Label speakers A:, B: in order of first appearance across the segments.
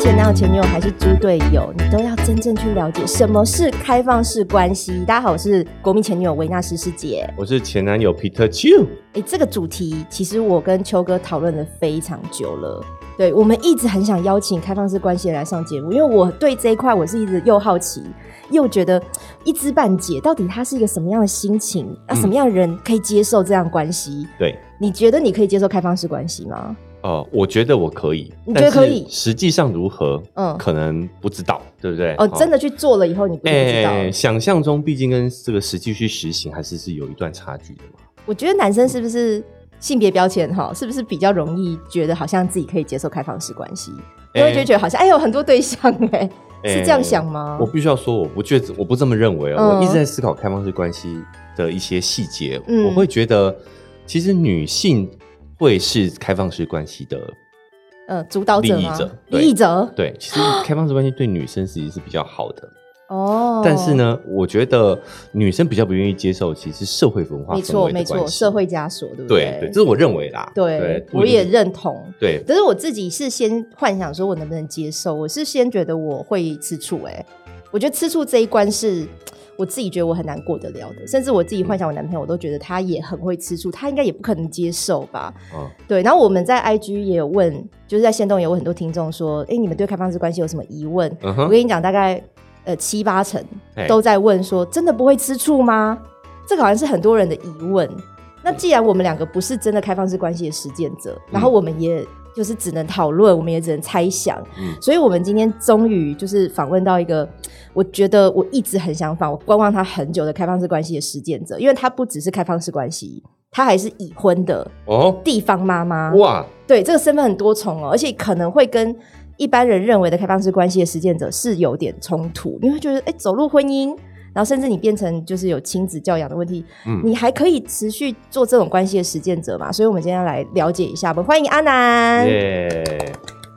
A: 前男友、前女友还是猪队友，你都要真正去了解什么是开放式关系。大家好，我是国民前女友维纳斯师姐。
B: 我是前男友 Peter Chu，
A: 哎、这个主题其实我跟秋哥讨论了非常久了。对我们一直很想邀请开放式关系人来上节目，因为我对这一块我是一直又好奇又觉得一知半解，到底他是一个什么样的心情啊？
B: 嗯
A: 什么样的人可以接受这样的关系？
B: 对
A: 你觉得你可以接受开放式关系吗？
B: 哦、我觉得我可以，
A: 你觉得可以
B: 但是实际上如何，
A: 嗯
B: 可能不知道，对不对？
A: 哦，真
B: 的，
A: 的去做了以后，你不就不知道了。
B: 哎，想象中毕竟跟这个实际去实行还是是有一段差距的嘛。
A: 我觉得男生是不是性别标签哈，是不是比较容易觉得好像自己可以接受开放式关系，因为就觉得好像哎有很多对象哎、
B: 哎
A: 是这样想吗
B: 我？必须要说，我不觉得，我不这么认为、
A: 啊嗯
B: 哦。我一直在思考开放式关系的一些细节，
A: 嗯
B: 我会觉得，其实女性会是开放式关系的，
A: 呃，主导者吗
B: 利益者？对
A: 利益者
B: 对，其实开放式关系对女生实际是比较好的。
A: 哦。
B: 但是，呢，我觉得女生比较不愿意接受，其实社会文化
A: 没
B: 氛
A: 错
B: 围的
A: 没错，
B: 关系
A: 社会枷锁对不
B: 对对，这是我认为啦。
A: 对，
B: 不
A: 我
B: 一定
A: 也认同。
B: 对
A: 可是我自己是先幻想说我能不能接受，我是先觉得我会吃醋、欸，我觉得吃醋这一关是我自己觉得我很难过得了的，甚至我自己幻想我男朋友，我都觉得他也很会吃醋，他应该也不可能接受吧？
B: 嗯
A: 对，然后我们在 IG 也有问，就是在线动也有很多听众说，哎、你们对开放式关系有什么疑问？
B: 嗯
A: 我
B: 哼，
A: 跟你讲，大概呃七八成
B: 哎
A: 都在问说，真的不会吃醋吗？这个好像是很多人的疑问。那既然我们两个不是真的开放式关系的实践者，然后我们也就是只能讨论，我们也只能猜想，
B: 嗯
A: 所以我们今天终于就是访问到一个，我觉得我一直很想访，我观望他很久的开放式关系的实践者，因为他不只是开放式关系，他还是已婚的
B: 哦
A: 地方妈妈。
B: 哇，
A: 对，这个身份很多重哦，而且可能会跟一般人认为的开放式关系的实践者是有点冲突，你会觉得哎，诶走入婚姻，然后甚至你变成就是有亲子教养的问题，
B: 嗯
A: 你还可以持续做这种关系的实践者嘛？所以我们今天要来了解一下，我们欢迎阿南。
B: 耶，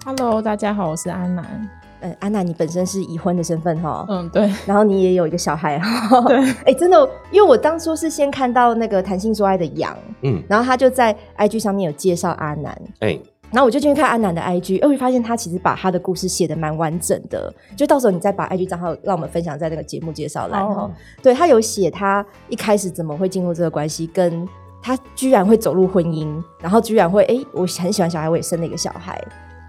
C: Hello，大家好，我是安南。
A: 嗯，阿南，你本身是已婚的身份哈、
C: 嗯，对，
A: 然后你也有一个小孩哈、
C: 对，
A: 哎，真的，因为我当初是先看到那个谈性说爱的杨，
B: 嗯，
A: 然后他就在 IG 上面有介绍阿南，
B: 哎，
A: 然后我就进去看安南的 IG，哎，我就发现他其实把他的故事写的蛮完整的。就到时候你再把 IG 账号让我们分享在那个节目介绍栏哈。
C: 哦
A: 对他有写他一开始怎么会进入这个关系，跟他居然会走入婚姻，然后居然会哎，我很喜欢小孩，我也生了一个小孩，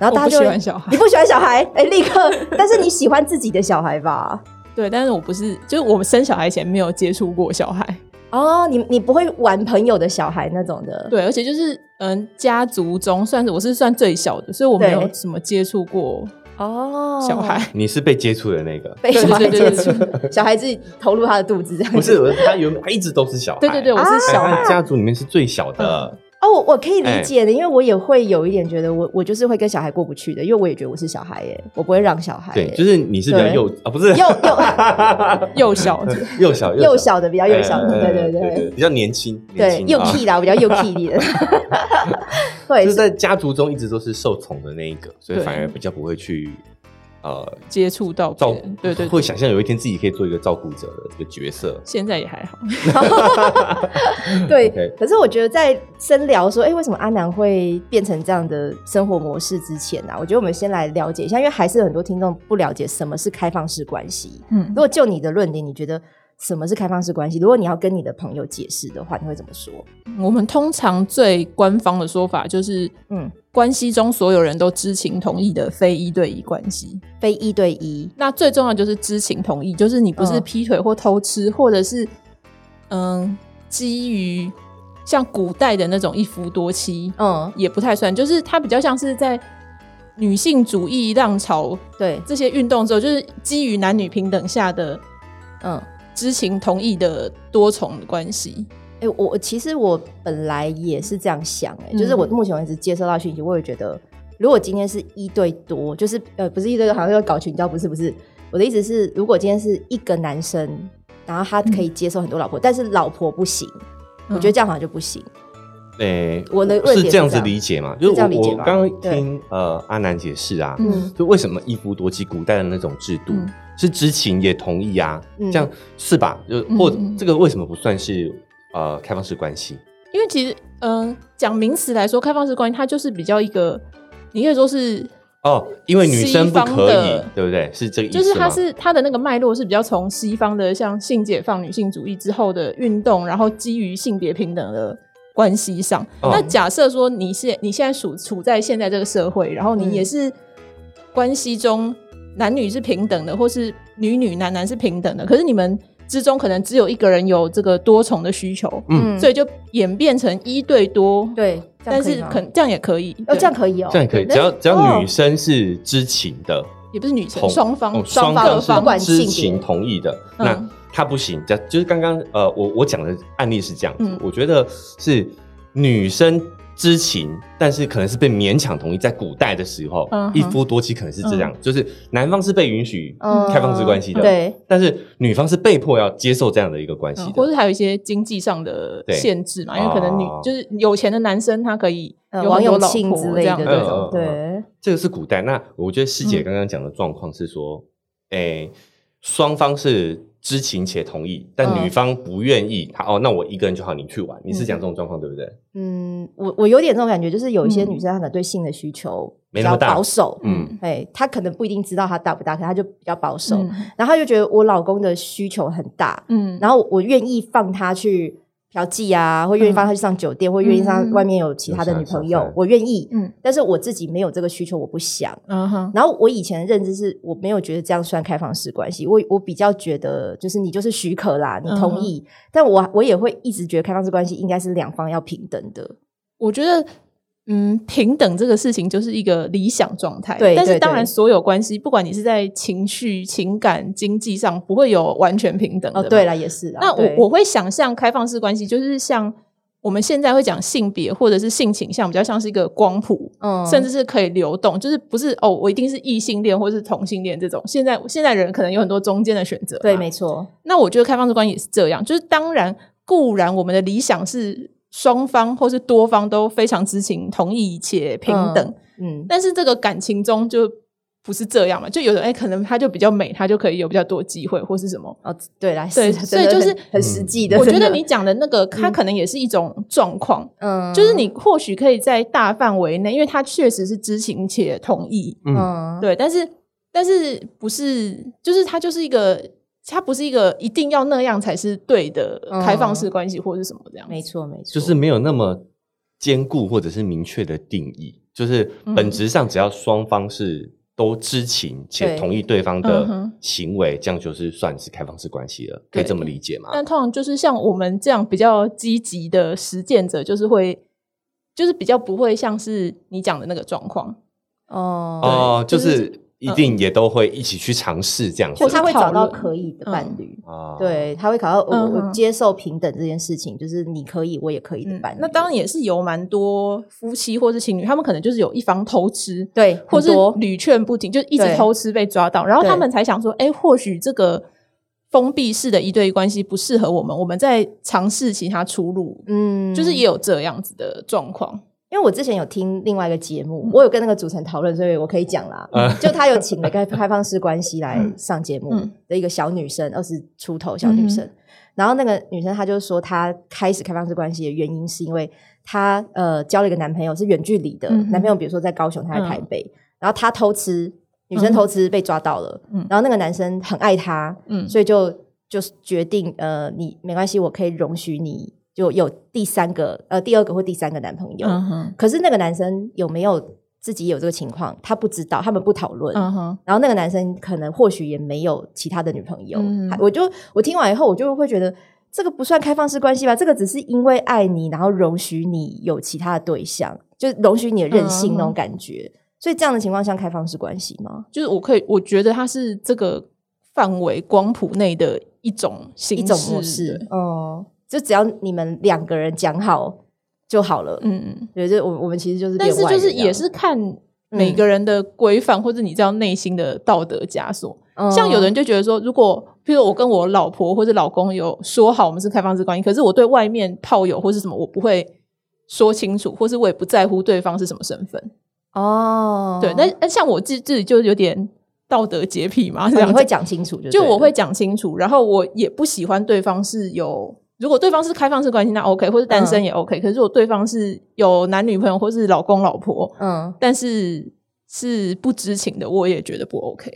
A: 然后大家就
C: 我不喜欢小孩
A: 你，不喜欢小孩，哎，立刻，但是你喜欢自己的小孩吧？
C: 对，但是我不是，就是我们生小孩前没有接触过小孩，
A: 哦，你你不会玩朋友的小孩那种的，
C: 对，而且就是嗯，家族中算是我是算最小的，所以我没有
A: 对
C: 什么接触过
A: 哦，
C: 小孩。
B: 你是被接触的 那个，
A: 被
C: 对
A: 小孩
C: 对对
A: 接
C: 对
A: 触，小孩子投入他的肚子这样子，
B: 不是他原本他一直都是小孩，
C: 对对对，我
B: 哎
C: 是小孩
B: 他。家族里面是最小的，
A: 哦，我我可以理
B: 哎
A: 解的，因为我也会有一点觉得我我就是会跟小孩过不去的，因为我也觉得我是小孩耶，我不会让小孩耶。
B: 对，就是你是比较
A: 对
B: 幼啊，不是
A: 幼幼
C: 幼小，
B: 幼小
A: 幼小的比较
B: 哎
A: 幼小的，
B: 哎
A: 对对
B: 对
A: 对
B: 比较年轻，
A: 对，
B: 年轻
A: 幼
B: 啊
A: key 啦，我比较幼 key 一点。
B: 就
A: 对哎
B: 是，在家族中一直都是受宠的那一个，所以
C: 对
B: 反而比较不会去呃
C: 接触到别
B: 照
C: 人，对对
B: 会
C: 对，
B: 想象有一天自己可以做一个照顾者的这个角色。
C: 现在也还好。
A: 对
B: OK
A: 可是我觉得在深聊说，哎、为什么阿南会变成这样的生活模式之前啊，我觉得我们先来了解一下，因为还是有很多听众不了解什么是开放式关系。
C: 嗯
A: 如，果就你的论点，你觉得什么是开放式关系？如果你要跟你的朋友解释的话，你会怎么说？
C: 我们通常最官方的说法就是，
A: 嗯
C: 嗯，关系中所有人都知情同意的非一对一关系。
A: 非一对一，
C: 那最重要就是知情同意，就是你不是
A: 嗯
C: 劈腿或偷吃，或者是嗯，基于像古代的那种一夫多妻，
A: 嗯，
C: 也不太算，就是它比较像是在女性主义浪潮
A: 对，
C: 这些运动之后，就是基于男女平等下的
A: 嗯，
C: 知情同意的多重关系。
A: 哎、我我其实我本来也是这样想、欸，
C: 嗯
A: 就是我目前为止接收到讯息，我也觉得，如果今天是一对多，就是呃，不是一对多，好像要搞群交，不是不是，我的意思是，如果今天是一个男生，然后他可以接受很多老婆，但是老婆不行，我
C: 嗯
A: 觉得这样好像就不行。
B: 诶、
A: 我的论点
B: 是
A: 是
B: 这样
A: 这
B: 子
A: 样
B: 理解嘛？
A: 是这
B: 就是我
A: 样理解
B: 我
A: 吧
B: 刚刚听呃阿南解释啊，
A: 嗯
B: 就为什么一夫多妻古代的那种制度、
C: 嗯
B: 是知情也同意啊，
A: 嗯
B: 这样是吧？就
C: 嗯
B: 或、
C: 嗯
B: 这个为什么不算是呃开放式关系？
C: 因为其实，嗯、讲名词来说，开放式关系它就是比较一个，你可以说是
B: 哦，因为女生不
C: 西
B: 可
C: 方
B: 以
C: 的，
B: 对不对？是这个意思
C: 就
B: 吗？
C: 是它是它的那个脉络是比较从西方的像性解放、女性主义之后的运动，然后基于性别平等的关系上。
B: 哦
C: 那假设说你是你现在处处在现在这个社会，然后你
A: 嗯
C: 也是关系中男女是平等的，或是女女男男是平等的，可是你们之中可能只有一个人有这个多重的需求，
B: 嗯
C: 所以就演变成一对多。，
A: 嗯对，这样
C: 但
A: 可以
C: 是
A: 吗
C: 可能这样也可以，
A: 哦，
C: 对
A: 这样可以哦，
B: 这样也可以，
A: 对
B: 只要只要
A: 哦
B: 女生是知情的，
C: 也不是女生
B: 同
C: 双方
B: 哦
C: 双
A: 各
B: 方
A: 方不管
B: 是知
A: 性别
B: 情同意的，那
C: 嗯
B: 他不行。这就是刚刚呃，我我讲的案例是这样子，
C: 嗯
B: 我觉得是女生知情，但是可能是被勉强同意。在古代的时候，
C: 嗯哼嗯
B: 一夫多妻可能是这样，就是男方是被允许
A: 嗯
B: 开放式关系的，
A: 对，
B: 但是女方是被迫要接受这样的一个关系
C: 嗯，或
B: 的。
C: 是还有一些经济上的
B: 对
C: 限制嘛，因为可能女、
B: 哦
C: 就是有钱的男生他可以有
A: 呃
C: 很
A: 王
C: 多
A: 永
C: 老
A: 庆之
C: 婆这
A: 类
C: 样
A: 的
B: 对
A: 这
B: 嗯
A: 种
B: 嗯，
A: 对，
B: 这个是古代。那我觉得师
A: 嗯
B: 姐刚刚讲的状况是说，诶、双、方是知情且同意，但
A: 嗯
B: 女方不愿意，她、哦，那我一个人就好，你去玩。你是讲这种状况对不对？
A: 嗯，我我有点这种感觉，就是有一些
C: 嗯
A: 女生她可能对性的需求
B: 没
A: 比
B: 那
A: 较
B: 么大
A: 保守，
B: 嗯
C: 嗯
A: 哎，她可能不一定知道她大不大，可她就比较保守，
C: 嗯
A: 然后她就觉得我老公的需求很大，
C: 嗯，
A: 然后我愿意放他去嫖妓啊，或愿意放他去上酒店，或愿意让
C: 嗯
A: 他外面有其他的女朋友，我愿意，
C: 嗯
A: 但是我自己没有这个需求，我不想。
C: 嗯哼，
A: 然后我以前的认知是我没有觉得这样算开放式关系，我我比较觉得就是你就是许可啦，你
C: 嗯
A: 同意，但我我也会一直觉得开放式关系应该是两方要平等的，
C: 我觉得。嗯，平等这个事情就是一个理想状态，
A: 对
C: 但是
A: 对
C: 当然，
A: 对
C: 所有关系，不管你是在情绪、情感、经济上，不会有完全平等的
A: 哦，
C: 嘛
A: 对了，也是啦，
C: 那我
A: 对
C: 我会想象开放式关系，就是像我们现在会讲性别或者是性倾向，比较像是一个光谱，
A: 嗯
C: 甚至是可以流动，就是不是哦，我一定是异性恋或是同性恋这种。现在现在人可能有很多中间的选择嘛，
A: 对，没错，
C: 那我觉得开放式关系也是这样，就是当然固然我们的理想是双方或是多方都非常知情同意且平等，
A: 嗯，
C: 但是这个感情中就。不是这样嘛？就有的哎、可能他就比较美，他就可以有比较多机会，或是什么。
A: 哦，对啦，
C: 对
A: 是
C: 所
A: 真
C: 以
A: 的
C: 就是
A: 很很实际的，
C: 我觉
A: 真
C: 得
A: 的
C: 你讲的那个，它可能也是一种状况，
A: 嗯，
C: 就是你或许可以在大范围内，因为它确实是知情且同意，
A: 嗯，
C: 对，但是但是不是就是它就是一个，它不是一个一定要那样才是对的
A: 嗯
C: 开放式关系或是什么这样，
A: 没，错没错，
B: 就是没有那么坚固或者是明确的定义，就是
A: 嗯
B: 本质上只要双方是都知情且
A: 对
B: 同意对方
C: 嗯
B: 的
C: 哼
B: 行为，这样就是算是开放式关系了，可以
C: 对
B: 这么理解吗？
C: 但通常就是像我们这样比较积极的实践者，就是会。就是比较不会像是你讲的那个状况，
A: 哦
B: 哦，就
C: 就是
B: 是一定也都会一起去尝试这样
A: 嗯
B: 子
A: 或他会找
C: 讨
A: 到
C: 论
A: 可以的伴侣，
B: 啊，
A: 对，他会考到我、
C: 嗯
A: 我
C: 哼
A: 接受平等这件事情，就是你可以，我也可以的
C: 嗯
A: 伴侣。，
C: 那当然也是有蛮多夫妻或是情侣，他们可能就是有一方偷吃，
A: 对，
C: 或
A: 很
C: 是
A: 多
C: 屡劝不听，就一直
A: 对
C: 偷吃被抓到，然后
A: 对
C: 他们才想说，哎、或许这个封闭式的一对一关系不适合我们，我们再尝试其他出路，
A: 嗯，
C: 就是也有这样子的状况。
A: 因为我之前有听另外一个节
C: 嗯
A: 目，我有跟那个主持人讨论，所以我可以讲啦。就他有请了一个开放式关系来上节目
C: 嗯
A: 的一个小女生，二十出头小女生。然后那个女生她就说，她开始开放式关系的原因是因为她呃交了一个男朋友是远距离的，
C: 嗯哼
A: 男朋友比如说在高雄，她在台北，然后她偷吃，女
C: 嗯
A: 生
C: 哼
A: 偷吃被抓到了，
C: 嗯
A: 然后那个男生很爱她，
C: 嗯
A: 所以就就是决定，呃，你没关系，我可以容许你就有第三个，呃，第二个或第三个男朋友。
C: 嗯哼，
A: 可是那个男生有没有自己有这个情况，他不知道，他们不讨论。
C: 嗯哼，
A: 然后那个男生可能或许也没有其他的女朋友，
C: 嗯
A: 还我就我听完以后，我就会觉得这个不算开放式关系吧，这个只是因为爱你，然后容许你有其他的对象，就容许你的任性那
C: 嗯嗯
A: 种感觉。所以这样的情况像开放式关系吗？
C: 就是我可以，我觉得它是这个范围光谱内的一种形
A: 一种模式
C: 对，
A: 哦、就只要你们两个人讲好就好了。
C: 嗯嗯，
A: 对，就我我们其实就是，
C: 但是就是也是，
A: 嗯
C: 看。每个人的规范，或者你知道内心的道德枷锁，
A: 嗯
C: 像有的人就觉得说，如果譬如我跟我老婆或者老公有说好我们是开放式关系，可是我对外面炮友或是什么，我不会说清楚，或是我也不在乎对方是什么身份。
A: 哦，
C: 对，但但像我自自己就有点道德洁癖嘛，这
A: 哦
C: 样
A: 你
C: 讲、
A: 会讲清楚就，
C: 就我会，讲清楚，然后我也不喜欢对方是有。如果对方是开放式关系，那 OK，或是
A: 嗯
C: 单身也 OK、可是如果对方是有男女朋友或是老公老婆，
A: 嗯
C: 但是是不知情的，我也觉得不 OK。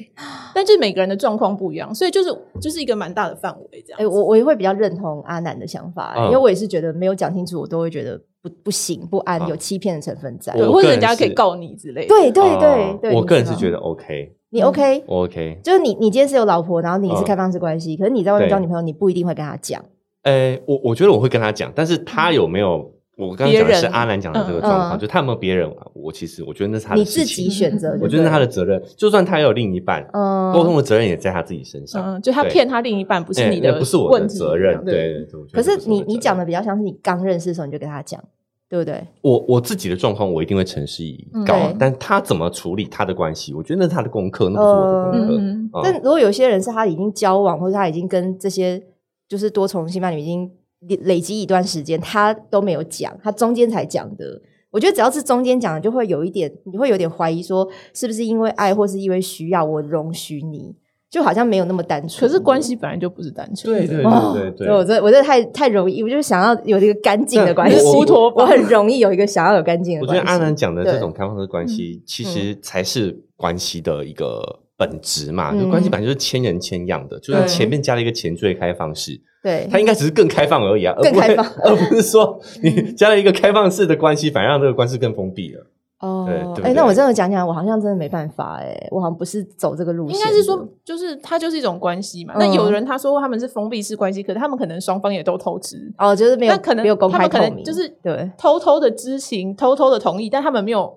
C: 但 就是每个人的状况不一样，所以就是就是一个蛮大的范围这样
A: 哎、。我我也会比较认同阿南的想法、
B: 嗯
A: 因为我也是觉得没有讲清楚，我都会觉得不不行、不安，
B: 啊
A: 有欺骗的成分在。
C: 对，
B: 我
C: 或者
B: 个人
C: 人家可以
B: 是
C: 告你之类的。
A: 对对
B: 哦
A: 对对，
B: 我个人
A: 你
B: 是
A: 知道
B: 觉得 OK，
A: 你 OK，、
B: 我 OK。
A: 就是你你今天是有老婆，然后你是开放式关系，可是你在外面
B: 对
A: 交女朋友，你不一定会跟她讲。
B: 呃，我我觉得我会跟他讲，但是他有没有？我刚刚讲的
C: 别
B: 是
C: 人
B: 阿南讲的这个
A: 嗯
B: 状
A: 嗯
B: 况，就他有没有别人？啊我其实我觉得那是他的
A: 你
B: 事
A: 自
B: 情
A: 己，选择，
B: 我
A: 对不
B: 觉
A: 对
B: 得那是他的责任。就算他有另一半，
A: 嗯
B: 沟通的责任也在他自己身上。
C: 嗯，就他
B: 对
C: 骗他另一半，不是
B: 哎
C: 你
B: 那
C: 的，
B: 不是我的责任，对。对对。我觉
A: 可
B: 得
A: 是
B: 不我
A: 你
B: 的
A: 你
B: 责
A: 讲
B: 任
A: 的比较像是你刚认识的时候你就跟他讲，对不对？
B: 我我自己的状况，我一定会诚实以告
A: 嗯对，
B: 但他怎么处理他的关系，我觉得那是他的功课，那不是我的
A: 哦
B: 功课。
C: 嗯嗯
B: 啊
A: 但如果有些人是他已经交往，或者他已经跟这些就是多重性伴侣已经累累积一段时间，他都没有讲，他中间才讲的。我觉得只要是中间讲的，就会有一点，你会有点怀疑说，是不是因为爱或是因为需要我容许你，就好像没有那么单纯。
C: 可是关系本来就不是单纯的，
B: 对对
A: 哦
B: 对对
A: 对我
B: 对，
A: 真的我真的太太容易，我就是想要有一个干净的
B: 那
A: 关系，
B: 我我
A: 我我很容易有一个想要有干净的
B: 我
A: 关
B: 觉
A: 系。
B: 得阿南讲的
A: 对
B: 这种开放式关系，其实才是关系的一个本质嘛。
A: 嗯
B: 就关系本来就是千人千样的，就是
C: 对
B: 前面加了一个前缀开放式，
A: 对，
B: 它应该只是更开放而已啊，而
A: 更
B: 不
A: 开
B: 会
A: 放
B: 而不是说你加了一个开放式的关系，反而让这个关系更封闭了。
A: 哦
B: 对对不，
A: 哎、
B: 对
A: 那我真的讲讲，我好像真的没办法哎、我好像不是走这个路线
C: 应
A: 的，
C: 该是说，就是他就是一种关系嘛。那
A: 嗯
C: 有的人他说他们是封闭式关系，可是他们可能双方也都偷吃，
A: 哦，就是没有，
C: 那可能
A: 没有公
C: 他
A: 开
C: 们可
A: 透
C: 能
A: 明，
C: 就是
A: 对
C: 偷偷的知情，偷偷的同意，但他们没有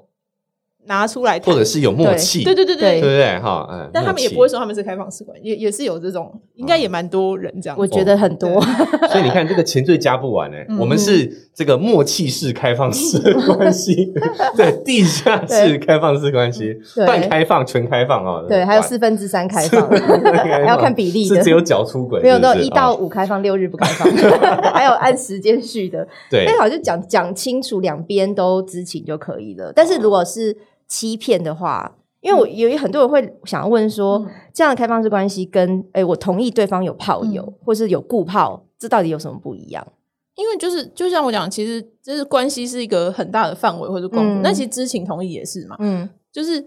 C: 拿出来谈，
B: 或者是有默契，
C: 对对对
A: 对
B: 对不对哈？嗯
C: 但他
B: 默
C: 们也
B: 契
C: 不会说他们是开放式关系，也也是有这种，应该也蛮多人这样子。
A: 我觉得很多，
B: 所以你看，这个前缀加不完哎、
C: 嗯
B: 我们是这个默契式开放式关系， 对，地下室开放式关系，
A: 对
B: 半开放、全开放啊，
A: 对，还有
B: 哇
A: 四分之三开放，
B: 还
A: 还要看比例的
B: 是只，有脚出轨，
A: 没有
B: 是不
A: 到
B: 是
A: 一到
B: 哦
A: 五开放，六日不开 放，还有按时间序的，
B: 对
A: 但好像讲讲清楚两边都知情就可以了。但是如果是欺骗的话，因为我有很多人会想要问说，
C: 嗯
A: 这样的开放式关系跟诶、我同意对方有炮友、
C: 嗯
A: 或是有固炮，这到底有什么不一样？
C: 因为就是就像我讲，其实就是关系是一个很大的范围或者共
A: 嗯，
C: 同那、其实知情同意也是嘛，
A: 嗯
C: 就是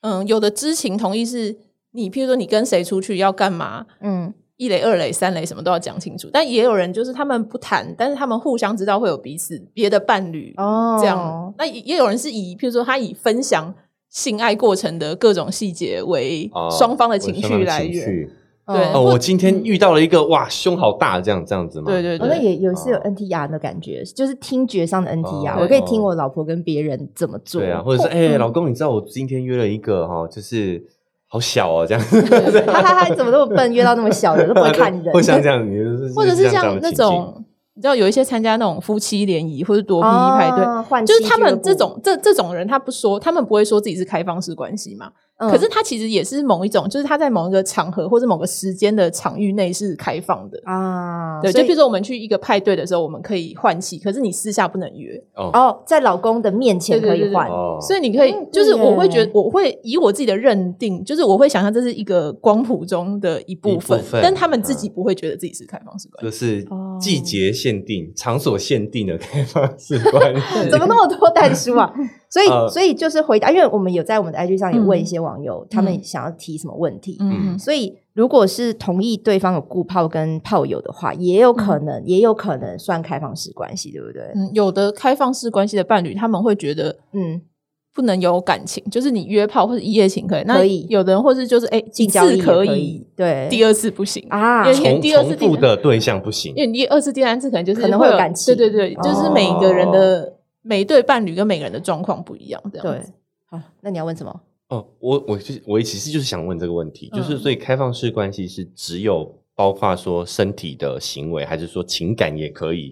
C: 嗯，有的知情同意是你，譬如说你跟谁出去要干嘛，
A: 嗯
C: 一垒、二垒、三垒什么都要讲清楚，但也有人就是他们不谈，但是他们互相知道会有彼此别的伴侣、
A: 哦，
C: 这样，那也也有人是以譬如说他以分享性爱过程的各种细节为
B: 哦
C: 双方的
B: 我
C: 情
B: 双方
C: 绪
B: 的
C: 来
B: 情
C: 源，
B: 绪
C: 对
B: 哦，
A: 哦，
B: 我今天遇到了一个哇，胸好大，这样这样子嘛，
C: 对对
A: 哦
C: 对
A: 那也有是有
B: 哦
A: NTR 的感觉，就是听觉上的 NTR，、
B: 哦
A: 我可以听我老婆跟别人怎么做。
B: 对 啊，或者是哎、
C: 嗯
B: 老公，你知道我今天约了一个哈，就是好小哦，这样，
A: 哈哈哈，怎么那么笨，约到那么小的都不会看人，
B: 会像这样，你就是
C: 或者
B: 是
C: 是
B: 这样
C: 像
B: 这样的
C: 那
B: 情境
C: 种。你知道有一些参加那种夫妻联谊或者多 P E 派对，
A: 哦换
C: 就是
A: 妻
C: 他
A: 俱乐
C: 们这
A: 部
C: 种这这种人，他不说，他们不会说自己是开放式关系嘛。
A: 嗯
C: 可是他其实也是某一种，就是他在某一个场合或者某个时间的场域内是开放的。
A: 啊，
C: 对，就
A: 所以
C: 比如说我们去一个派对的时候，我们可以换气，可是你私下不能约，
B: 哦
A: 哦，在老公的面前
C: 对
A: 可
C: 对
A: 以
C: 对
A: 换，
B: 哦，
C: 所以你可以
A: 嗯，
C: 就是
A: 对
C: 我会觉
A: 耶
C: 得，我会以我自己的认定，就是我会想象这是一个光谱中的一部分，
B: 一部分嗯
C: 但他们自己不会觉得自己是开放式
B: 就
C: 关系。
B: 是
A: 哦
B: 季节限定、场所限定的开 放式关 系。
A: 怎么那么多蛋书 啊？所以，
B: 呃
A: 所以就是回答，因为我们有在我们的 IG 上也问一些网友，他们
C: 嗯
A: 想要提什么问题。
B: 嗯
C: 嗯，
A: 所以，如果是同意对方有固炮跟炮友的话，也有可能，也有可能算开放式关系，对不对？
C: 嗯，有的开放式关系的伴侣，他们会觉得
A: 嗯，
C: 不能有感情，就是你约炮或者一夜情可以，那
A: 可以
C: 有的人或是就是哎、一
A: 性交易
C: 次
A: 也
C: 可
A: 可
C: 以，
A: 对
C: 第二次不行，
A: 啊
C: 因，为
B: 重
C: 第二次
B: 重
C: 第
B: 复的对象不行
C: 因，为你第二次、第三次可能就是
A: 可能
C: 会
A: 会有感情
C: 对对对，
A: 哦
C: 就是每个人
B: 哦
C: 的每一对伴侣跟每个人的状况不一样，这样
A: 对
C: 子。，
A: 好，那你要问什么？
B: 哦，我我就是我其实就是想问这个问题，
C: 嗯
B: 就是所以开放式关系是只有包括说身体的行为，还是说情感也可以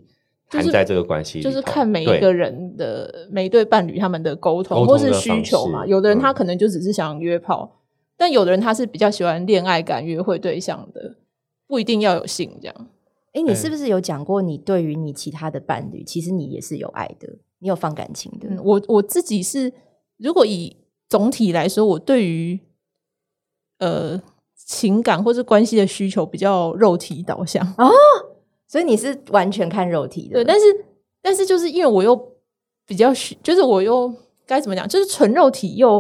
C: 就
B: 含
C: 是
B: 在这个关系里头？
C: 就是看每
B: 哦对
C: 一个人的每一对伴侣他们的沟通
B: 沟
C: 或
B: 通的
C: 是需求
B: 方
C: 嘛，
B: 式
C: 有的人他
B: 嗯
C: 可能就只是想约炮，但有的人他是比较喜欢恋爱感、约会对象的，不一定要有性这样。
A: 哎，你
B: 对
A: 是不是有讲过，你对于你其他的伴侣，其实你也是有爱的，你有放感情的？
C: 嗯，我我自己是，如果以总体来说，我对于呃情感或是关系的需求比较肉体导向，
A: 所以你是完全看肉体的，
C: 对，但是但是就是因为我又比较需，就是我又该怎么讲，就是纯肉体又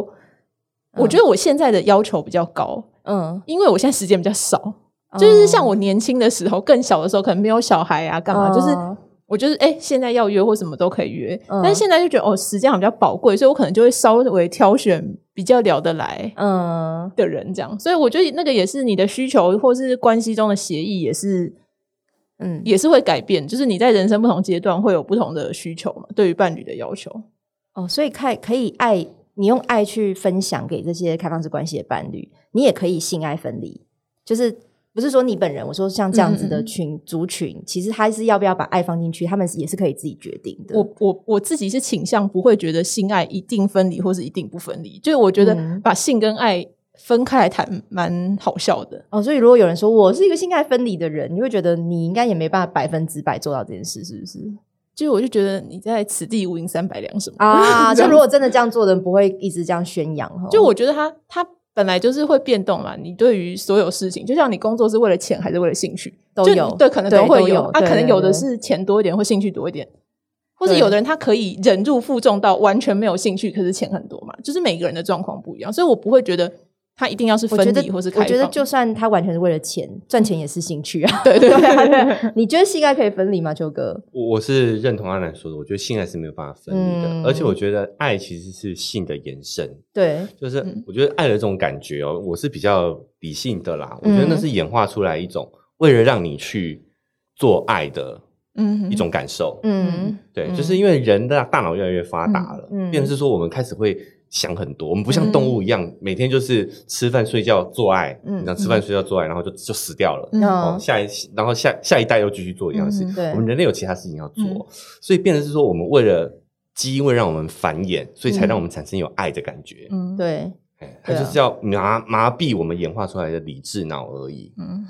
B: 嗯
C: 我觉得我现在的要求比较高，
A: 嗯，
C: 因为我现在时间比较少，
A: 嗯
C: 就是像我年轻的时候，更小的时候可能没有小孩啊，干嘛，就是
A: 嗯
C: 我就是哎、诶现在要约或什么都可以约，
A: 嗯
C: 但是现在就觉得哦，时间好像比较宝贵，所以我可能就会稍微挑选比较聊得来
A: 嗯
C: 的人这样。所以我觉得那个也是你的需求或是关系中的协议，也是
A: 嗯，
C: 也是会改变，就是你在人生不同阶段会有不同的需求嘛，对于伴侣的要求。
A: 哦，所以看可以爱，你用爱去分享给这些开放式关系的伴侣，你也可以性爱分离，就是不是说你本人，我说像这样子的
C: 嗯
A: 群、族群，其实他是要不要把爱放进去，他们也是可以自己决定的。
C: 我我我自己是倾向不会觉得性爱一定分离或是一定不分离，就是我觉得
A: 嗯
C: 把性跟爱分开来谈蛮好笑的。
A: 哦，所以如果有人说我是一个性爱分离的人，你会觉得你应该也没办法百分之百做到这件事，是不是？
C: 就是我就觉得你在此地无银三百两什么
A: 啊，
C: 这
A: 就
C: 样
A: 如果真的这样做的人，不会一直这样宣扬哈。
C: 就我觉得他他本来就是会变动嘛，你对于所有事情，就像你工作是为了钱还是为了兴趣，
A: 都
C: 就
A: 有
C: 对，可能
A: 对
C: 都会
A: 都有
C: 啊，
A: 对
C: 可能
A: 对
C: 有的
A: 对
C: 是钱多一点或兴趣多一点，或是
A: 对
C: 有的人他可以忍辱负重到完全没有兴趣，可是钱很多嘛，就是每个人的状况不一样，所以我不会觉得他一定要是
A: 我
C: 分
A: 觉得
C: 离或是开
A: 我
C: 放，
A: 觉得就算他完全是为了钱，赚钱也是兴趣啊。
C: 对对对
A: 啊
C: 对对
A: 你觉得性爱可以分离吗，秋哥？
B: 我我是认同阿南说的，我觉得性爱是没有办法分离的，
A: 嗯
B: 而且我觉得爱其实是性的延伸，
A: 对，
B: 就是
C: 嗯
B: 我觉得爱的这种感觉哦，我是比较理性的啦，我觉得
C: 嗯
B: 那是演化出来一种为了让你去做爱的
C: 嗯
B: 一种感受，
A: 嗯
B: 对，
A: 嗯
B: 就是因为人的大脑越来越发达了，
A: 嗯嗯
B: 变成是说我们开始会想很多，我们不像动物一样、每天就是吃饭睡觉做爱，
A: 嗯
B: 你想吃饭睡觉做爱，然后就就死掉了。
C: 嗯
B: 哦，
A: 嗯
B: 下一然后下下一代又继续做一样的事，
C: 嗯
A: 哼对
B: 我们人类有其他事情要做，
C: 嗯
B: 所以变成是说我们为了基因为让我们繁衍，所以才让我们产生有爱的感觉。
C: 嗯，
A: 对，
B: 哎，它
A: 嗯对啊
B: 就是要麻麻痹我们演化出来的理智脑而已。
C: 嗯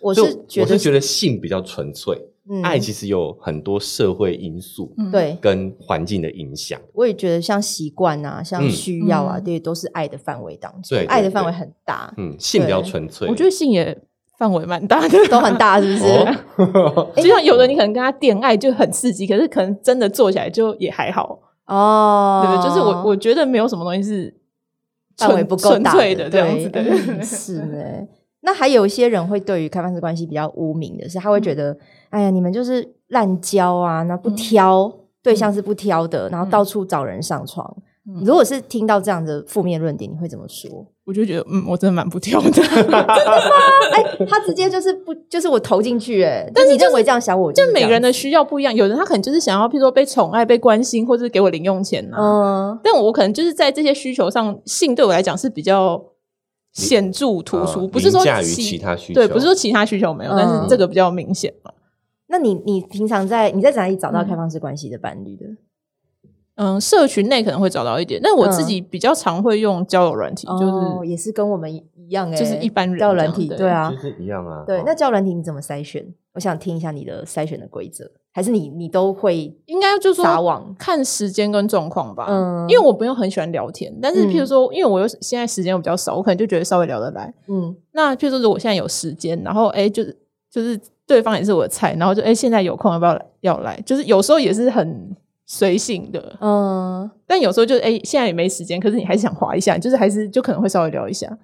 A: 我
B: 所以
A: 是觉
B: 我
A: 得
B: 是觉得性比较纯粹，
A: 嗯
B: 爱其实有很多社会因素
C: 嗯，
A: 对，
B: 跟环境的影响。
A: 我也觉得像习惯啊，像
B: 嗯
A: 需要啊，
C: 嗯
A: 这些都是爱的范围当中
B: 对，对
A: 爱的范围
B: 对
A: 很大，
B: 嗯，性比较纯粹，
C: 我觉得性也范围蛮大的，
A: 都很。 大，是不是？
B: 哦
C: 就像有的你可能跟他恋爱就很刺激，可是可能真的做起来就也还好，
A: 哦，
C: 对不对？就是我我觉得没有什么东西是
A: 范围
C: 纯
A: 不够大
C: 纯粹
A: 的
C: 这样子的。
A: 对 是哎。那还有一些人会对于开放式关系比较污名的是，他
C: 嗯
A: 会觉得，哎呀，你们就是滥交啊，那不挑、对象是不挑的，然后到处找人上床。
C: 嗯
A: 如果是听到这样的负面论点，你会怎么说？
C: 我就觉得，嗯，我真的蛮不 挑的。
A: 哎、他直接就是不，就是我投进去、哎，但是你认为这样想我，
C: 就每个人
A: 的，
C: 的需要不一样，有人他可能就是想要，譬如说被宠爱、被关心，或者是给我零用钱呐、
A: 嗯
C: 但我可能就是在这些需求上，性对我来讲是比较显著突出，不是说
B: 啊凌驾于其他需求，
C: 对，不是说其他需求没有，但是
A: 嗯
C: 这个比较明显嘛。
A: 那你你平常在你在哪里找到
C: 嗯
A: 开放式关系的伴侣的？
C: 嗯，社群内可能会找到一点，但我自
A: 嗯
C: 己比较常会用交友软体，就是、
A: 哦、也是跟我们一样、哎，
C: 就是一般人
A: 交友
C: 这
A: 软
C: 样
A: 体，
C: 对
A: 对啊，
B: 就是一样啊。
A: 对
B: 哦，
A: 那交友软体你怎么筛选？我想听一下你的筛选的规则，还是你你都会
C: 应该就说
A: 撒网？
C: 看时间跟状况吧。
A: 嗯
C: 因为我没有很喜欢聊天，但是譬如
A: 嗯
C: 说，因为我又现在时间又比较少，我可能就觉得稍微聊得来。
A: 嗯
C: 那譬如说，如果现在有时间，然后哎、就是就是对方也是我的菜，然后就哎、现在有空要不要来？要来？就是有时候也是很随性的，
A: 嗯，
C: 但有时候就是哎、现在也没时间，可是你还是想滑一下，就是还是就可能会稍微聊一下。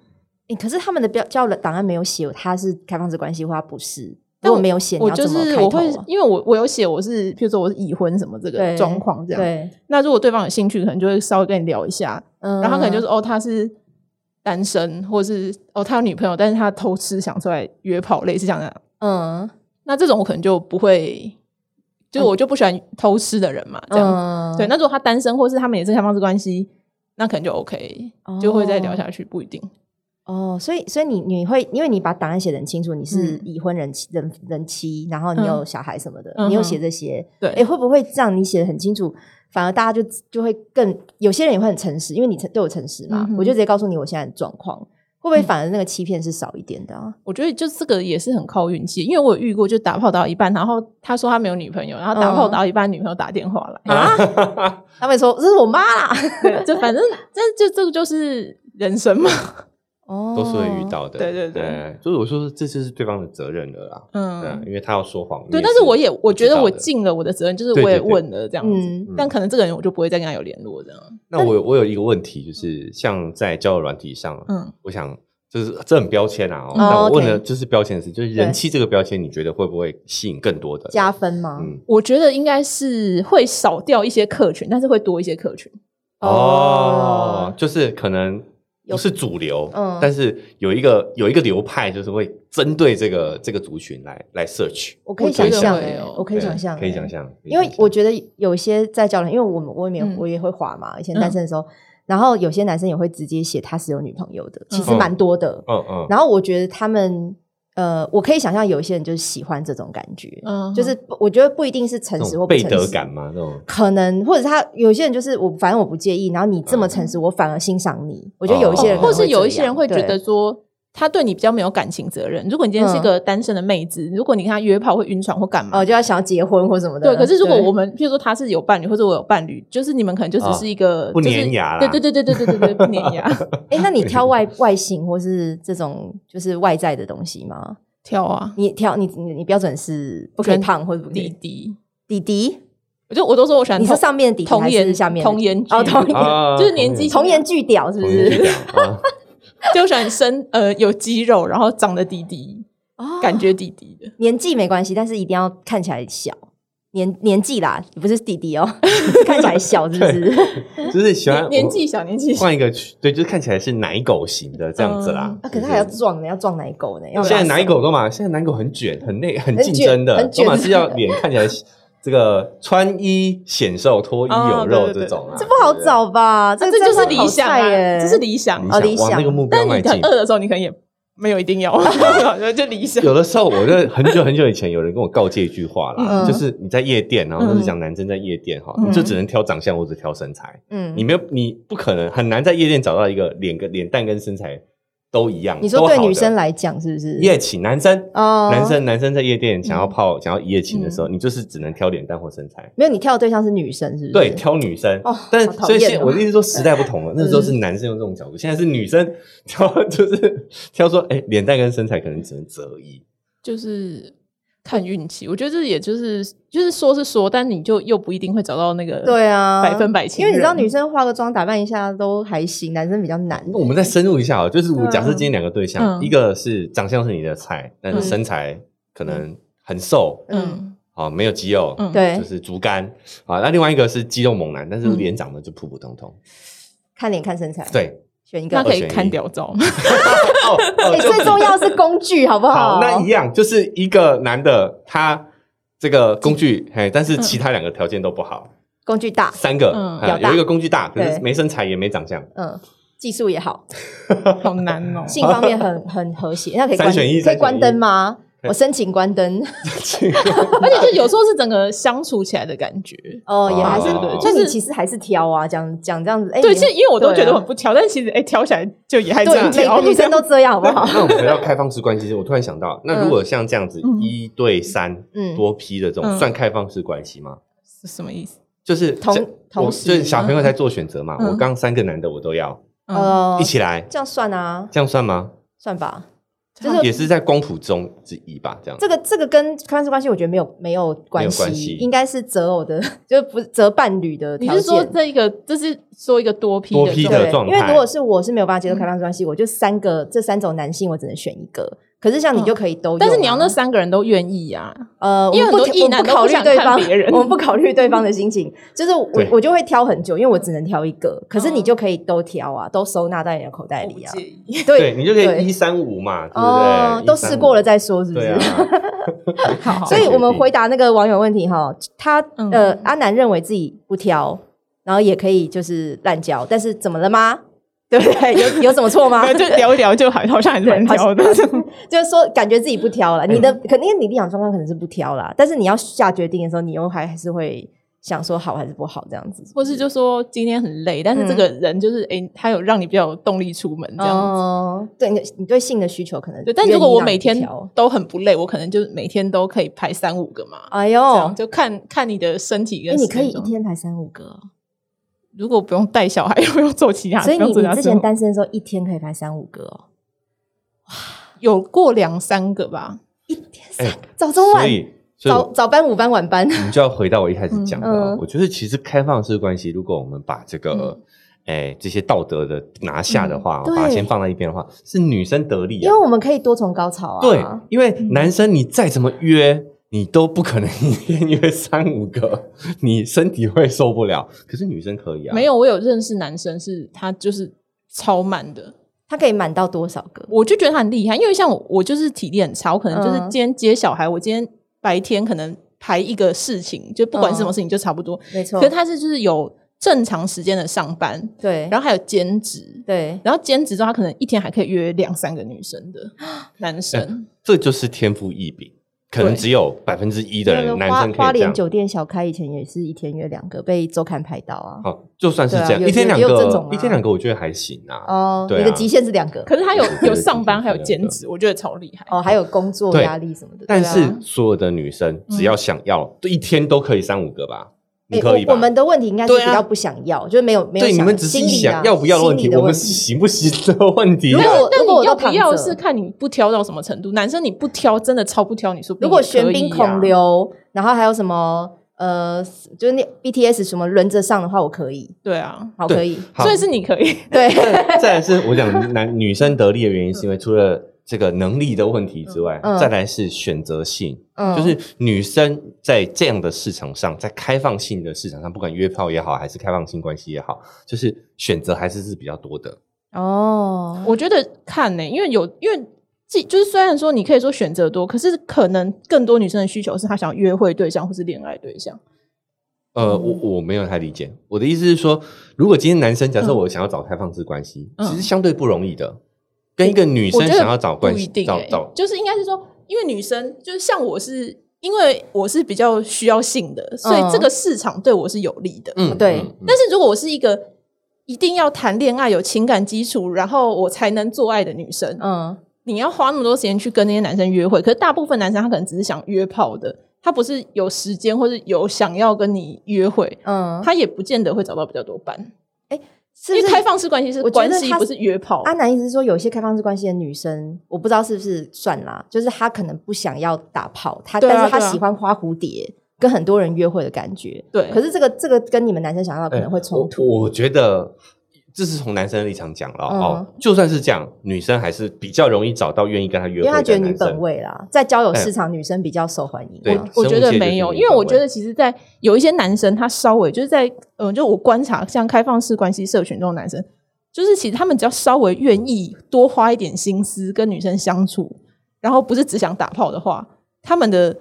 A: 诶可是他们的标交友档案没有写他是开放式关系或他不是，
C: 但
A: 如果没有写，
C: 我
A: 你要
C: 就
A: 怎么
C: 是
A: 开
C: 我
A: 头
C: 会
A: 啊，
C: 因为我我有写我是，譬如说我是已婚什么这个
A: 对
C: 状况这样。
A: 对，
C: 那如果对方有兴趣，可能就会稍微跟你聊一下，
A: 嗯
C: 然后他可能就是哦，他是单身，或是哦他有女朋友，但是他偷吃想出来约炮，类似这样的。
A: 嗯
C: 那这种我可能就不会，就是我就不喜欢偷吃的人嘛，这样。
A: 嗯
C: 对，那如果他单身，或是他们也是开放式关系，那可能就 OK，、就会再聊
A: 哦
C: 下去，不一定。
A: 哦，所以所以你你会因为你把档案写的很清楚，你是
C: 嗯
A: 已婚人妻、人人妻，然后你
C: 嗯
A: 有小孩什么的，
C: 嗯哼
A: 你有写这些，
C: 对
A: 哎，会不会这样？你写的很清楚，反而大家就就会更有些人也会很诚实，因为你诚对我诚实嘛，
C: 嗯哼嗯
A: 我就直接告诉你我现在的状况，会不会反而那个欺骗是少一点的啊？
C: 我觉得就这个也是很靠运气，因为我有遇过，就打炮打到一半，然后他说他没有女朋友，然后打炮
A: 嗯
C: 打到一半，女朋友打电话 来，
B: 啊，
A: 他们说这是我妈啦，
C: 对，就反正这就这个就是人生嘛，
A: 哦
B: 都是会遇。到的。
C: 对对对
B: 哎，所以我说这就是对方的责任了啦。嗯，
C: 嗯，
B: 因为他要说谎。
C: 对，
B: 你
C: 但是我也我觉得我
B: 知道的
C: 尽了我的责任，就是
B: 对
C: 我也
B: 对对
C: 问了这样子
A: 嗯，
C: 但可能这个人我就不会再跟他有联络这样。
B: 那我有我有一个问题，就是像在交友软体上，
C: 嗯，
B: 我想就是这很标签啊、哦。
A: 嗯
B: 那我问
A: 哦
B: 的
A: ，OK
B: 就是标签的事，就是人气这个标签，你觉得会不会吸引更多的人
A: 加？分吗？
B: 嗯，
C: 我觉得应该是会少掉一些客群，但是会多一些客群。
B: 哦，，就是可能不是主流，
A: 嗯
B: 但是有一个有一个流派，就是会针对这个这个族群来来 search。
A: 我可以
C: 我觉
A: 想
C: 得
A: 象
C: 会
A: 欸
C: 哦，
A: 我可以
B: 对
A: 想象，
B: 可以想。象，
A: 因为我
B: 可以
A: 觉得有些在交流，因为我们我也
C: 嗯
A: 我也会滑嘛，以前单身的时候，然后有些男生也会直接写他是有女朋友的，其实
B: 嗯
A: 蛮多的。
B: 想象嗯嗯，
A: 然后我觉得他们，呃，我可以想象有一些人就是喜欢这种感觉，
C: 嗯，
A: 就是不我觉得不一定是诚
B: 那
A: 实
B: 种
A: 或不
B: 背
A: 诚
B: 德
A: 实，
B: 感嘛，那 种
A: 可能或者是他有些人就是我反正我不介意，然后你这么诚实，我反而欣赏你。嗯我觉得有一些人可
C: 哦
A: 能
C: 或
A: 会这样，
C: 是有一些人会觉得
A: 对嗯
C: 说，他对你比较没有感情责任。如果你今天是个单身的妹子，如果你跟他约炮会晕船或干嘛
A: 哦，，就要想要结婚或什么的。
C: 对。可是如果
A: 对
C: 我们，譬如说他是有伴侣，或者我有伴侣，就是你们可能就只是一个
B: 不
C: 就是
B: 粘牙啦
C: 对对对对对对对对，不粘牙。
A: 哎、
C: 啊
A: 那你挑外外形或是这种就是外在的东西吗？
C: 跳啊，
A: 你挑你你你标准是不可以
C: 跟
A: 胖或者不可
C: 滴
A: 以
C: 滴，
A: 弟弟？
C: 我就我都说我喜欢
A: 你是
C: 童
A: 上面的弟弟
C: 嗯童
A: 还
C: 颜
A: 是下面的
C: 童颜
A: 弟弟哦，
C: 剧
A: 童颜
B: 啊
C: 就是年纪
A: 童颜巨屌是不
B: 童颜巨
A: 是？
B: 屌 啊，
C: 就喜欢身呃有肌肉，然后长得滴滴，
A: 哦
C: 感觉滴滴的。
A: 年纪没关系，但是一定要看起来小。年年纪啦，不是弟弟哦， 看起来小是不 是？
B: 嗯就是喜欢
C: 年年纪小，年纪小，
B: 换一个区，对，就是看起来是奶狗型的这样子啦
C: 嗯。
A: 啊，可
B: 就是
A: 他还要壮呢，要壮奶狗呢。要
B: 现在
A: 拉
B: 奶
A: 手
B: 狗都嘛，现在奶狗很卷，很内，很
A: 很
B: 竞争的，
A: 卷很
B: 都
A: 卷
B: 嘛是要脸看起来这个穿衣显瘦、脱衣
C: 哦
B: 有肉
C: 对对
B: 这种啊，
A: 这不好找吧？这
C: 啊
A: 个
C: 这这就是
A: 真的好
C: 理想
A: 菜
C: 啊，
A: 耶，
C: 这是理想
B: 你
A: 哦理
B: 往
A: 想
B: 那个目标
C: 但你
B: 迈进。
C: 很饿的时候，你可能也没有一定要， 就理想。
B: 有的时候，我就很久很久以前有人跟我告诫一句话啦，
A: 嗯
B: 就是你在夜店，然后
C: 嗯
B: 就是讲男生在夜店哈，
C: 嗯
B: 你就只能挑长相或者挑身材，
A: 嗯
B: 你没有你不可能很难在夜店找到一个脸跟脸蛋跟身材都一样。
A: 你说对女生
B: 来
A: 来讲是不是？
B: 一夜情，男生
A: 哦嗯
B: 男生男生在夜店想要泡、想要一夜情的时候，你就是只能挑脸蛋或身材。
A: 没有，你跳的对象是女生，是不是？
B: 对，挑女生，
A: 哦
B: 但
A: 好讨
B: 所以
A: 厌
B: 现
A: 哦嗯
B: 我的意思说时代不同了，那时候是男生用这种角度，现在是女生挑， 就是挑说，哎，脸蛋跟身材可能只能择一，
C: 就是看运气。我觉得这也就是就是说是说，但你就又不一定会找到那个
A: 对啊，
C: 百分百情
A: 因为
C: 人。嗯
A: 你知道，女生化个妆打扮一下都还行，男生比较难。
B: 那我们再深入一下啊，就是我
A: 对啊
B: 假设今天两个对象，
C: 嗯
B: 一个是长相是你的菜，但是
C: 嗯
B: 身材可能很瘦
C: 嗯
B: 啊，没有肌肉，
C: 嗯
A: 对
B: 就是竹竿啊，那另外一个是肌肉猛男，但是
C: 嗯
B: 脸长得就普普通通，
A: 看脸看身材，，
B: 对，
A: 选一个
C: 那。可
B: 二
C: 以
B: 选一
C: 看屌照，
B: 哦，哦
A: 哎，
B: 就
A: 最重要是工具，好不
B: 好，那一样就是一个男的，他这个工具，嘿，但
A: 嗯
B: 是其他两个条件都不好，
A: 工具大，
B: 三个
C: 嗯
B: 啊
A: 表达
B: 有一个工具大，可是
A: 对
B: 没身材也没长 相，
A: 嗯，技术也 好，
C: 好难哦。
A: 性方面很很和谐。那可以
B: 三
A: 关
B: 选一
A: 可
B: 三
A: 以
B: 选
A: 关
B: 一
A: 灯吗？
B: 以
A: 我申请关灯。
C: 而且就有时候是整个相处起来的感觉。
A: 哦，也
B: 哦
A: 还是
B: 对对，
A: 那
C: 就
A: 你
C: 是
A: 其实还是挑啊，讲讲这样子，哎，
C: 对，
A: 你
C: 其实因为我都
A: 对啊
C: 觉得我很不挑，但其实哎、挑起来就也还这
A: 对
C: 样
A: 每
C: 挑。啊
A: 个女生都这样，好不好？
B: 那我们回到开放式关系，我突然想到，那如果像这样子
C: 嗯
B: 一对三
A: 嗯
B: 多批的这种，
C: 嗯
B: 算开放式关系吗？
C: 是什么意思？
B: 就是
A: 同
B: 像
A: 同
B: 我
A: 时嗯
B: 就是小朋友在做选择嘛，
C: 嗯
B: 我刚三个男的我都要
C: 嗯，
A: 哦
B: 一，起来，
A: 这样算啊，
B: 这样算吗？
A: 算吧。
C: 就
A: 就是
B: 也是在光谱中之一吧，这样
A: 这个这个跟开放式关系，我觉得没有没有关系，
B: 没有关系
A: 应该是择偶的， 就是不是择伴侣的
C: 你
A: 条
C: 是
A: 件。
C: 说这一个，这是说一个多批
B: 多批
C: 状
B: 的
C: 态
A: 对
B: 状，态
A: 因为如果是我是没有办法
C: 嗯
A: 接受开放式关系，我就三个这三种男性，我只能选一个。可是像你就可以都、啊
C: 嗯但是你要那三个人都愿意啊，
A: 呃，
C: 因为
A: 我们
C: 很多
A: 不
C: 异男
A: 我们不
C: 都
A: 考
C: 不
A: 虑
C: 想
A: 对
C: 看
A: 方
C: 别人
A: 我们不考虑对方的心 情，就是我
B: 对
A: 我就会挑很久，因为我只能挑一个。可是你
C: 嗯
A: 就可以都挑啊，都收纳在你的口袋
C: 我不
A: 里啊。
C: 介意。
B: 对你就可
A: 对
B: 以一三五嘛，对不
A: 哦
B: 对？，
A: 都试过了
B: 再
A: 再说，是不
B: 对
A: 是？
B: 啊，
C: 好，
A: 所以我们回答那个网友问题哈，他
C: 嗯
A: 呃，阿南认为自己不挑，然后也可以就是滥交，但是怎么了吗？ 对不对？有有什么错吗？
C: 就聊一聊，就好好 像很难挑的。
A: 就是说感觉自己不挑了，你的肯定你理想状况可能是不挑啦，但是你要下决定的时候，你又还还是会想说好还是不好这样子，
C: 或是就说今天很累，但是这个人就是哎、诶他有让你比较有动力出门这样子。
A: 嗯哦，对，你你对性的需求可能
C: 对，但如果我每
A: 愿意
C: 天
A: 让你挑
C: 都很不累，我可能就每天都可以排三五个嘛。
A: 哎
C: 这样
A: 呦，
C: 就看看你的身体
A: 哎，
C: 跟
A: 你
C: 时
A: 可以
C: 间
A: 一
C: 状况。
A: 天排三五个哦，
C: 如果不用带小孩，又不用做其他，
A: 所以
C: 不
A: 你
C: 用做
A: 你
C: 其他
A: 之
C: 事
A: 前单身的时候一天可以排三五个哦，
C: 有过两三个吧，
A: 一天三
B: 哎
A: 个，早 中晚
B: 所，以，所以
A: 早早班、午班、晚 班，
B: 我们就要回到我一开始讲的啊、
A: 嗯嗯
B: 我觉得其实开放式关系，如果我们把这个
C: 嗯。
B: 哎，这些道德的拿下的话，
A: 嗯
B: 把它
A: 对
B: 先放在一边的话，是女生得利
A: 因
B: 啊
A: 为。我们可以多重高潮啊。
B: 对，因为男生你再怎么约，你都不可能 一天约三五 个，你身体会受不了。可是女生可以啊，
C: 没有，我有认识男生是他就是超慢的，
A: 他可以满到多少个？
C: 我就觉得他很厉害，因为像我，我就是体力很差，我可能就是
A: 嗯
C: 今天接小孩，我今天白天可能排一个事情，就不
A: 嗯
C: 管是什么事情就差不多。
A: 没错
C: 可，是他是就是有正常时间的上班，
A: 对，
C: 然后还有兼职，
A: 对，
C: 然后兼职之后他可能一天还可以约两三个女生的
A: 啊
C: 男生，
B: 这就是天赋异禀，可能
C: 对
B: 只有百分之一的
A: 那
B: 人
A: 个
B: 男
A: 花
B: 生可
A: 花
B: 以这样
A: 莲。酒店小开以前也是一天约两个，被周刊拍到啊。
B: 好、就算是
A: 对啊
B: 这样，
A: 有
B: 一天两
A: 有有这种啊，
B: 个一天两个，我觉得还行啊。
A: 哦，
B: 对啊
A: 你的极限是两个，
C: 可是他 有
B: 对
C: 有上班
B: 对
C: 还有
B: 对
C: 兼职，我觉得超厉害。
A: 哦，还有工作
B: 对
A: 压力什么的。
B: 但
A: 对啊嗯
B: 是所有的女生只要想要，都一天都可以三五个吧？你
A: 哎
B: 可以
A: 我
B: 吧？
A: 我们的问题应该是
B: 对
A: 比
B: 啊
A: 较不想要，就是没有没有
B: 对你
A: 想
B: 们只是
A: 心理啊
B: 想要不要的
A: 心
B: 问题，
A: 理的
B: 我们
A: 题
B: 行不行的问题啊。
A: 如果我
C: 但
A: 如果我
C: 你
A: 都
C: 要不
A: 躺
C: 要
A: 着
C: 是看你不挑到什么程度，男生你不挑真的超不挑，你说不定
A: 如果
C: 也可
A: 玄彬
C: 以啊
A: 孔刘，然后还有什么呃，就是那 BTS 什么轮着上的话，我可以，
C: 对啊，
A: 好
B: 对
A: 可以，
B: 好
C: 所以是你可以，
A: 对，
B: 再来是我讲男女生得利的原因，是因为除了这个能力的问题之外，
A: 嗯
B: 再来是选择性，
A: 嗯
B: 就是女生在这样的市场上，在开放性的市场上，不管约炮也好，还是开放性关系也好，就是选择还是是比较多的。
A: 哦，
C: 我觉得看呢、因为有因为既就是虽然说你可以说选择多，可是可能更多女生的需求是她想约会对象或是恋爱对象。
B: 呃，我我没有太理解，我的意思是说，如果今天男生假设
C: 嗯
B: 我想要找开放式关系，
C: 嗯
B: 其实相对不容易的，跟一个女
C: 我
B: 生
C: 觉得
B: 想要找关
C: 不一
B: 系
C: 定、
B: 找
C: 欸，
B: 找
C: 就是应该是说，因为女生就是像我是。因为我是比较需要性
A: 嗯
C: 的，所以这个市场对我是有利的。
B: 嗯
A: 对
B: 嗯嗯
C: 但是如果我是一个一定要谈恋爱、有情感基础，然后我才能做爱的女生，
A: 嗯，
C: 你要花那么多时间去跟那些男生约会，可是大部分男生他可能只是想约炮的，他不是有时间或是有想要跟你约会，
A: 嗯，
C: 他也不见得会找到比较多伴，
A: 是不
C: 因为
A: 是
C: 开放式关系是
A: 我觉得
C: 关系，
A: 他
C: 不是约炮。
A: 阿南意思是说，有些开放式关系的女生，我不知道是不是算啦，就是她可能不想要打炮，她、
C: 对啊
A: 但是她
C: 对啊
A: 喜欢花蝴蝶，跟很多人约会的感觉。
C: 对
A: 可是这个这个跟你们男生想要的可能会冲突。
B: 欸我我觉得这是从男生的立场讲了、
A: 嗯
B: 哦，就算是这样，女生还是比较容易找到愿意跟他
A: 因
B: 约会
C: 哎
A: 为
B: 的
A: 她
B: 男
A: 觉
B: 生。
A: 得女本位啦，在交友市场女生比较受欢迎、
B: 对
A: 啊。
B: 生
C: 我
B: 物
C: 觉
B: 界
C: 得
B: 就是
C: 没有，
B: 女
C: 因为
B: 本
C: 我觉
B: 位
C: 得其实，在有一些男生，他稍微就是在嗯、呃就我观察，像开放式关系社群中的男生，就是其实他们只要稍微愿意多花一点心思跟女生相处，然后不是只想打炮的话，他们的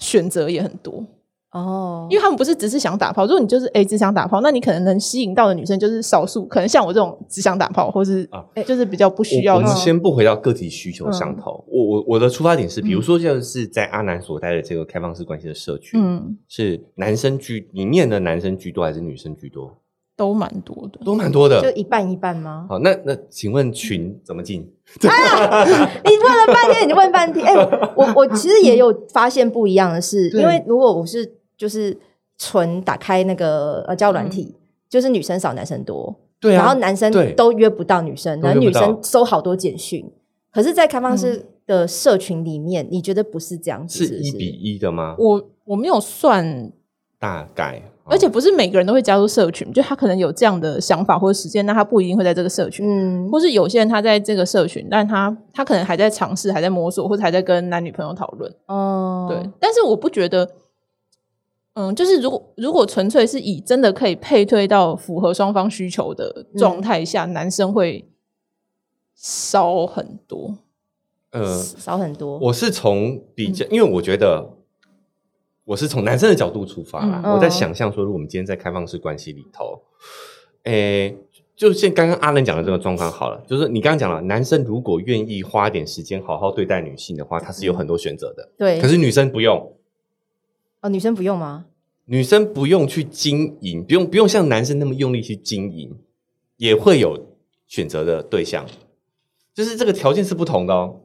C: 选择也很多。
A: 哦，
C: 因为他们不是只是想打炮，如果你就是诶只想打炮，那你可能能吸引到的女生就是少数，可能像我这种只想打炮，或是
B: 啊
C: 就是比较不需
B: 我
C: 要
B: 我们
C: 去。
B: 先不回到个体需求上头，我我我的出发点是，比如说就是在阿南所在的这个开放式关系的社区，
C: 嗯，
B: 是男生居里面的男生居多还是女生居多？
C: 都蛮多的。
B: 都蛮多
A: 就
B: 的。
A: 一半一半吗？
B: 好，那那请问群怎么进？
A: 你问了半天，你问半天。哎、我我其实也有发现不一样的是，
C: 对
A: 因为如果我是就是纯打开那个呃交友
C: 嗯
A: 软体，就是女生少男生多，
B: 对啊
A: 然后男生
B: 对
A: 都约不到女生，
B: 都
A: 然后
B: 约
A: 女
B: 不到
A: 生收好多简讯。可是，在开放式的社群里面，你觉得不是这样子？
B: 是
A: 是不
B: 一
A: 是
B: 比一的吗？
C: 我我没有算，
B: 大概，哦
C: 而且不是每个人都会加入社群，就他可能有这样的想法或者时间，那他不一定会在这个社群，
A: 嗯，
C: 或是有些人他在这个社群，但他他可能还在尝试，还在摸索，或者还在跟男女朋友讨论。
A: 哦，
C: 对，，但是我不觉得，嗯，就是如果如果纯粹是以真的可以配对到符合双方需求的
A: 嗯
C: 状态下，男生会少很多。
B: 呃，
A: 少很多。
B: 我是从比
A: 嗯
B: 较，因为我觉得我是从男生的角度出发啦。
A: 嗯
B: 我在
A: 嗯
B: 想象说，如果我们今天在开放式关系里头，诶、就像刚刚阿能讲的这个状况好了，就是你刚刚讲了，男生如果愿意花点时间好好对待女性的话，他是有很多选择的。
A: 对
B: 可，是女生不用，
A: 哦，女生不用吗？
B: 女生不用去经营，不用不用像男生那么用力去经营，也会有选择的对象，就是这个条件是不同的哦。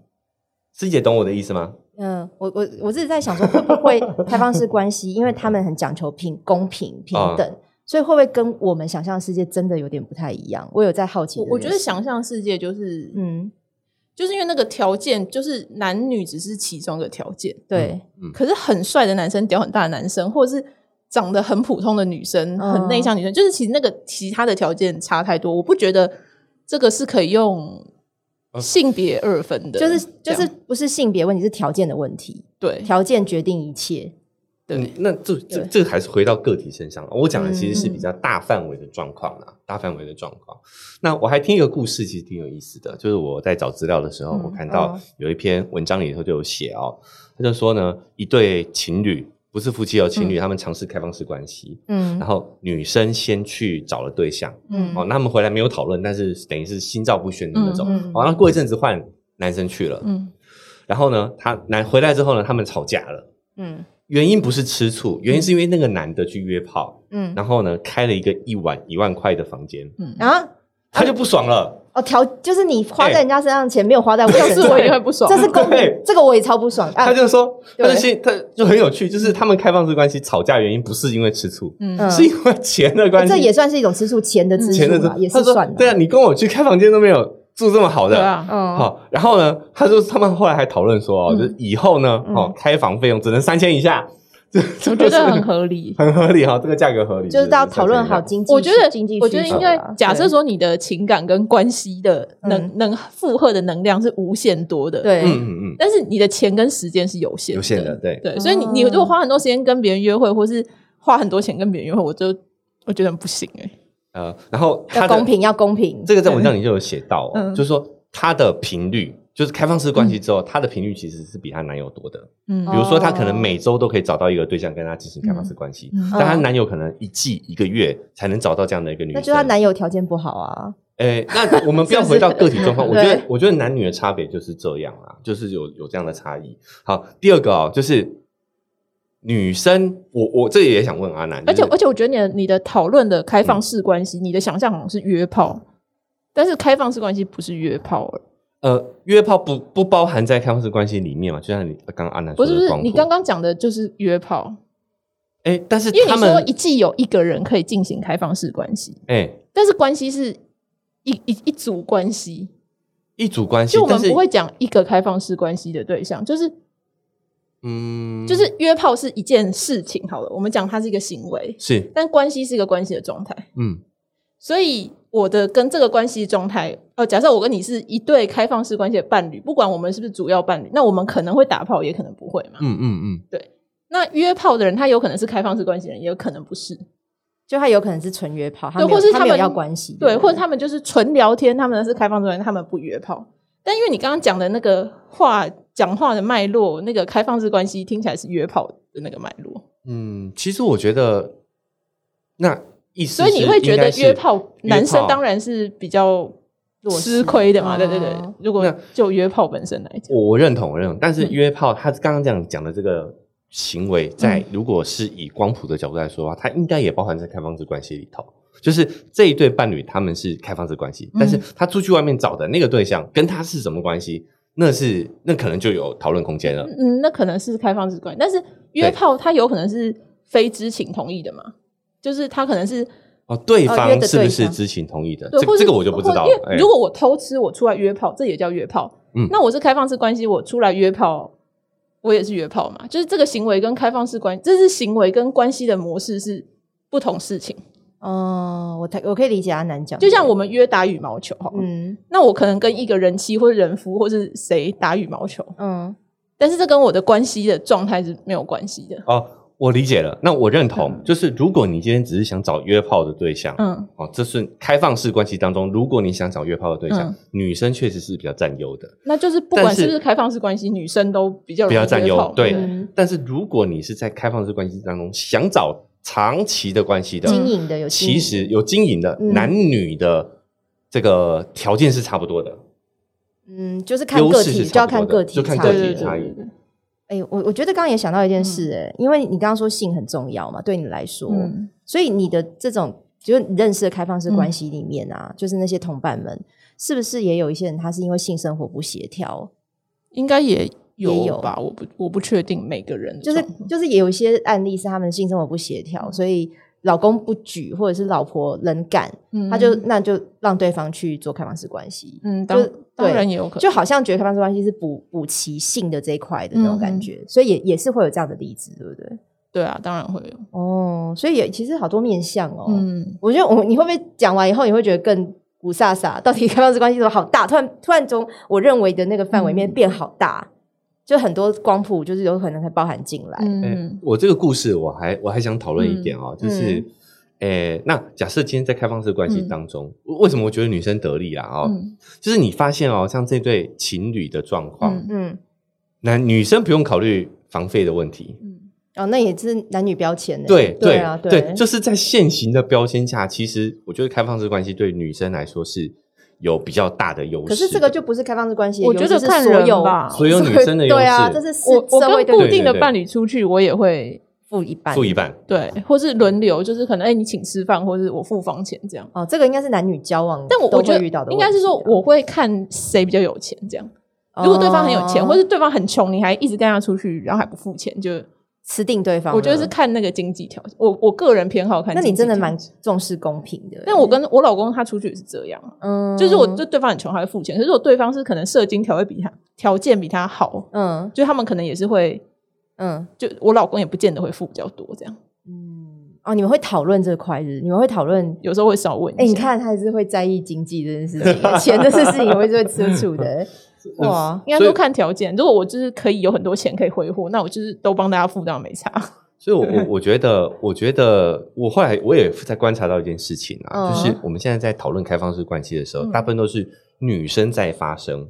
B: 师姐懂我的意思吗？
A: 嗯，我我我自己在想说，会不会开放式关系， 因为他们很讲求平公平平等，
B: 啊
A: 所以会不会跟我们想象的世界真的有点不太一样？我有在好奇
C: 我
A: 这件事，
C: 我觉得想象世界就是，
A: 嗯，
C: 就是因为那个条件，就是男女只是其中的条件。
A: 对，
B: 嗯
C: 可是很帅的男生，屌很大的男生，或者是长得很普通的女生，
A: 嗯
C: 很内向女生，就是其实那个其他的条件差太多，我不觉得这个是可以用
B: 呃
C: 性别二分的，
A: 就是就
C: 这
A: 是
C: 样
A: 不是性别问题，是条件的问题，
C: 对，
A: 条件决定一切。
B: 嗯，那这这
A: 对
B: 这还是回到个体身上。我讲的其实是
C: 嗯
B: 比较大范围的状况啦，大范围的状况。那我还听一个故事，其实挺有意思的，就是我在找资料的时候，
C: 嗯
B: 我看到
A: 哦
B: 有一篇文章里头就有写哦，他就说呢，一对情侣不是夫妻哦，
A: 嗯
B: 情侣他们尝试开放式关系，
C: 嗯
B: 然后女生先去找了对象，
C: 嗯
B: 哦，那他们回来没有讨论，但是等于是心照不宣的那种。
A: 嗯嗯
B: 哦，那过一阵子换男生去了，
C: 嗯
B: 然后呢，他男回来之后呢，他们吵架了。
A: 嗯
B: 原因不是吃醋，原因是因为那个男的去约炮，
A: 嗯
B: 然后呢开了一个一晚一万块的房间，
C: 嗯，然后
A: 啊
B: 他就不爽了。
A: 哦，条就是你花在人家身上的钱没有花在我
C: 要
A: 身
C: 是
A: 上，
C: 我也会不爽，
A: 这是公
B: 哎对
A: 平，这个我也超不爽啊
B: 他！就说，
A: 对
B: 他就心，他就很有趣，就是他们开放式关系吵架原因不是因为吃醋，
C: 嗯
A: 嗯
B: 是因为钱的关系，
A: 这也算是一种吃醋，钱的支
B: 钱的
A: 出嘛，也是
B: 他说
A: 算的。
B: 对啊，你跟我去开房间都没有住这么好
C: 对
B: 的，
C: 啊，
A: 嗯，
B: 好、然后呢，他就他们后来还讨论说哦，
A: 嗯
B: 就是以后呢，哦，开房费用只能三千以下， 这这
C: 我觉
B: 个是
C: 得很合理。
B: 很合理哈、这个价格合理，
A: 就是到讨论好
B: 3000以下
A: 经济需，
C: 我觉得
A: 经济，
C: 我觉得
A: 需求啊
C: 应该
A: 啦
C: 假设，说你的情感跟关系的能、能负荷的能量是无限多的，
A: 对，
B: 嗯
A: 对
B: 嗯嗯，
C: 但是你的钱跟时间是有限
B: 有限的，对。
C: 对，所以你你如果花很多时间跟别人约会，或是花很多钱跟别人约会，我就我觉得很不行哎、
B: 呃，然后他
A: 要
B: 的
A: 公平，要公平。
B: 这个在文章里就有写到、哦，
C: 嗯
B: 就是说他的频率，就是开放式关系之后，他的频率其实是比她男友多的。
C: 嗯
B: 比如说，她可能每周都可以找到一个对象跟她进行开放式关系，
C: 嗯
B: 但她男友可能一季一个月才能找到这样的一个女
A: 那
B: 生。
A: 就她男友条件不好啊，
B: 诶，哎那我们不要回到个体 状况，我
A: 是
B: 觉得
A: 对
B: 我觉得男女的差别就是这样啦，就是有有这样的差异。好，第二个哦，就是女生，我我这也想问阿南，
C: 而且
B: 就是
C: 而且我觉得你的你的讨论的开放式关系，你的想象好像是约炮，但是开放式关系不是约炮了，
B: 呃，约炮不不包含在开放式关系里面嘛？就像你刚刚阿南
C: 不
B: 说
C: 是
B: 的
C: 不是
B: 光，谱
C: 你刚刚讲的就是约炮，
B: 哎，但是
C: 因为
B: 他
C: 你说
B: 们
C: 一季有一个人可以进行开放式关系，
B: 哎
C: 但是关系是一一一组关系，
B: 一组关系，
C: 就我们
B: 但是
C: 不会讲一个开放式关系的对象，就是
B: 嗯，
C: 就是约炮是一件事情好了，我们讲它是一个行为，
B: 是
C: 但关系是一个关系的状态，
B: 嗯
C: 所以我的跟这个关系状态，呃，假设我跟你是一对开放式关系的伴侣，不管我们是不是主要伴侣，那我们可能会打炮，也可能不会嘛。
B: 嗯嗯嗯，
C: 那约炮的人，他有可能是开放式关系的人，也有可能不是，
A: 就她有可能是纯约炮，她
C: 对
A: 没有
C: 或是
A: 她
C: 他
A: 没有
C: 们
A: 要关系，
C: 对，
A: 不
C: 或者他们就是纯聊天，他们是开放式关系，他们不约炮。但因为你刚刚讲的那个话，讲话的脉络，那个开放式关系听起来是约炮的那个脉络，
B: 嗯，其实我觉得那意思是
C: 所以你会觉
B: 应
C: 得
B: 该是
C: 约炮男生
B: 炮
C: 当然是比较啊
A: 弱势
C: 吃亏的嘛，
A: 哦
C: 对对对。如果
B: 那
C: 就约炮本身来讲。
B: 我我认同我认同，但是
C: 嗯
B: 约炮他刚刚这样讲的这个行为，
C: 嗯
B: 在如果是以光谱的角度来说的话，它应该也包含在开放式关系里头。就是这一对伴侣他们是开放式关系，
C: 嗯
B: 但是他出去外面找的那个对象跟他是什么关系，那是那可能就有讨论空间了。
C: 嗯，那可能是开放式关系，但是约炮它有可能是非知情同意的嘛，就是他可能是
B: 哦，
A: 哦
B: 对
A: 约
B: 方
A: 的
B: 是不
A: 对
B: 是
A: 象
B: 知情同意的？
C: 对，或
B: 这
C: 是
B: 这个我就不知道
C: 或因
B: 了。哎
C: 为如果我偷吃，我出来约炮，这也叫约炮。
B: 嗯
C: 那我是开放式关系，我出来约炮，我也是约炮嘛，就是这个行为跟开放式关，这是行为跟关系的模式是不同事情。
A: 嗯，我太我可以理解阿南讲的，
C: 就像我们约打羽毛球哈，
A: 嗯
C: 那我可能跟一个人妻或者人夫或是谁打羽毛球，
A: 嗯
C: 但是这跟我的关系的状态是没有关系的。
B: 哎哦，我理解了。那我认同，就是如果你今天只是想找约炮的对象，
C: 嗯，
B: 哦，这是开放式关系当中，如果你想找约炮的对象，
C: 嗯
B: 女生确实是比较占优的。
C: 那就是不
B: 但
C: 管
B: 是
C: 是不是开放式关系，女生都比较容易
B: 比较占
C: 约炮
B: 优，对
A: 嗯。
B: 但是如果你是在开放式关系当中想找长期的关系的，
A: 经营的有经营
B: 啊其实有经营的、
A: 嗯
B: 男女的这个条件是差不多的，
A: 嗯，就是看
B: 优
A: 个
B: 势
A: 体，
B: 是
A: 就要
B: 差
A: 看
B: 不多
A: 个
B: 的
A: 体
B: 就
A: 差
B: 看
A: 异，
B: 个
C: 对
B: 体
C: 对
B: 差
C: 对
B: 异
C: 对。
A: 哎、我我觉得刚刚也想到一件事、哎、因为你刚刚说性很重要嘛，对你来说，
C: 嗯
A: 所以你的这种就是你认识的开放式关系里面啊，就是那些同伴们，是不是也有一些人他是因为性生活不协调，
C: 应该也
A: 也
C: 有
A: 有
C: 吧？我不我不确定每个人的
A: 就是
C: 状况嗯
A: 就是也有一些案例是他们性生活不协调，所以老公不举或者是老婆冷感，
C: 嗯
A: 他就那就让对方去做开放式关系，
C: 嗯，
A: 就
C: 当当
A: 对
C: 然也有可能，
A: 就好像觉得开放式关系是补补齐性的这一块的那
C: 嗯
A: 种感觉，所以也也是会有这样的例子，对不对？
C: 对啊，当然会有，
A: 哦，所以也其实好多面向哦。
C: 嗯，
A: 我觉得我你会不会讲完以后，你会觉得更古飒飒？到底开放式关系怎么好大？突然突然从我认为的那个范围
C: 嗯
A: 面变好大，就很多光谱就是有可能会包含进
B: 哎
A: 来。
C: 嗯，
B: 我这个故事我还我还想讨论一点哦，
A: 嗯
B: 就是，诶、那假设今天在开放式关系当中，
A: 嗯
B: 为什么我觉得女生得利啦？哦，
C: 嗯
B: 就是你发现哦，像这对情侣的状况，
C: 嗯
A: 嗯，
B: 那女生不用考虑房费的问题，
C: 嗯
A: 哦，那也是男女标签呢。
B: 对
A: 对啊，
B: 对就是在现行的标签下，其实我觉得开放式关系对女生来说是有比较大的优势的。
A: 可是这个就不是开放式关系的
C: 我
A: 优
C: 觉
A: 势，
C: 得
A: 是
C: 看
A: 所
C: 人
A: 有
C: 吧
B: 所有女生的优势
A: 对啊，这是社
C: 我我
A: 社会对
C: 跟固
B: 对
C: 定的
B: 对
C: 伴侣出去，我也会
A: 负一半
B: 付一半，
C: 对，或是轮流，就是可能哎、你请吃饭，或是我付房钱这样。
A: 哦，这个应该是男女交往
C: 但我
A: 都
C: 我觉
A: 会
C: 得
A: 遇到的
C: 应
A: 问题啊，
C: 该是说，我会看谁比较有钱这样。
A: 哦
C: 如果对方很有钱，或是对方很穷，你还一直跟他出去，然后还不付钱，就
A: 吃定对方了，
C: 我觉得是看那个经济条件。我我个人偏好看
A: 那
C: 经济条件。
A: 你真的蛮重视公平的。欸
C: 但我跟我老公他出去也是这样啊，
A: 嗯，
C: 就是我对对方很穷，他会付钱。可是如果对方是可能社经条件比他条件比他好，
A: 嗯
C: 就他们可能也是会，
A: 嗯
C: 就我老公也不见得会付比较多，这样
A: 嗯，哦，你们会讨论这块日，你们会讨论。
C: 有时候会稍微问一下。
A: 哎、你看，他还是会在意经济这件事 情，钱这件事情会是会吃醋的。
B: 嗯
A: 哇，
C: 应该
B: 所以
C: 说看条件。如果我就是可以有很多钱可以挥霍，那我就是都帮大家付，当然没差。
B: 所以我，我 我觉得，我觉得，我后来我也在观察到一件事情啊，
A: 嗯
B: 就是我们现在在讨论开放式关系的时候，
C: 嗯
B: 大部分都是女生在发声，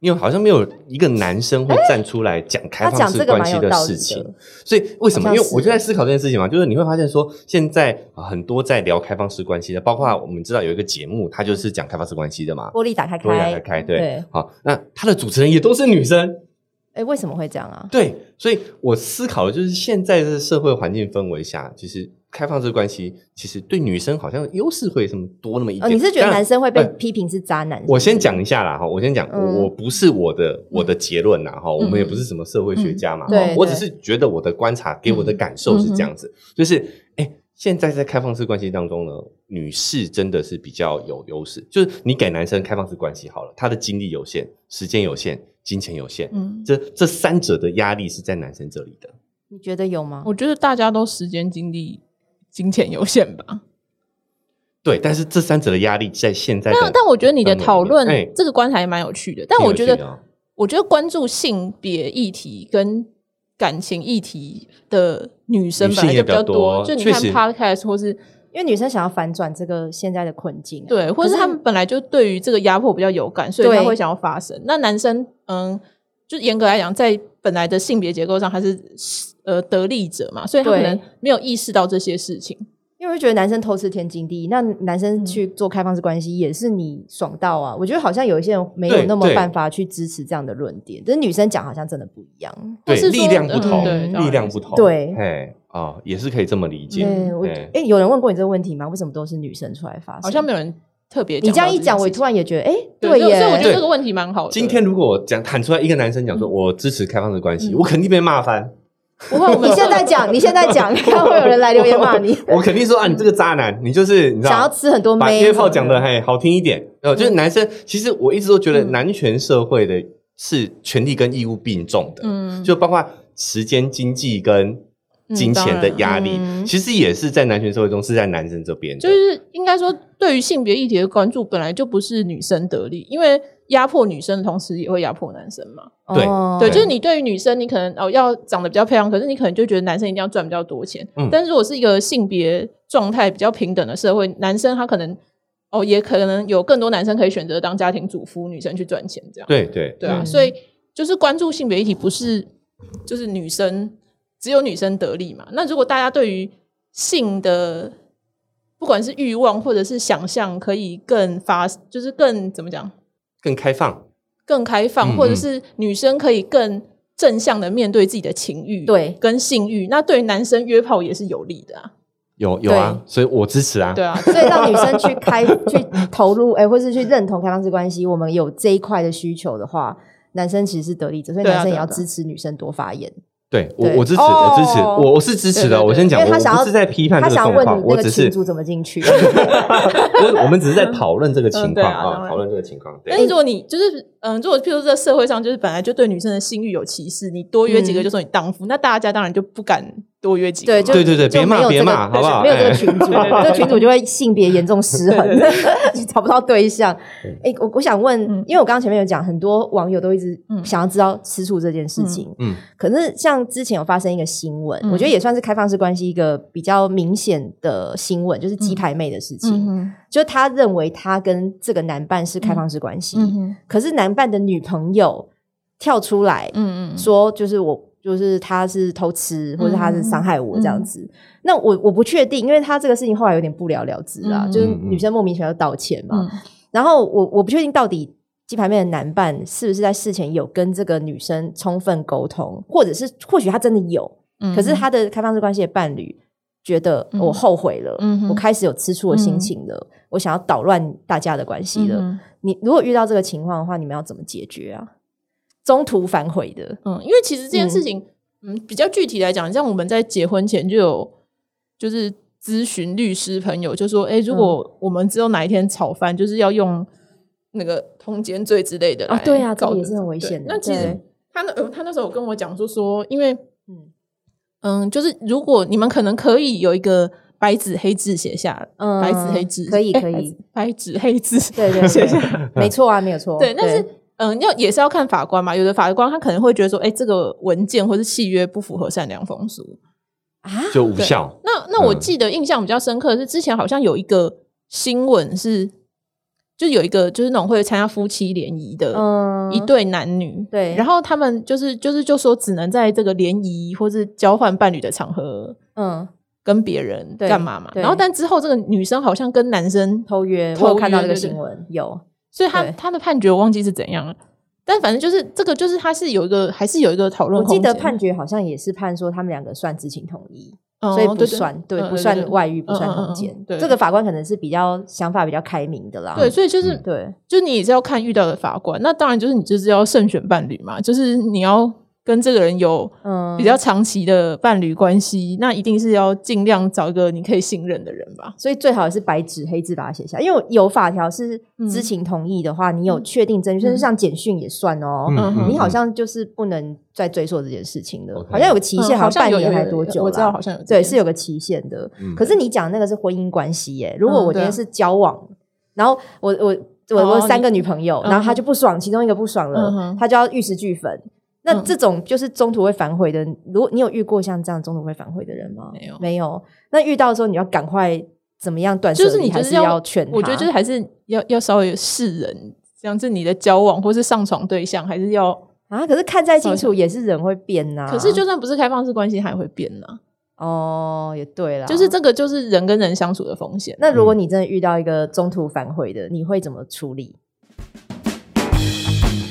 B: 因为好像没有一个男生会站出来讲开
A: 他
B: 放
A: 讲
B: 式
A: 这个
B: 关
A: 蛮
B: 系
A: 有道理
B: 事情。
A: 的。
B: 所以为什么？
A: 好像
B: 因为
A: 是
B: 我就在思考这件事情嘛，就是你会发现说，现在啊很多在聊开放式关系的，包括我们知道有一个节目，它就是讲开放式关系的嘛，
A: 玻璃打开
B: 多元
A: 开
B: 来，开对。
A: 对
B: 好，那它的主持人也都是女生，
A: 哎、为什么会这样啊？
B: 对，所以我思考的就是现在的社会环境氛围下，其实开放式关系其实对女生好像优势会这么多那么一点。
A: 哦，你是觉得
B: 当然
A: 男生会被
B: 呃
A: 批评是渣男？
B: 我先讲一下啦，哈，我先讲，我、
A: 嗯
B: 我不是我的我的结论啦，哈，我们也不是什么社会学家嘛，
A: 嗯对
B: 哦哈我
A: 对
B: 只是觉得我的观察给我
C: 嗯
B: 的感受是这样子，就是，哎、现在在开放式关系当中呢，女士真的是比较有优势，就是你给男生开放式关系好了，他的精力有限，时间有限，金钱有限，
C: 嗯，
B: 这这三者的压力是在男生这里的。
A: 你觉得有吗？
C: 我觉得大家都时间、精力、金钱有限吧。
B: 对，但是这三者的压力在现在的，
C: 但但我觉得你的
B: 氛围
C: 讨
B: 里
C: 论
B: 面哎
C: 这个观察也蛮有趣的。但我觉
B: 挺有趣的
C: 得
B: 哦，
C: 我觉得关注性别议题跟感情议题的女生
B: 女性
C: 本来
B: 也
C: 就
B: 比
C: 比
B: 较
C: 较
B: 多
C: 多，就你
B: 确
C: 看
B: 实
C: podcast 或是
A: 因为女生想要反转这个现在的困境、啊，
C: 对，
A: 可
C: 或者是
A: 是
C: 他们本来就对于这个压迫比较有感，所以他
A: 对
C: 会想要发声。那男生，嗯，就严格来讲，在本来的性别结构上，他是呃得利者嘛，所以他
A: 对
C: 可能没有意识到这些事情。
A: 因为我觉得男生偷吃天经地义，那男
C: 嗯
A: 生去做开放式关系也是你爽到啊。我觉得好像有一些人没有
B: 对
A: 那么
B: 对
A: 办法去支持这样的论点，但是女生讲好像真的不一样。
B: 对
C: 或是说
B: 力量不
A: 嗯
B: 同，
C: 对
B: 力量不同，
A: 对
B: 哎哦，也是可以这么理解。
A: 嗯，我
B: 哎
A: 哎、有人问过你这个问题吗？为什么都是女生出来发声？
C: 好像没有人特别
A: 你
C: 讲
A: 这
C: 到
A: 样一
C: 件事情。
A: 讲，我突然也觉得，哎、
C: 对，所以
A: 耶，
C: 所以我觉
B: 对
C: 得这个问题蛮好的。
B: 今天如果我讲喊出来一个男生讲说，我支持开放式关系，
C: 嗯
B: 我肯定被骂翻，
C: 不会，我们
A: 你现在讲，你现在讲， 看会有人来留言骂你，
B: 我肯定说啊，你这个渣男，你就是你知道
A: 想要吃很多
B: 把
A: 妹。
B: 约炮讲的嘿好听一点，呃，
A: 嗯
B: 就是男生，其实我一直都觉得
C: 嗯
B: 男权社会的是权利跟义务并重的，
C: 嗯
B: 就包括时间、经济跟金钱的压力，
A: 嗯嗯当然嗯
B: 其实也是在男权社会中是在男生这边的，
C: 就是应该说，对于性别议题的关注本来就不是女生得利，因为压迫女生的同时也会压迫男生嘛。
B: 对
A: 哦
C: 对，就是你对于女生，你可能哦要长得比较漂亮，可是你可能就觉得男生一定要赚比较多钱。
B: 嗯
C: 但是如果是一个性别状态比较平等的社会，男生他可能哦也可能有更多男生可以选择当家庭主夫，女生去赚钱这样。
B: 对对
C: 对啊，
A: 嗯
C: 所以就是关注性别议题，不是就是女生只有女生得利嘛？那如果大家对于性的不管是欲望或者是想象，可以更发，就是更怎么讲？
B: 更开放，
C: 更开
B: 嗯
C: 放，或者是女生可以更正向的面对自己的情欲，
A: 对
C: 跟性欲。那对于男生约炮也是有利的啊，
B: 有有啊，所以我支持啊，
C: 对 啊，
A: 所以让女生去开、去投入，哎、或是去认同开放式关系，我们有这一块的需求的话，男生其实是得利者，所以
C: 对啊
A: 男生也
C: 对啊
A: 要
C: 对啊
A: 支持女生多发言。
B: 对我
A: 对
B: 我支持，
C: 哦
B: 我支持，我我是支持
C: 对对
B: 的。
C: 对
B: 我先讲，
A: 因为
B: 我
A: 他想
B: 我
A: 要
B: 不是在批判
A: 他
B: 这个
A: 想要
B: 状
A: 问
B: 况，
A: 你那
B: 我
A: 个
B: 只
A: 群
B: 是
A: 主怎么进去？
B: 就是我们只是在讨论这个情
C: 嗯对
B: 况
C: 啊
B: 啊，
C: 当然
B: 讨论这个情况。
C: 但
B: 对
C: 是如果你就是嗯，如果譬如说这社会上就是本来就对女生的性欲有歧视，你多约几
A: 嗯
C: 个就说你荡妇，那大家当然就不敢多约几个
A: 对，
C: 嘛。
A: 就
B: 对对对
A: 就
B: 别骂
A: 没有
B: 别
A: 这个
B: 骂好不好
A: 没有这个
B: 哎
A: 群主， 这个群主就会性别严重失衡，找不到对象。哎，我我想问
C: 嗯，
A: 因为我刚刚前面有讲，很多网友都一直
C: 嗯
A: 想要知道吃醋这件事情。
B: 嗯，
A: 可是像之前有发生一个新闻，
C: 嗯
A: 我觉得也算是开放式关系一个比较明显的新闻，就是鸡排妹的事
C: 嗯
A: 情。
C: 哼
A: 就他认为他跟这个男伴是开放式关系，
C: 嗯哼
A: 可是男伴的女朋友跳出来，
C: 嗯嗯，
A: 说就是我就是他是偷吃，或者他是伤害我这样
C: 嗯
A: 子。那我我不确定，因为他这个事情后来有点不了了之啊，
C: 嗯
A: 就是女生莫名其妙道歉嘛。
C: 嗯
A: 然后我我不确定到底鸡排妹的男伴是不是在事前有跟这个女生充分沟通，或者是或许他真的有，
C: 嗯
A: 可是他的开放式关系的伴侣。觉得
C: 嗯
A: 我后悔了，
C: 嗯哼
A: 我开始有吃醋的心情了，我想要捣乱大家的关系了。
C: 嗯
A: 你如果遇到这个情况的话，你们要怎么解决啊？中途反悔的，
C: 嗯，因为其实这件事情，嗯，比较具体来讲，像我们在结婚前就有就是咨询律师朋友，就说，哎、如
A: 嗯
C: 果我们只有哪一天吵翻，就是要用那个通奸罪之类的
A: 啊
C: 来
A: 对啊这
C: 告
A: 个
C: 的
A: 也是很危险的
C: 对那其
A: 对
C: 实他那、呃、他那时候有跟我讲说说，因为
A: 嗯
C: 嗯，就是如果你们可能可以有一个白纸黑字写下来，
A: 嗯
C: 白纸黑字
A: 可以
C: 哎
A: 可以
C: 白 纸白纸黑字，
A: 对对
C: 写下
A: 对，没错啊，没有错。
C: 对，但是嗯，要也是要看法官嘛。有的法官他可能会觉得说，哎、这个文件或是契约不符合善良风俗。
A: 啊，
B: 就无效。
C: 那那我
B: 嗯
C: 记得印象比较深刻的是，之前好像有一个新闻是，就有一个就是那种会参加夫妻联谊的
A: 嗯，
C: 一对男女，
A: 对
C: 然后他们就是就是就说只能在这个联谊或是交换伴侣的场合
A: 嗯
C: 跟别人
A: 对
C: 干嘛嘛。
A: 对
C: 然后但之后这个女生好像跟男生
A: 偷约，
C: 偷
A: 我有看到
C: 约
A: 这个
C: 对对
A: 新闻，有
C: 所以他
A: 对
C: 他的判决我忘记是怎样了，但反正就是这个，就是他是有一个还是有一个讨论
A: 我
C: 空
A: 记
C: 间。
A: 得判决好像也是判说他们两个算知情同意，
C: 哦，
A: 所以不
C: 对对
A: 算对，
C: 嗯
A: 不
C: 对对
A: 算
C: 对
A: 外遇，不算
C: 嗯嗯嗯
A: 通奸
C: 嗯。对
A: 这个法官可能是比较想法比较开明的啦。
C: 对，所以就是、
B: 嗯
A: 对，
C: 就你也是要看遇到的法官，那当然就是你就是要慎选伴侣嘛，就是你要跟这个人有
A: 嗯，
C: 比较长期的伴侣关系，那一定是要尽量找一个你可以信任的人吧。
A: 所以最好是白纸黑字把它写下，因为有法条是
C: 嗯
A: 知情同意的话，你有确定证据，甚至像简讯也算哦。
C: 嗯嗯
A: 你好像就是不能再追溯这件事情了，
B: OK
A: 好像有个期限，
C: 嗯
A: 好
C: 好
A: 像半
C: 有
A: 年
C: 有
A: 还
C: 有
A: 多久啦？
C: 我知道好像有这
A: 对，
C: 件
A: 是有个期限的。
B: 嗯
A: 可是你讲那个是婚姻关系耶，如果
C: 嗯
A: 我今
C: 对啊
A: 天是交往，然后我我我
C: 哦
A: 我有三个女朋友，
C: 你
A: 然后她就不爽，其中一个不爽
C: 嗯
A: 了
C: 哼，
A: 她就要玉石俱焚。那
C: 嗯
A: 这种就是中途会反悔的，如果你有遇过像这样中途会反悔的人吗？
C: 没有
A: 没有。那遇到的时候，你要赶快怎么样断舍
C: 就
A: 离？
C: 是你
A: 还
C: 就是是
A: 要劝她？
C: 我觉得就是还是要要稍微示人，这样子你的交往或是上床对象还是要，
A: 啊，可是看再清楚也是人会变呐、
C: 可是就算不是开放式关系，它也会变呐、
A: 哦，也对啦，
C: 就是这个就是人跟人相处的风险。
A: 那如
B: 嗯
A: 果你真的遇到一个中途反悔的，你会怎么处理？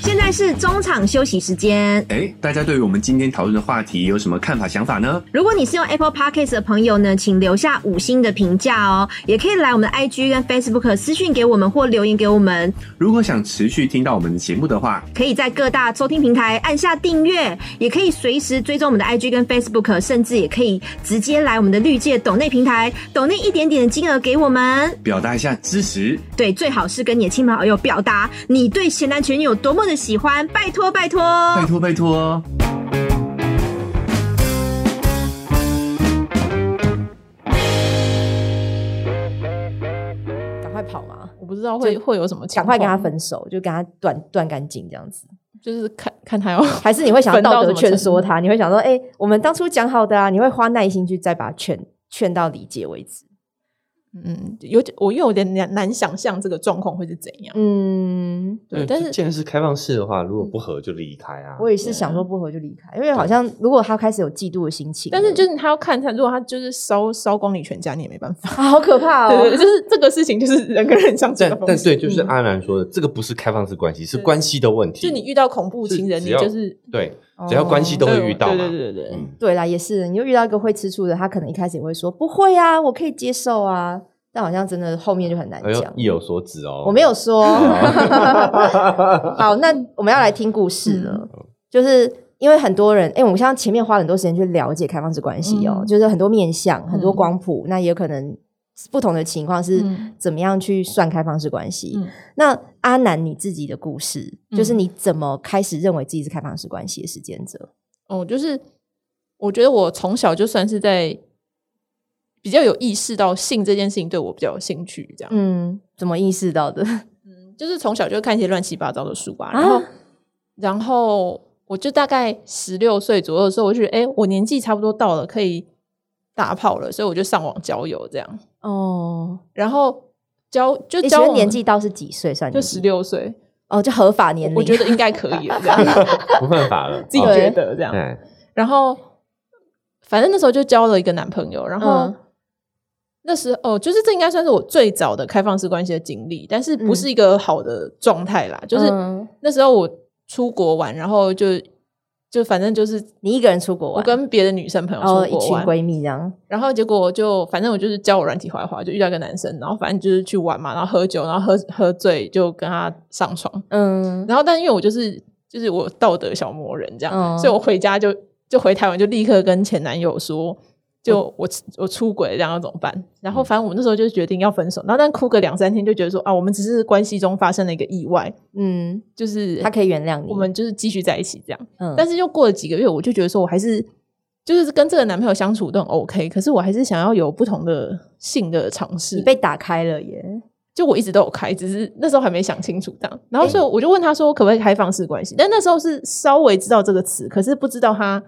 A: 现在是中场休息时间。
D: 哎，大家对于我们今天讨论的话题有什么看法、想法呢？
A: 如果你是用 Apple Podcast 的朋友呢，请留下五星的评价哦，也可以来我们的 IG 跟 Facebook 私讯给我们或留言给我们，
D: 如果想持续听到我们的节目的话，
A: 可以在各大收听平台按下订阅，也可以随时追踪我们的 IG 跟 Facebook，甚至也可以直接来我们的绿界抖内平台抖内一点点的金额给我们。
D: 表达一下支持。
A: 对，最好是跟你的亲朋好友表达你对咸男全女有多么的喜欢，拜托拜托。
D: 拜托拜托！
A: 赶快跑嘛，
C: 我不知道会
A: 就
C: 会有什么情
A: 赶
C: 况，
A: 快跟他分手，就跟他断断干净这样子。
C: 就是看看他要。
A: 还是你会想要
C: 分到
A: 道德
C: 什么
A: 劝
C: 程
A: 说
C: 度
A: 他，你会想说，哎、我们当初讲好的啊，你会花耐心去再把他劝劝到理解为止。
C: 嗯，有点我又有点难难想象这个状况会是怎样。
A: 嗯，
C: 对，但
B: 既
C: 是
B: 然是开放式的话，如果不合就离开啊。
A: 我也是想说不合就离开，因为好像如果他开始有嫉妒的心情了，
C: 啊但是就是他要看他，如果他就是烧烧光你全家，你也没办法。
A: 啊，好可怕
C: 对对，对
A: 哦。
C: 就是这个事情就是人跟人相处的
B: 但
C: 风
B: 但
C: 险。
B: 对，就是
A: 嗯
B: 阿南说的，这个不是开放式关系，是
C: 对
B: 关系的问题。
C: 就你遇到恐怖
B: 是
C: 情人，
B: 只
C: 你
B: 要
C: 就是
B: 对，只要关系都会遇到
C: 对
B: 嘛
C: 对。对对对
B: 嗯，
A: 对啦，也是，你就遇到一个会吃醋的，他可能一开始也会说不会啊，我可以接受啊，但好像真的后面就很难
B: 哎呦
A: 讲，。
B: 意有所指哦。
A: 我没有说，
B: 哦。 嗯
A: 好，那我们要来听故事了，就是因为很多人，哎、我们像前面花很多时间去了解开放式关系哦、
C: 嗯
A: 就是很多面向、很多
C: 嗯
A: 光谱，那也有可能不同的情况是
C: 嗯
A: 怎么样去算开放式关系。
C: 嗯
A: 那阿南，你自己的故事，
C: 嗯
A: 就是你怎么开始认为自己是开放式关系的实践者？
C: 哦，就是我觉得我从小就算是在比较有意识到性这件事情对我比较有兴趣，这样，
A: 嗯，怎么意识到的？
C: 就是从小就看一些乱七八糟的书吧，然后，
A: 啊
C: 然后我就大概十六岁左右的时候，我就觉得，哎、我年纪差不多到了，可以打炮了，所以我就上网交友这样，
A: 哦，
C: 然后交就
A: 你
C: 交
A: 觉得
C: 往
A: 年纪到是几岁算
C: 就
A: 年纪？
C: 十六岁，
A: 哦，就合法年龄。
C: 我觉得应该可 以了，这样
B: 不犯法了，
C: 自己
B: 哦
C: 觉得这样，
B: 哎，
C: 然后反正那时候就交了一个男朋友，然后
A: 嗯
C: 那时候、哦、就是这应该算是我最早的开放式关系的经历，但是不是一个好的状态啦。就是
A: 嗯
C: 那时候我出国玩，然后就就反正就是
A: 你一个人出国
C: 我
A: 玩，
C: 跟别的女生朋友
A: 哦
C: 出
A: 一
C: 国
A: 群
C: 玩，
A: 闺蜜这样，
C: 然后结果就反正我就是交友软体滑一滑，就遇到一个男生，然后反正就是去玩嘛，然后喝酒，然后喝喝醉就跟他上床，
A: 嗯，
C: 然后但因为我就是就是我道德小魔人这样，
A: 嗯
C: 所以我回家就就回台湾就立刻跟前男友说，
A: 嗯
C: 就我我出轨了，然后怎么办？然后反正我那时候就决定要分手，然后但哭个两三天就觉得说啊，我们只是关系中发生了一个意外，
A: 嗯，
C: 就是
A: 他可以原谅你，
C: 我们就是继续在一起这样。
A: 嗯，
C: 但是又过了几个月，我就觉得说我还是。就是跟这个男朋友相处都很 OK，可是我还是想要有不同的性的尝试
A: 你。被打开了耶，
C: 就我一直都有开，只是那时候还没想清楚这样。然
A: 哎
C: 后所以我就问他说，可不可以开放式关系？但那时候是稍微知道这个词，可是不知道它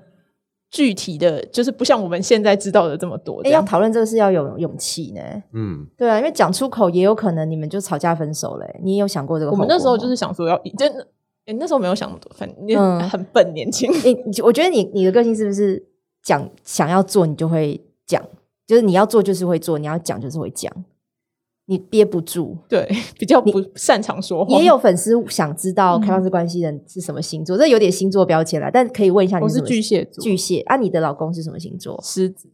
C: 具体的，就是不像我们现在知道的这么多。
A: 哎、
C: 这
A: 要
C: 样
A: 讨论这个是要有勇气呢，
B: 嗯，
A: 对啊，因为讲出口也有可能你们就吵架分手嘞、你也有想过这个
C: 我
A: 后果
C: 们
A: 吗？
C: 那时候就是想说要，就诶那时候没有想那么多，反正
A: 哦嗯
C: 很笨，年轻。
A: 你，你我觉得你你的个性是不是讲想要做你就会讲，就是你要做就是会做，你要讲就是会讲，你憋不住。
C: 对，比较不擅长说话。
A: 也有粉丝想知道
C: 嗯
A: 开放式关系人是什么星座，这有点星座标签啦，但可以问一下你
C: 我
A: 什
C: 是
A: 么
C: 巨蟹座，
A: 巨蟹啊，你的老公是什么星座？
C: 狮子。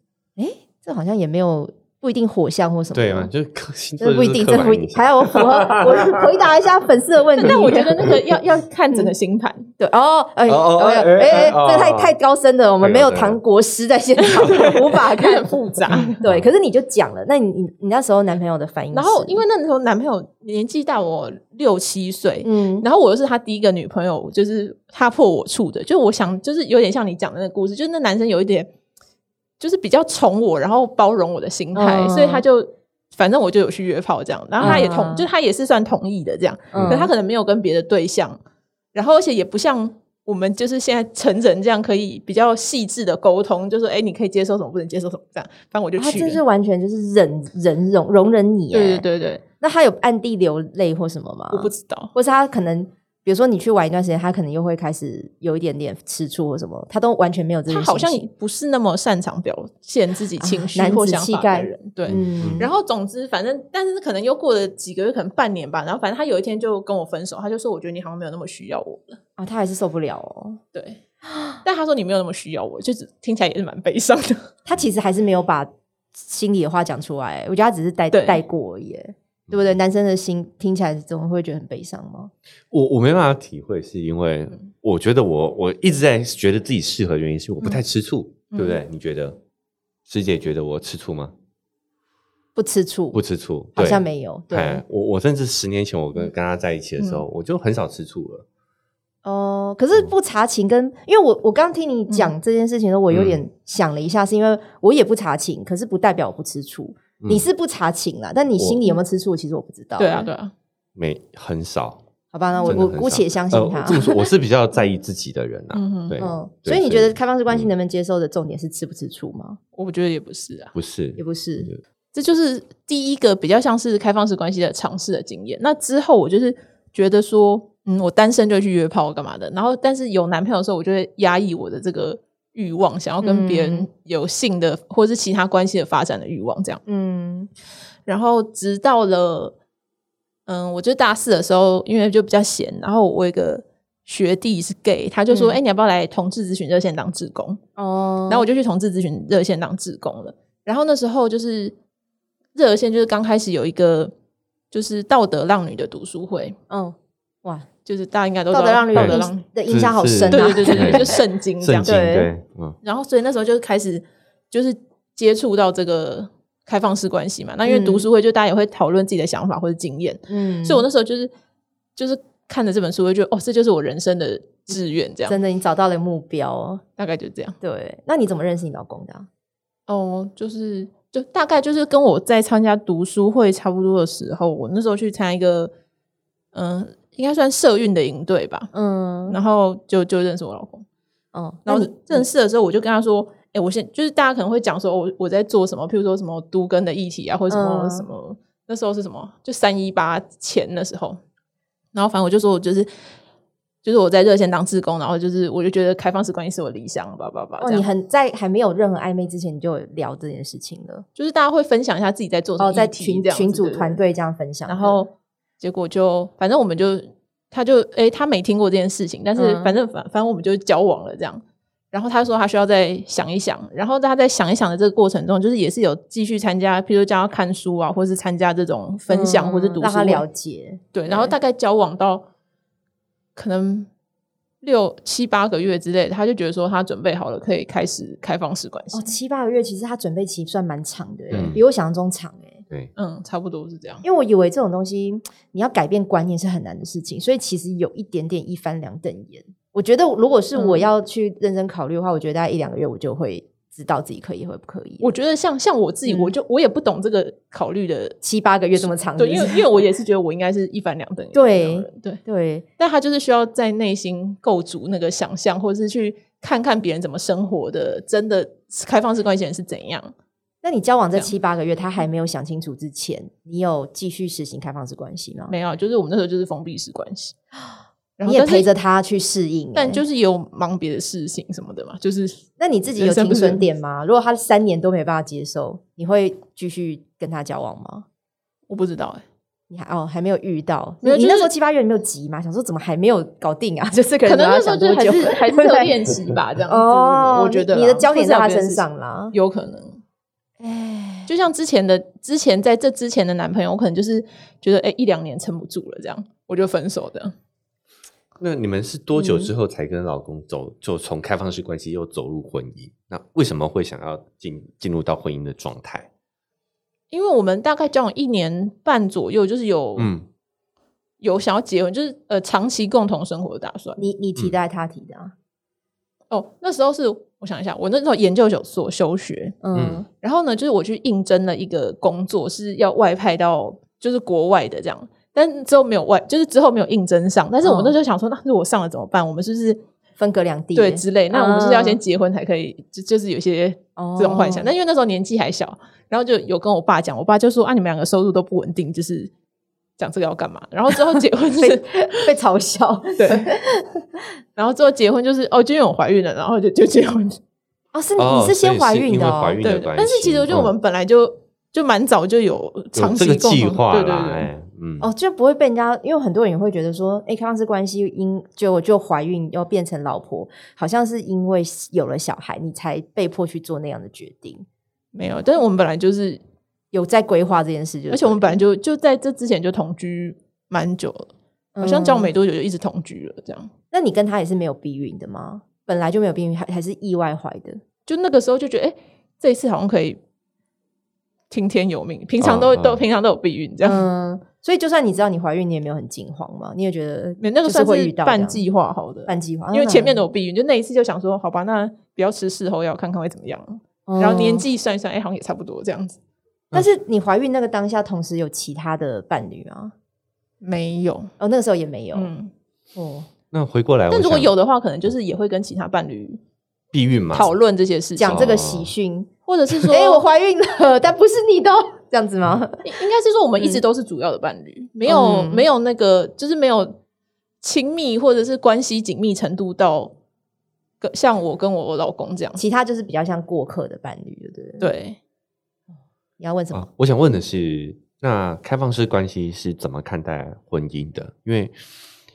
A: 这好像也没有不一定火象或什么，
B: 对嘛，，就是刻星座
A: 嗯 这不一定，这
B: 就是刻板
A: 不一定
B: 印，象
A: 还要我符合我回答一下粉丝的 问题。
C: 但我觉得那个要要看整个星盘，
A: 对哦，哎
B: 哦哦
A: 哎
B: 哎
A: 哎
B: 哎
A: 哎，
B: 哦
A: 这个太
B: 哦
A: 太高深了，我们没
B: 太高
A: 有
B: 深了
A: 唐国师在现场，无法
C: 有 点
A: 看。
C: 复杂。
A: 对，可是你就讲了，那你你你那时候男朋友的反应是，
C: 然后因为那时候男朋友年纪大我六七岁，
A: 嗯
C: 然后我又是他第一个女朋友，就是他破我处的，就我想就是有点像你讲的那个故事，就是那男生有一点就是比较宠我，然后包容我的心态，
A: 嗯
C: 所以他就反正我就有去约炮这样，然后他也同、
A: 嗯
C: 就他也是算同意的这样，
A: 嗯
C: 可是他可能没有跟别的对象，然后而且也不像。我们就是现在成人这样，可以比较细致的沟通，就说，哎、你可以接受什么，不能接受什么，这样。反正我就
A: 他
C: 去
A: 这
C: 了。
A: 啊是完全就是忍忍容容忍你，
C: 对对
A: 哎，
C: 对对，
A: 那他有暗地流泪或什么吗？
C: 我不知道。
A: 或是他可能，比如说你去玩一段时间，他可能又会开始有一点点吃醋或什么，他都完全没有这
C: 他
A: 些。
C: 好像也不是那么擅长表现自己情绪
A: 啊男
C: 或
A: 子
C: 想
A: 气
C: 法
A: 概
C: 的人，对。
A: 嗯，
C: 然后总之，反正但是可能又过了几个月，可能半年吧。然后反正他有一天就跟我分手，他就说：“我觉得你好像没有那么需要我了。
A: 啊，他还是受不了哦。”
C: 对， 但他说你没有那么需要我，就只听起来也是蛮悲伤的。
A: 他其实还是没有把心里的话讲出来，我觉得他只是带
C: 对
A: 带过而已，对不对？男生的心听起来总会觉得很悲伤吗？
B: 我我没办法体会，是因为
A: 嗯
B: 我觉得我我一直在觉得自己适合的原因是我不太吃醋，
C: 嗯
B: 对不对？你觉得师姐觉得我吃醋吗？
A: 不吃醋，
B: 不吃醋，
A: 好
B: 对
A: 像没有，对嗯
B: 哎，，我我甚至十年前我跟跟他在一起的时候，我就很少吃醋了。
A: 哦、可
B: 嗯
A: 是不查情跟，因为我我刚听你
C: 嗯
A: 讲这件事情的时候，我有
B: 嗯
A: 点想了一下，是因为我也不查情，可是不代表我不吃醋。
B: 嗯
A: 你是不查情啦，但你心里有没有吃醋，其实我不知道。
C: 对啊，对啊，
B: 没很少，
A: 好吧，那我
B: 真的
A: 我
B: 很
A: 姑
B: 少
A: 且相信
B: 呃
A: 他。
B: 这么说，我是比 较在意自己的人啊。
C: 嗯哼
B: 对，
A: 嗯，
B: 对
A: 所以你觉得开放式关系
B: 嗯
A: 能不能接受的重点是吃不吃醋吗？
C: 我觉得也不是啊，
B: 不是
A: 也不是，
C: 这就是第一个比较像是开放式关系的尝试的经验。那之后我就是觉得说，嗯，我单身就去约炮干嘛的，然后但是有男朋友的时候，我就会压抑我的这个欲望，想要跟别人
A: 嗯
C: 有性的、或是其他关系的发展的欲望这样。
A: 嗯
C: 然后直到了，嗯，我就大四的时候，因为就比较闲，然后我有一个学弟是 gay，他就说，
A: 嗯
C: 哎、你要不要来同志咨询热线当志工？
A: 哦，
C: 然后我就去同志咨询热线当志工了。然后那时候就是热线，就是刚开始有一个就是道德浪女的读书会，
A: 嗯哇，
C: 就是大家应该都知
A: 道
C: 道
A: 德让律
C: 道德让
A: 的的影响好深
C: 对
A: 啊！
C: 对对对
B: 对
C: 对，就圣经这
B: 圣
C: 样。
B: 经
A: 对
B: 对，嗯，
C: 然后所以那时候就开始就是接触到这个开放式关系嘛。那因为
A: 嗯
C: 读书会就大家也会讨论自己的想法或者经验，
A: 嗯，
C: 所以我那时候就是就是看了这本书，我就觉得哦，这就是我人生的志愿，这样
A: 真的你找到了目标哦。
C: 大概就这样。
A: 对，那你怎么认识你老公的啊、
C: 哦，就是就大概就是跟我在参加读书会差不多的时候，我那时候去参加一个嗯、应该算社运的营队吧，
A: 嗯，
C: 然后就就认识我老公。
A: 哦，那
C: 然后
A: 你
C: 认识的时候，我就跟他说：“哎、我现就是大家可能会讲说，哦我我在做什么，譬如说什么都跟的议题啊，或者什么、
A: 嗯
C: 什么，那时候是什么？就三一八前的时候，然后反正我就说我就是就是我在热线当志工，然后就是我就觉得开放式关系是我理想，叭叭叭，
A: 哦，
C: 这样
A: 你很在还没有任何暧昧之前，你就有聊这件事情了。
C: 就是大家会分享一下自己在做什么
A: 哦，
C: 议题、
A: 在群
C: 这样子
A: 群组
C: 对对
A: 团
C: 对
A: 队这样分享的，
C: 然后结果就反正我们就他就诶，他没听过这件事情，但是
A: 嗯
C: 反正反、反正我们就交往了这样。然后他说他需要再想一想，然后他在想一想的这个过程中，就是也是有继续参加，譬如叫他看书啊，或是参加这种分享、
A: 嗯
C: 或是读书会，
A: 让他了解。
C: 对。然后大概交往到可能六七八个月之类，他就觉得说他准备好了，可以开始开放式关系。
A: 哦，七八个月其实他准备期算蛮长的耶，
B: 嗯
A: 比我想象中长哎。
B: 对，
C: 嗯，差不多是这样。
A: 因为我以为这种东西你要改变观念是很难的事情，所以其实有一点点一翻两瞪眼。我觉得如果是我
C: 嗯
A: 要去认真考虑的话，我觉得大概一两个月我就会知道自己可以或不可以。
C: 我觉得像像我自己，
A: 嗯
C: 我就我也不懂这个考虑的
A: 七八个月这么长，
C: 对，因为
A: 是不
C: 因
A: 是
C: 为我也是觉得我应该是一翻两瞪眼
A: 对
C: 那种人对，
A: 对，
C: 但他就是需要在内心构筑那个想象，或者是去看看别人怎么生活的，真的开放式关系人是怎样。
A: 那你交往这
C: 这样
A: 七八个月，他还没有想清楚之前，你有继续实行开放式关系吗？
C: 没有，啊就是我们那时候就是封闭式关系，然后
A: 啊你也
C: 但是
A: 陪着，他去适应、
C: 但
A: 欸
C: 就是也有忙别的事情什么的嘛，就是
A: 那你自己有
C: 人生
A: 停
C: 不是
A: 损点吗？如果他三年都没办法接受，你会继续跟他交往吗？
C: 我不知道哎、
A: 你还哦还没有遇到，
C: 没有
A: 你
C: 就
A: 你那时
C: 是
A: 候七八月你没有急吗？想说怎么还没有搞定啊？ 就是可
C: 欸可能
A: 要
C: 那时候
A: 想
C: 就是
A: 多
C: 还
A: 久？
C: 是 还是有练习吧，这样子。
A: 哦，
C: 我觉得啦
A: 你的焦点在他
C: 或是有别的
A: 身
C: 事
A: 上
C: 情
A: 啦。
C: 有可能。
A: 哎，
C: 就像之前的，之前在这之前的男朋友，我可能就是觉得，哎、一两年撑不住了，这样我就分手的。
B: 那你们是多
A: 嗯
B: 久之后才跟老公走，就从开放式关系又走入婚姻？那为什么会想要进进入到婚姻的状态？
C: 因为我们大概交往一年半左右，就是有、
B: 嗯，
C: 有想要结婚，就是呃长期共同生活的打算。
A: 你你提的还是他提的啊？
C: 哦，那时候是我想一下，我那时候研究所休学，
A: 嗯
B: 嗯
C: 然后呢，就是我去应征了一个工作，是要外派到就是国外的这样，但之后没有外，就是之后没有应征上。但是我那时候想说，那如果上了怎么办？我们是不是
A: 分隔两地欸
C: 对
A: 耶
C: 之类？那我们是不是要先
A: 嗯
C: 结婚才可以？就就是有些
A: 哦
C: 这种幻想。但因为那时候年纪还小，然后就有跟我爸讲，我爸就说啊，你们两个收入都不稳定，就是讲这个要干嘛？然后之后结婚就是
A: 被被嘲笑
C: 对，然后之后结婚就是哦，就因为我怀孕了，然后就就结婚。
A: 哦，是你是先怀孕的
B: 哦
A: 哦
B: 所以是因为怀孕。
C: 对
B: 的，关系
C: 但是其实我觉
B: 嗯
C: 得我们本来就就蛮早就有长
B: 有这
C: 期
B: 个
C: 共
B: 计
C: 同
B: 划
C: 对
B: 啦，
C: 对对。
B: 哎，嗯，
A: 哦，就不会被人家，因为很多人也会觉得说，哎、开放式关系因就我就怀孕要变成老婆，好像是因为有了小孩，你才被迫去做那样的决定，
C: 没有，但是我们本来就是，
A: 有在规划这件事就
C: 而且我们
A: 本
C: 本来就就在这之前就同居蛮久了，好
A: 嗯
C: 像交往没多久就一直同居了，这样。
A: 那你跟他也是没有避孕的吗？本来就没有避孕，还还是意外怀的？
C: 就那个时候就觉得，哎、这一次好像可以听天由命，平常都、
B: 嗯嗯
C: 都平常都有避孕这样。
A: 嗯，所以就算你知道你怀孕，你也没有很惊慌嘛，你也觉得
C: 没有那个
A: 就是
C: 算
A: 会遇
C: 是
A: 到
C: 半
A: 这样
C: 计划好的，
A: 半嗯计划，
C: 因为前面都
A: 的
C: 有避孕，就那一次就想说，好吧，那不要吃事后药，看看会怎么样。
A: 嗯
C: 然后年，纪算一算，哎、好像也差不多这样子。
A: 但是你怀孕那个当下，同时有其他的伴侣啊？
C: 没有，
A: 哦，那个时候也没有。
C: 嗯，
A: 哦，
B: 那回过来，
C: 但
B: 我
C: 如果
B: 想啊
C: 有的话，可能就是也会跟其他伴侣
B: 避孕嘛，
C: 讨论这些事情
A: 讲，这个喜讯，
C: 或者 是说，
A: 哎、我怀孕了，但不是你的 哦，这样子吗？
C: 应应该是说我们一
B: 嗯
C: 直都是主要的伴侣，没有
A: 嗯
C: 没有那个就是没有亲密或者是关系紧密程度到跟像我跟我老公这样。
A: 其他就是比较像过客的伴侣，对不对？，
C: 对，
A: 你要问什么？
B: 啊。我想问的是，那开放式关系是怎么看待婚姻的？因为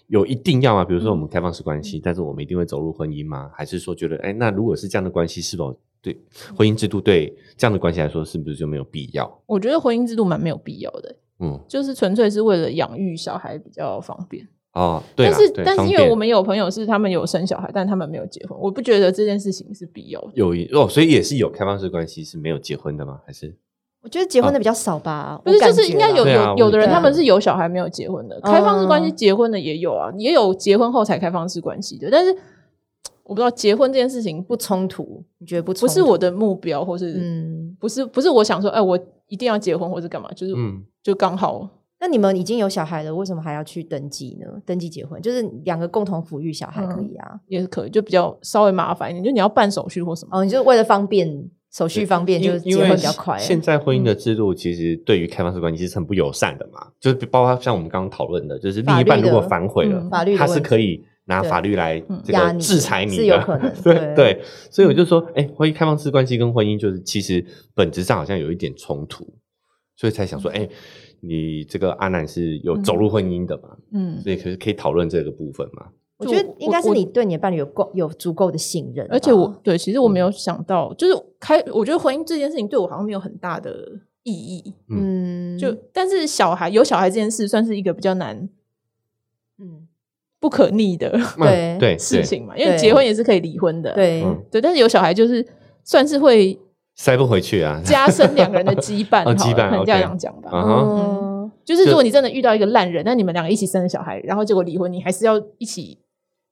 B: 有一定要吗？比如
C: 嗯
B: 说我们开放式关系，但是我们一定会走入婚姻吗？还是说觉得，哎，那如果是这样的关系，是否对婚姻制度对这样的关系来说，是不是就没有必要？
C: 我觉得婚姻制度蛮没有必要的，
B: 嗯，
C: 就是纯粹是为了养育小孩比较方便。
B: 哦，对
C: 但
B: 啦，
C: 是
B: 对
C: 但是
B: 方
C: 因为
B: 便
C: 我们有朋友是他们有生小孩，但他们没有结婚，我不觉得这件事情是必要的。
B: 有一哦，所以也是有开放式关系是没有结婚的吗？还是
A: 我觉得结婚的比较少吧，
C: 哦不是，
A: 我
C: 就
A: 感觉
C: 是应该
A: 啦
C: 有
B: 对啊
C: 有有的
A: 我也觉得
C: 人他们是有小孩没有结婚的，
A: 嗯
C: 开放式关系结婚的也有啊，也有结婚后才开放式关系的。但是我不知道结婚这件事情不
A: 不冲突，你觉得不冲
C: 不
A: 突
C: 是我的目标，或是
A: 嗯。
C: 不是不是我想说，哎，我一定要结婚或是干嘛，就是
B: 嗯，
C: 就刚好
A: 那你们已经有小孩了，为什么还要去登记呢？登记结婚就是两个共同抚育小孩可以啊。
C: 也是可以，就比较稍微麻烦一点，就你要办手续或什么。
A: 哦，你就是为了方便手续方便，
B: 因
A: 就是
B: 因
A: 结
B: 为
A: 婚比较快。嗯
B: 现在婚姻的制度其实对于开放式关系是很不友善的嘛，就是包括像我们刚刚讨论的，就是另
A: 法
B: 一半
A: 律的
B: 如果反悔了，
C: 嗯
A: 法律的
B: 他是
A: 问题
B: 可以拿
A: 对
B: 法律来
C: 嗯
B: 这
A: 压
B: 个
A: 你
B: 制裁你的，
A: 是有 可能
B: 对
A: 对嗯
B: 对，所以我就说，哎、婚姻开放式关系跟婚姻就是其实本质上好像有一点冲突，所以才想
A: 嗯
B: 说，哎、你这个阿南是有走入婚姻的嘛，
C: 嗯，
B: 所以可以可以讨论这个部分嘛。
A: 我觉
C: 就
A: 得
C: 我
A: 应该是
C: 我
A: 你对你的伴侣有够有足够的信任吧，嗯
C: 而且我对，其实我没有想到，就是开，我觉得婚姻这件事情对我好像没有很大的意义。
A: 嗯，
C: 就、但是小孩有小孩这件事，算是一个比较难、
A: 嗯
C: 不可逆的
A: 对
B: 嗯对
C: 事
B: 对，
C: 情嘛，因为
A: 对
C: 结婚也是可以离婚的。
A: 对，
B: 嗯
C: 对，但是有小孩就是算是会
B: 塞不回去啊，
C: 加深两个人的 羁绊好
B: 哦
C: 了，
B: 羁绊
C: 可能
B: OK
C: 这样讲吧。
B: 啊哈
A: 嗯
C: 就是
B: 就
C: 如果你真的遇到一个烂人，那你们两个一起生了小孩，然后结果离婚，你还是要一起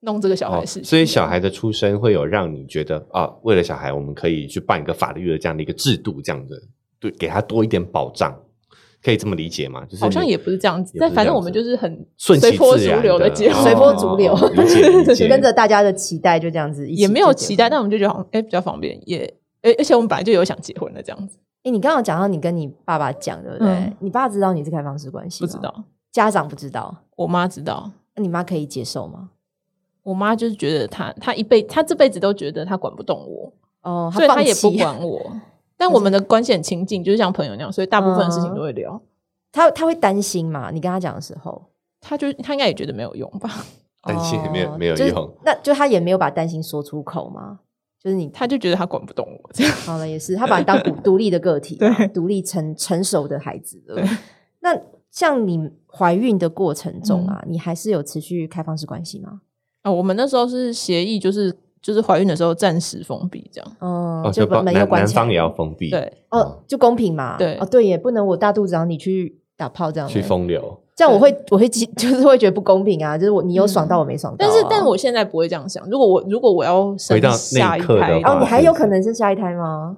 C: 弄这个小孩
B: 哦，
C: 的事情。
B: 所以小孩的出生会有让你觉得啊，为了小孩，我们可以去办一个法律的这样的一个制度，这样的对，给他多一点保障，可以这么理解吗？就是
C: 好像
B: 你
C: 也不是这样子，
B: 也不是
C: 但反
B: 这样
C: 正
B: 子
C: 我们就是很
B: 顺其
C: 随波
B: 自
C: 逐
B: 然
C: 流
B: 的哦
C: 的结婚，
A: 随波逐流
B: 哦理解 理解，
A: 跟着大家的期待就这样子一起，
C: 也没有期待，。但我们就觉得好像哎、比较方便，也哎、而且我们本来就有想结婚的这样子，
A: 哎，你刚刚讲到你跟你爸爸讲，对不对
C: 嗯？
A: 你爸知道你是啊开放式关系吗？
C: 不知，道
A: 家长不知道，
C: 我妈知道，
A: 那你妈可以接受吗？
C: 我妈就是觉得她她一辈她这辈子都觉得她管不动我，
A: 哦，
C: 所以她
A: 放
C: 也不
A: 弃
C: 管我。但我们的关系很亲近，就是像朋友那样，所以大部分的
A: 嗯
C: 事情都会聊。
A: 他他会担心嘛？你跟他讲的时候，
C: 她就她应该也觉得没有用吧，
B: 担心也没有
A: 哦
B: 没有
A: 就是
B: 用
A: 那就他也没有把担心说出口嘛。就是你
C: 她就觉得她管不动我这样。
A: 好了，也是他把你当独 独立的个体嘛，
C: 对
A: 独立成成熟的孩子了
C: 对。
A: 那像你怀孕的过程中啊，
C: 嗯
A: 你还是有持续开放式关系吗？嗯
C: 啊、我们那时候是协议，就是就是怀孕的时候暂时封闭这样。
A: 嗯，
B: 哦，
A: 就把
B: 包
A: 门
B: 男
A: 又关
B: 男
A: 起来
B: 方也要嗯封闭，
C: 对，
A: 哦，就公平嘛。
C: 对
A: 哦，对耶，不能我大肚子然后你去打炮这样，欸
B: 去，风流，
A: 这样我会我会记 就是会觉得不公平啊，就是我你有爽到我没爽到啊，
C: 嗯但是但我现在不会这样想。如果我如果我要生
B: 回到那一
C: 下一
B: 刻的
C: 胎
B: 话
A: 哦，你还有可能是下一胎吗？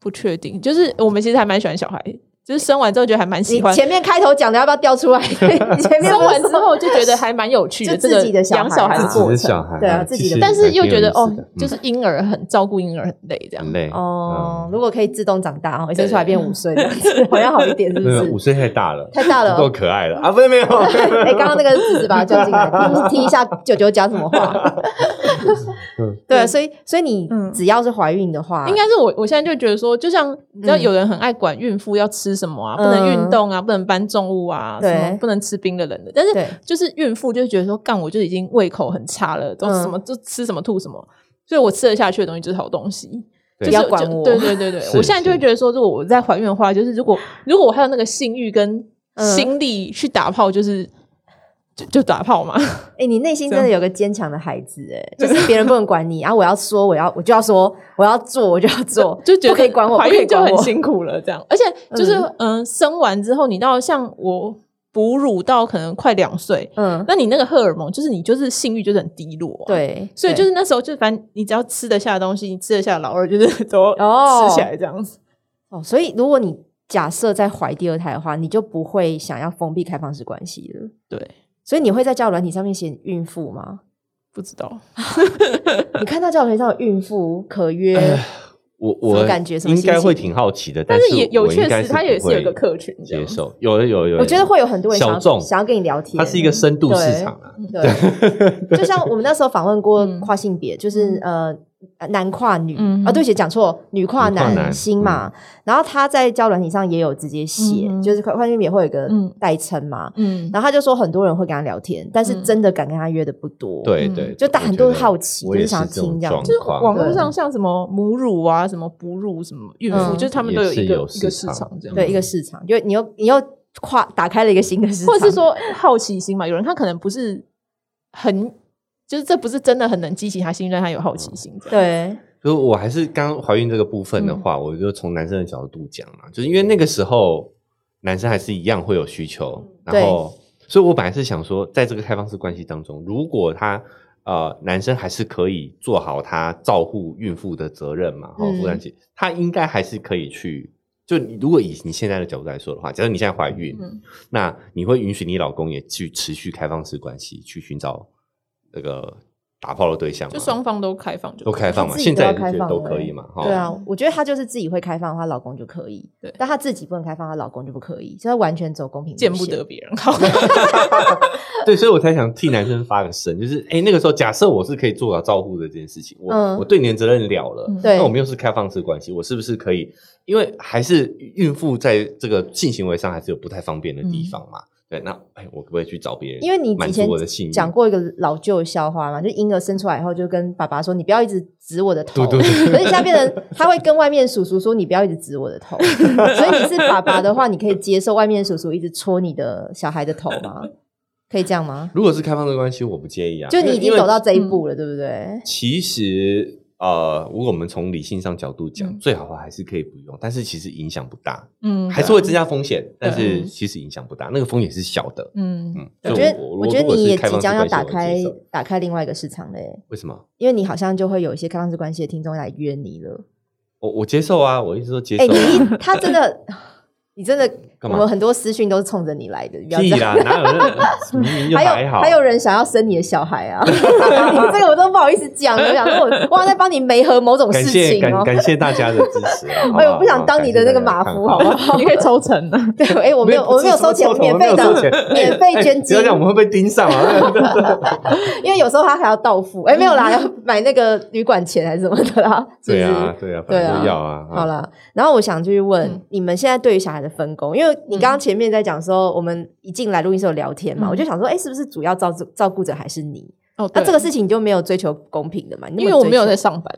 C: 不确定，就是我们其实还蛮喜欢小孩，就是生完之后觉得还蛮
A: 你
C: 喜欢，
A: 前面开头讲的要不要调出来？ 你前面
C: 生
A: 不是
C: 完之后就觉得还蛮有趣的，
A: 就自
C: 这个
A: 己的小孩
C: 养小孩的
A: 自己
C: 过
B: 只是
C: 程，
B: 小孩
A: 对啊
B: 哎
A: 自己
B: 其
A: 的
B: 实
C: 但是
B: 还挺
C: 又觉得
B: 有意
C: 哦
B: 思的，
C: 就
B: 嗯
C: 是婴儿很照顾婴儿很累这样
B: 很。累
A: 哦，
B: 嗯
A: 如果可以自动长大哦，生出来
C: 对
A: 变五岁这样子，好像好一点，是不
B: 对嗯五
A: 是？
B: 岁太大了，
A: 太大了
B: 不够
A: 哦。
B: 可爱了啊！不是没 有，
A: 哎，刚刚那个侄子把他叫进来，听听一下九九讲什么话。对啊，所以所以你
C: 嗯
A: 只要是怀孕的话，
C: 应该是我，我现在就觉得说，就像你知道，
A: 嗯
C: 有人很爱管孕妇要吃什么啊，
A: 嗯
C: 不能运动啊，不能搬重物啊，
A: 对
C: 什么不能吃冰的冷的。但是
A: 对
C: 就是孕妇就觉得说，干我就已经胃口很差了，都
A: 嗯
C: 什么就吃什么吐什么，所以我吃得下去的东西就是好东西。
B: 对
C: 就
A: 不
C: 是
A: 要管
C: 就
A: 我
C: 对 对对对，
B: 是
C: 我现在就会
B: 是
C: 觉得说，如果我在怀孕的话，就是如果如果我还有那个性欲跟
A: 嗯
C: 心力去打炮，就是、就就打炮嘛。
A: 哎、你内心真的有个坚强的孩子、哎，就是别人不能管你，啊， 我要说，我要我就要说，我要做，我就要做，
C: 就觉得
A: 不可以管我，
C: 怀
A: 不可
C: 孕
A: 以
C: 就
A: 管
C: 很
A: 我
C: 辛苦了， 这样。而且就是嗯、生完之后，你到像我哺乳到可能快两岁，
A: 嗯，
C: 那你那个荷尔蒙就是你就是性欲就是很低落、，啊
A: 对，
C: 所以就
A: 对
C: 是那时候就反正你只要吃得下的东西，你吃得下老二就是 都
A: 哦
C: 吃起来这样子。
A: 哦，所以如果你假设在怀第二胎的话，你就不会想要封闭开放式关系了，
C: 对，
A: 所以你会在交友软体上面写孕妇 吗？
C: 不知道，
A: 你看到交友软体上有孕妇可约，
B: 呃我
A: 什
B: 我
A: 么感觉什么
B: 应
A: 心
B: 该会
A: 情
B: 挺好奇的，
C: 但
B: 是
C: 也有
B: 我应
C: 确
B: 该
C: 实，它也
B: 不
C: 是有一个
B: 会
C: 客群这样
B: 接受，有的有的有的，
A: 我觉得会有很多人想
B: 小
A: 要
B: 众
A: 想要跟你聊天，
B: 它是一个深度市场啊，
A: 对， 就像我们那时候访问过
C: 嗯
A: 跨性别，就是呃男跨女
C: 嗯
A: 啊，对不起，讲错，女跨
B: 女跨男嗯
A: 男星嘛。然后他在交友软体上也有直接写
C: 嗯，哼
A: 就是跨跨性别会有一个
C: 嗯
A: 代称嘛。
C: 嗯，
A: 然后他就说很多人会跟他聊天，但是
C: 嗯
A: 真的敢跟他约的不多。
B: 对
C: 嗯
B: 对，
A: 就大
B: 我
A: 很
B: 觉
A: 多
B: 得
A: 好奇
B: 我
A: 就是
B: 也
A: 想
B: 是这种
A: 听这样
B: 状
A: 就是
B: 况
C: 网络
A: 对
C: 上像什么母乳啊、什么哺乳、什么孕
A: 嗯
C: 妇，就是他们都
B: 也
C: 有一
B: 是
C: 个
B: 有
C: 一
B: 市
C: 个市
B: 场
C: 场这样。
A: 对一个市场，就你又你又跨打开了一个新的市场，
C: 或者是说好奇心嘛，有人他可能不是很，就是这不是真的很能激起他心，让他有好奇心。
A: 对，
B: 就是我还是刚刚怀孕这个部分的
C: 嗯
B: 话，我就从男生的角度讲嘛，就是因为那个时候男生还是一样会有需求，
C: 嗯
B: 然后，所以我本来是想说，在这个开放式关系当中，如果他呃男生还是可以做好他照顾孕妇的责任嘛，哈、
A: 嗯
B: 负担起，他应该还是可以去。就你如果以你现在的角度来说的话，假如你现在怀孕，
C: 嗯
B: 那你会允许你老公也去持续开放式关系，去寻找那个打炮的对象吗？
C: 就双方都开放就
B: 都
C: 可以
B: 开放嘛，
A: 自己
B: 现
A: 都要
B: 在就
A: 开
B: 觉得
A: 放
B: 都
A: 了
B: 可以嘛，哈。
A: 对啊，我觉得她就是自己会开放的话，老公就可以；
C: 对
A: 但她自己不能开放，她老公就不可以，所以她完全走公平路
C: 见不
A: 线
C: 得。别人好。
B: 对，所以我才想替男生发个声，就是哎、诶那个时候假设我是可以做到照顾的这件事情，我、
A: 嗯
B: 我对你的责任了了，
C: 嗯
A: 对
B: 那我们又是开放式关系，我是不是可以？因为还是孕妇在这个性行为上还是有不太方便的地方嘛。对，那哎、我可不可以去找别人？
A: 嗯因为你
B: 满
A: 以
B: 足
A: 前
B: 我的性欲
A: 讲，过一个老旧的笑话嘛，就婴儿生出来以后就跟爸爸说：“你不要一直指我的头。”
B: 对 对
A: 可是现在变成他会跟外面叔叔说：“你不要一直指我的头。”所以你是爸爸的话，你可以接受外面叔叔一直戳你的小孩的头吗？可以这样吗？
B: 如果是开放式关系，我不介意啊。
A: 就
B: 因
A: 你
B: 为
A: 已经走到这一步了，对不对？
B: 其实呃，如果我们从理性上角度讲，
C: 嗯
B: 最好还是可以不用，但是其实影响不大，
C: 嗯，
B: 还是会增加风险，但是
C: 嗯
B: 其实影响不大，那个风险是小的。
C: 嗯
B: 嗯，
A: 我
B: 所以
A: 觉得，
B: 我
A: 我觉得你也即将要打开
B: 如果是开放式关系我会接受
A: 打开另外一个市场嘞、
B: 为什么？
A: 因为你好像就会有一些开放式关系的听众来约你了。
B: 我我接受啊，我一直说接受
A: 哎、
B: 啊、
A: 你一他真的，你真的，我
B: 干嘛
A: 们很多私讯都是冲着你来 的，你不要这
B: 屁
A: 样。
B: 啦，哪有 那明明就
A: 还
B: 还
A: 有
B: 好，
A: 还有人想要生你的小孩 啊，这个我都不好意思讲，我想说我哇在帮你媒合某种
B: 感
A: 事
B: 谢
A: 情
B: 感
A: 哦。
B: 感谢大家的支持 啊！好好
A: 哎，我不想当你的那个马夫，好不？好？
C: 你可以抽成啊。
A: 对，哎，我
B: 我
A: 没有，我没有收钱，免费的， 免费捐
B: 哎不
A: 精
B: 要，这样，我们会被盯 上啊！
A: 因为有时候他还要到付，哎，没有啦，要买那个旅馆钱还是什么的啦，是不
B: 对
A: 是？
B: 啊，对啊，反正就要啊。
A: 好，了，然后我想继续问、
C: 嗯
A: 你们现在对于小孩的分工，因为你刚刚前面在讲说，我们一进来录音室有聊天嘛，
C: 嗯
A: 我就想说，哎、是不是主要照顾照顾者还是你？
C: 哦，
A: 那、
C: 对
A: 这个事情你就没有追求公平的嘛？你
C: 因为我没有
A: 追
C: 在
A: 求
C: 上班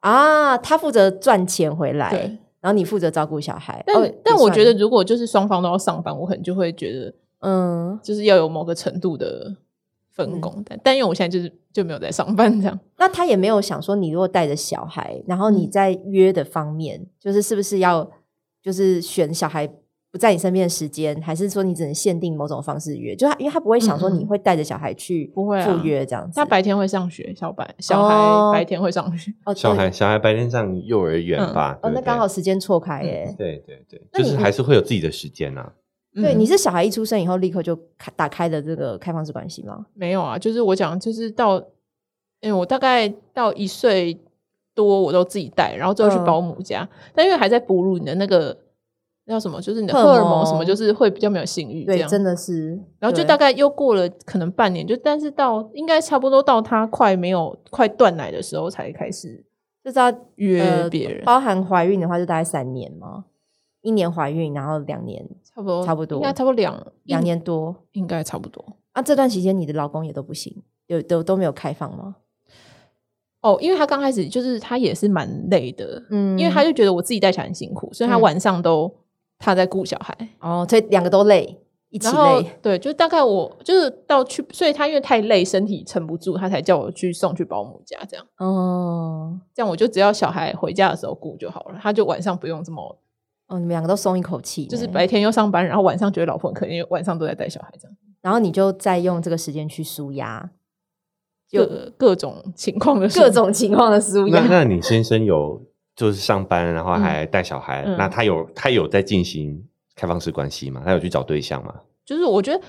C: 啊。
A: 啊，他负责赚钱回来，
C: 对，
A: 然后你负责照顾小孩。
C: 但、
A: 哦
C: 但
A: 也
C: 我
A: 算
C: 觉得，如果就是双方都要上班，我可能就会觉得
A: 嗯嗯，
C: 就是要有某个程度的分工。但但因为我现在就是就没有在上班，这样
A: 那他也没有想说，你如果带着小孩，然后你
C: 嗯
A: 在约的方面，就是是不是要就是选小孩不在你身边的时间，还是说你只能限定某种方式约？就他，因为他不会想说
C: 嗯嗯
A: 你会带着小孩去
C: 不会啊
A: 赴约这样子。
C: 他白天会上学，小白小
A: 哦
C: 孩白天会上学。
A: 哦
B: 小
A: 对
B: 孩小孩白天上幼儿园吧，
A: 哦，
B: 对不嗯
A: 那
B: 对
A: 刚好时间错开耶。
B: 对对对，
A: 那
B: 就
A: 你
B: 是还是会有自己的时间啊。
A: 对，
C: 嗯
A: 你是小孩一出生以后立刻就开打开的这个开放式关系吗？
C: 没有啊？就是我讲，就是到，因为我大概到一岁多，我都自己带，然后最后去
A: 嗯
C: 保姆家。但因为还在哺乳，你的那个那叫什么，就是你的
A: 荷
C: 荷尔
A: 蒙
C: 蒙什么，就是会比较没有性欲，这
A: 对，
C: 样
A: 真的是。
C: 然后就
A: 对
C: 大概又过了可能半年，就但是到应该差不多到他快没有快断奶的时候才开始
A: 就是要
C: 约
A: 呃
C: 别人，
A: 包含怀孕的话，就大概三年嘛，一年怀孕，然后两年
C: 差不多
A: 差不多
C: 哦应该差不多两
A: 两，年多。
C: 应应该差不多
A: 啊，这段期间你的老公也都不行，有都都没有开放吗？
C: 哦。因为他刚开始就是他也是蛮累的，
A: 嗯
C: 因为他就觉得我自己带小孩很辛苦，所以他
A: 嗯
C: 晚上都、他在顾小孩，
A: 哦，所以两个都累，一起
C: 然后
A: 累。
C: 对，就大概我就是到去，所以他因为太累，身体撑不住，他才叫我去送去保姆家这样。
A: 哦
C: 这样我就只要小孩回家的时候顾就好了，他就晚上不用这么
A: 哦，你们两个都松一口气呢，
C: 就是白天又上班，然后晚上觉得老婆很可怜，因为晚上都在带小孩，这样
A: 然后你就再用这个时间去舒 压，就
C: 各各种情况的
A: 各种情况的舒
B: 那
A: 压。
B: 那你先生有就是上班，然后还带小孩，
C: 嗯嗯
B: 那他有他有在进行开放式关系吗？他有去找对象吗？
C: 就是我觉得，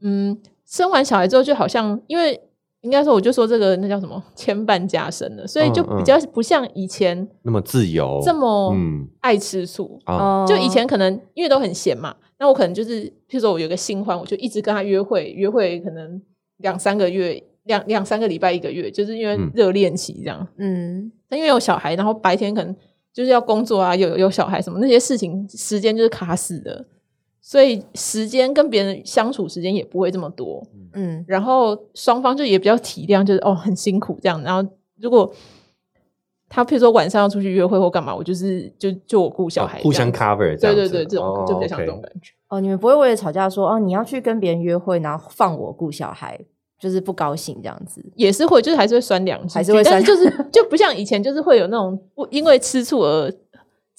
C: 嗯，生完小孩之后就好像，因为应该说，我就说这个那叫什么牵绊加深了，所以就
B: 嗯嗯
C: 比较不像以前
B: 那么自由，
C: 这么哦
B: 嗯
C: 爱吃醋。
B: 啊，
A: 哦
C: 就以前可能因为都很闲嘛，那我可能就是，譬如说我有个新欢，我就一直跟他约会，约会可能两三个月，两两三个礼拜一个月，就是因为
B: 嗯
C: 热恋期这样。
A: 嗯，
C: 那因为有小孩，然后白天可能就是要工作啊，有有小孩什么那些事情，时间就是卡死的，所以时间跟别人相处时间也不会这么多。
A: 嗯，
C: 然后双方就也比较体谅，就是哦很辛苦这样。然后如果他譬如说晚上要出去约会或干嘛，我就是就就我顾小孩、
B: 啊哦互相 cover，这
C: 对
B: 样
C: 对
B: 子
C: 对，这种、
B: 哦
C: 就比较像这种
B: OK
C: 感觉。
A: 哦，你们不会为了吵架说哦，你要去跟别人约会，然后放我顾小孩，就是不高兴这样子。
C: 也是会，就是还是会酸两句，
A: 还是会
C: 但是就
A: 酸
C: 是就不像以前，就是会有那种不因为吃醋而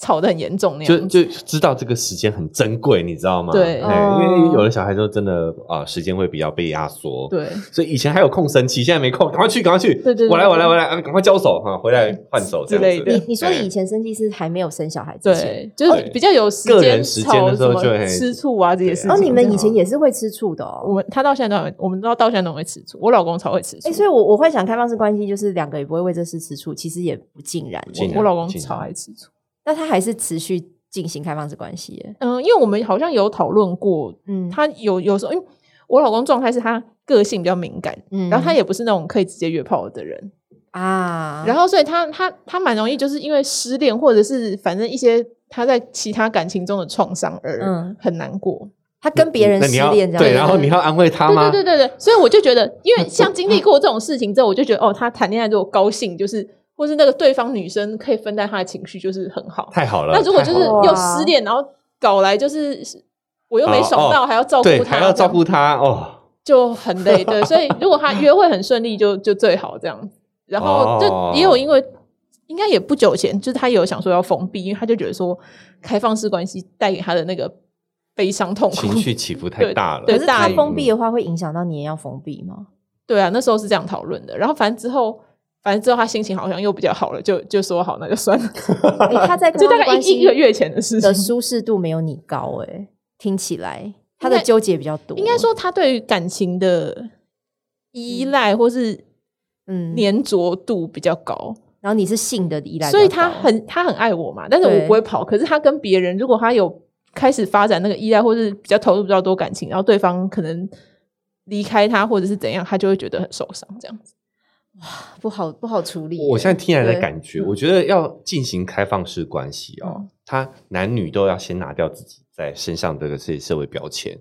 C: 吵得很严重那
B: 就
C: 样子。
B: 就知道这个时间很珍贵，你知道吗？
C: 对
B: 哎因
A: 哦
B: 为有的小孩就真的啊、时间会比较被压缩。，
C: 对，
B: 所以以前还有空生气，现在没空，赶快去，赶快去，
C: 对对对
B: 我来，
C: 对嗯
B: 我来，我来，啊赶快交手哈、啊回来换手这
C: 之
B: 样子。
C: 类
A: 你
C: 对
A: 你说你
B: 哎
A: 以前生气是还没有生小孩之前，
C: 对，就是
B: 对
C: 比较有时
B: 个
C: 间
B: 人时间
C: 吵
B: 的时候
C: 什么
B: 就会
C: 吃醋啊这些
B: 对
C: 事情。
A: 哦，你们以
C: 这
A: 前
C: 样
A: 也是会吃醋的
C: 我
A: 哦。
C: 们他到现在都还，我们到到现在都还会吃醋，我老公超会吃醋。
A: 哎、所以我我幻想开放式关系就是两个也不会为这事吃醋，其实也不尽然。
B: 尽
C: 我
B: 然
C: 老公
B: 尽
C: 超
B: 量
C: 爱吃醋。
A: 那他还是持续进行开放式关系耶。
C: 嗯，因为我们好像有讨论过，
A: 嗯，
C: 他有有时候，因为我老公状态是他个性比较敏感，
A: 嗯
C: 然后他也不是那种可以直接约炮的人，
A: 啊，
C: 然后所以他他他蛮容易就是因为失恋或者是反正一些他在其他感情中的创伤而
A: 嗯
C: 很难过。
A: 他跟别人
B: 那
A: 失
B: 你要
A: 恋这样子，
B: 对，然后你要安慰他吗？
C: 对对对对对，所以我就觉得，因为像经历过这种事情之后，我就觉得哦，他谈恋爱如果高兴，就是或是那个对方女生可以分担他的情绪，就是很好。
B: 太好了。
C: 那如果就是
B: 太好了
C: 又失恋，然后搞来就是我又没爽到，
B: 哦哦
C: 还要照顾
B: 对，
C: 他，
B: 还要照顾他哦。
C: 就很累，对，所 以如果他约会很顺利就，就最好这样。然后
B: 哦
C: 就也有因为应该也不久前，就是他有想说要封闭，因为他就觉得说开放式关系带给他的那个悲伤痛苦
B: 情绪起伏太大了。
C: 对
A: 可
C: 对
A: 是
C: 大
A: 他
C: 于
A: 封闭的话，会影响到你也要封闭吗？
C: 对啊，那时候是这样讨论的。然后反正之后，反正之后他心情好像又比较好了，就就说好那就算了，
A: 欸、他在开
C: 就大
A: 放式
C: 概
A: 关
C: 一
A: 系
C: 一个月前的事
A: 的
C: 情。
A: 舒适度没有你高哎、听起来他
C: 应
A: 的
C: 该
A: 纠结比较多。
C: 应该，说他对于感情的依赖或是
A: 嗯，
C: 粘着度比较高。
A: 然后你是性的依赖比较
C: 所
A: 高，
C: 以他很他很爱我嘛，但是我
A: 对
C: 不会跑。可是他跟别人，如果他有开始发展那个依赖，或是比较投入比较多感情，然后对方可能离开他或者是怎样，他就会觉得很受伤。这样子，
A: 不好不好处理欸、
B: 我现在听来的
A: 对
B: 感觉，我觉得要进行开放式关系哦，
C: 嗯
B: 他男女都要先拿掉自己在身上的这些社会标签。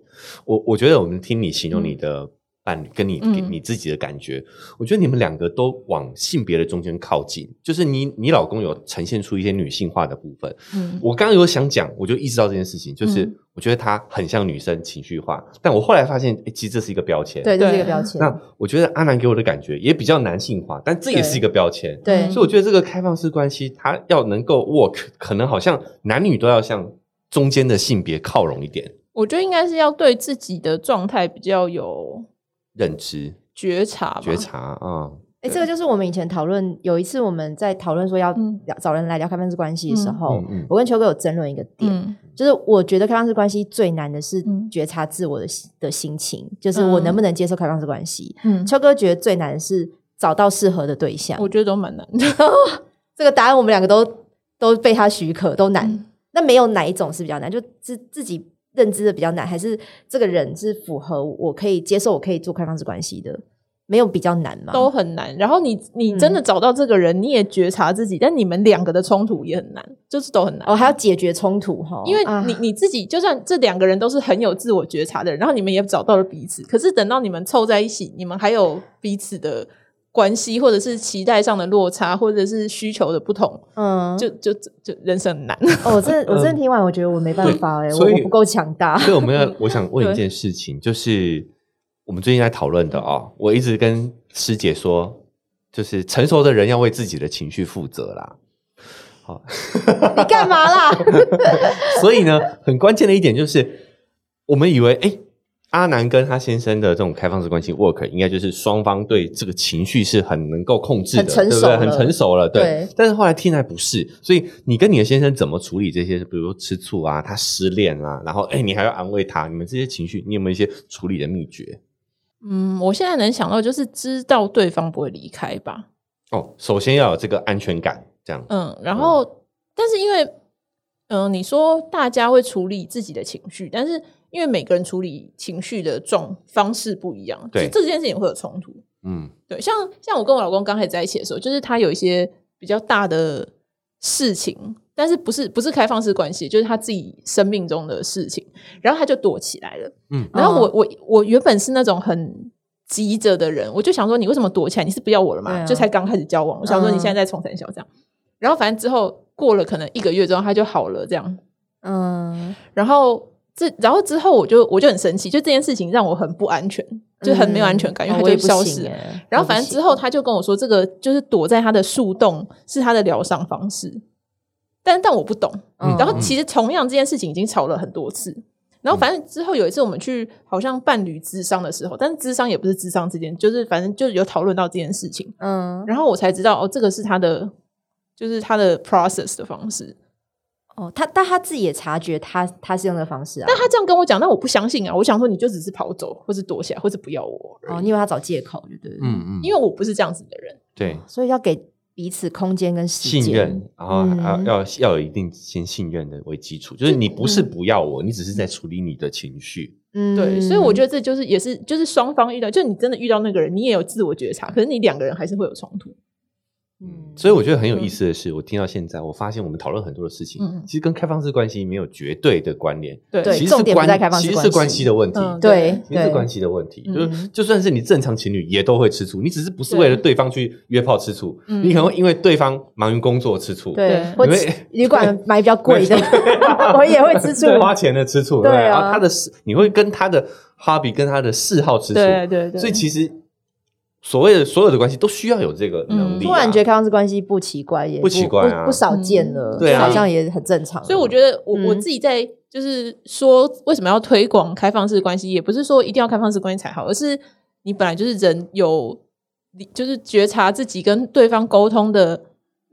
B: 我我觉得我们听你形容你的伴侣，跟你、
C: 嗯
B: 给你自己的感觉，我觉得你们两个都往性别的中间靠近，就是你你老公有呈现出一些女性化的部分。
C: 嗯，
B: 我刚刚有想讲，我就意识到这件事情，就是
C: 嗯
B: 我觉得他很像女生情绪化，但我后来发现，诶其实这是一个标签。
A: 对，这是一
C: 对
A: 个标签。
B: 那我觉得阿南给我的感觉也比较男性化，但这也是一个标签。
C: 嗯
A: 对
B: 所以我觉得这个开放式关系，它要能够 work，可能好像男女都要向中间的性别靠拢一点
C: 我觉得应该是要对自己的状态比较有
B: 认知、
C: 觉察吧。
B: 觉察啊。
A: 哎、这个就是我们以前讨论，有一次我们在讨论说要
C: 嗯
A: 聊找人来聊开放式关系的时
C: 嗯
A: 候，
B: 嗯嗯
A: 我跟球哥有争论一个点，
C: 嗯，
A: 就是我觉得开放式关系最难的是
C: 嗯
A: 觉察自我的心的心情，就是我能不能接受开放式关系。
C: 嗯，
A: 秋哥觉得最难的是找到适合的对象
C: 我，觉得都蛮难的。
A: 这个答案我们两个都都被他许可，都难。
C: 嗯
A: 那没有哪一种是比较难，就自自己认知的比较难，还是这个人是符合我可以接受，我可以做开放式关系的，没有比较难吗？
C: 都很难，然后你你
A: 嗯
C: 真的找到这个人，你也觉察自己，但你们两个的冲突也很难，就是都很难。
A: 哦，还要解决冲突哈，
C: 因为
A: 啊
C: 你你自己，就算这两个人都是很有自我觉察的人，然后你们也找到了彼此，可是等到你们凑在一起，你们还有彼此的关系，或者是期待上的落差，或者是需求的不同，
A: 嗯，
C: 就就就就人生很难。
A: 哦，我真的我真的听完，我觉得我没办法哎、
B: 对
A: 我
B: 所以
A: 我不够强大，
B: 所以我们要，我想问
C: 对
B: 一件事情，就是我们最近在讨论
A: 嗯
B: 的哦，我一直跟师姐说，就是成熟的人要为自己的情绪负责啦。
A: 你干嘛啦？
B: 所以呢，很关键的一点就是，我们以为哎、诶阿南跟他先生的这种开放式关系 work，应该就是双方对这个情绪是很能够控制的，
A: 很成熟
B: 对
A: 了
B: 不对？很成熟了，对。
A: 对
B: 但是后来听来不是，所以你跟你的先生怎么处理这些，比如说吃醋啊，他失恋啊，然后哎、诶你还要安慰他，你们这些情绪，你有没有一些处理的秘诀？
C: 嗯，我现在能想到就是知道对方不会离开吧，
B: 哦，首先要有这个安全感，这样。
C: 嗯，然后、但是因为，嗯、你说大家会处理自己的情绪，但是因为每个人处理情绪的状方式不一样，
B: 对
C: 这这件事情会有冲突。
B: 嗯，
C: 对，像像我跟我老公刚开始在一起的时候，就是他有一些比较大的事情，但是不是不是开放式关系，就是他自己生命中的事情，然后他就躲起来了。
B: 嗯
C: 然
A: 哦
C: 后我、我我原本是那种很。急着的人，我就想说，你为什么躲起来？你是不要我了吗？
A: 对啊
C: 就才刚开始交往，我想说你
A: 嗯
C: 现在在冲三小这样。然后反正之后过了可能一个月之后，他就好了这样。
A: 嗯，
C: 然后这然后之后我就我就很生气，就这件事情让我很不安全，就很没有安全感，因
A: 嗯
C: 为
A: 哦我
C: 他
A: 也
C: 就
A: 不
C: 消
A: 行
C: 失了。
A: 欸
C: 然
A: 我
C: 后
A: 不
C: 反正
A: 行
C: 之后他就跟我说，这个就是躲在他的树洞是他的疗伤方式，但但我不懂。
A: 嗯嗯
C: 然后其实同样这件事情已经吵了很多次。然后反正之后有一次我们去好像伴侣智商的时候，但是智商也不是智商之间，就是反正就有讨论到这件事情，
A: 嗯
C: 然后我才知道哦，这个是他的，就是他的 process 的方式。
A: 哦，他但他自己也察觉他他是用的方式啊
C: 但，他这样跟我讲，但我不相信啊，我想说你就只是跑走，或是躲起来，或是不要我而已
A: 哦，你以为他找借口对不对？嗯，
B: 嗯嗯，
C: 因为我不是这样子的人。
B: 对
A: 所以要给彼此空间跟时间
B: 信任，然后还要
A: 嗯
B: 要要有一定先信任的为基础，就是你不是不要我，你只是在处理你的情绪。
A: 嗯
C: 对，所以我觉得这就是也是就是双方遇到，就你真的遇到那个人，你也有自我觉察，可是你两个人还是会有冲突。
A: 嗯
B: 所以我觉得很有意思的是，我听到现在，我发现我们讨论很多的事情，
C: 嗯
B: 其实跟开放式关系没有绝对的关联，
C: 对
A: 对
B: 其实
A: 重
B: 是
A: 点不在开
B: 关
A: 放式
B: 其实是
A: 关
B: 关
A: 系
B: 系的问题。
C: 嗯
A: 对
B: 其实是
A: 对
B: 关系的问题，就是
C: 嗯
B: 就算是你正常情侣也都会吃醋，你只是不是为了对方去约炮吃醋，
C: 嗯
B: 你可能会因为对方忙于工作吃醋，
A: 对
C: 对，
A: 我
B: 因为
A: 旅馆买比较贵的，我也会吃醋。
B: 花钱的吃醋，
A: 对
B: 对
A: 啊
B: 不对然后他的嗜你会跟他的 hobby 跟他的嗜好吃醋，
C: 对对对，
B: 所以其实所谓的所有的关系都需要有这个能力、啊
A: 突然觉得开放式关系不奇怪，也
B: 不奇怪啊
A: 不不少见了，
B: 嗯对啊
A: 好像也很正常。
C: 所以我觉得我、
A: 嗯
C: 我自己在就是说为什么要推广开放式关系，也不是说一定要开放式关系才好，而是你本来就是人有，就是觉察自己跟对方沟通的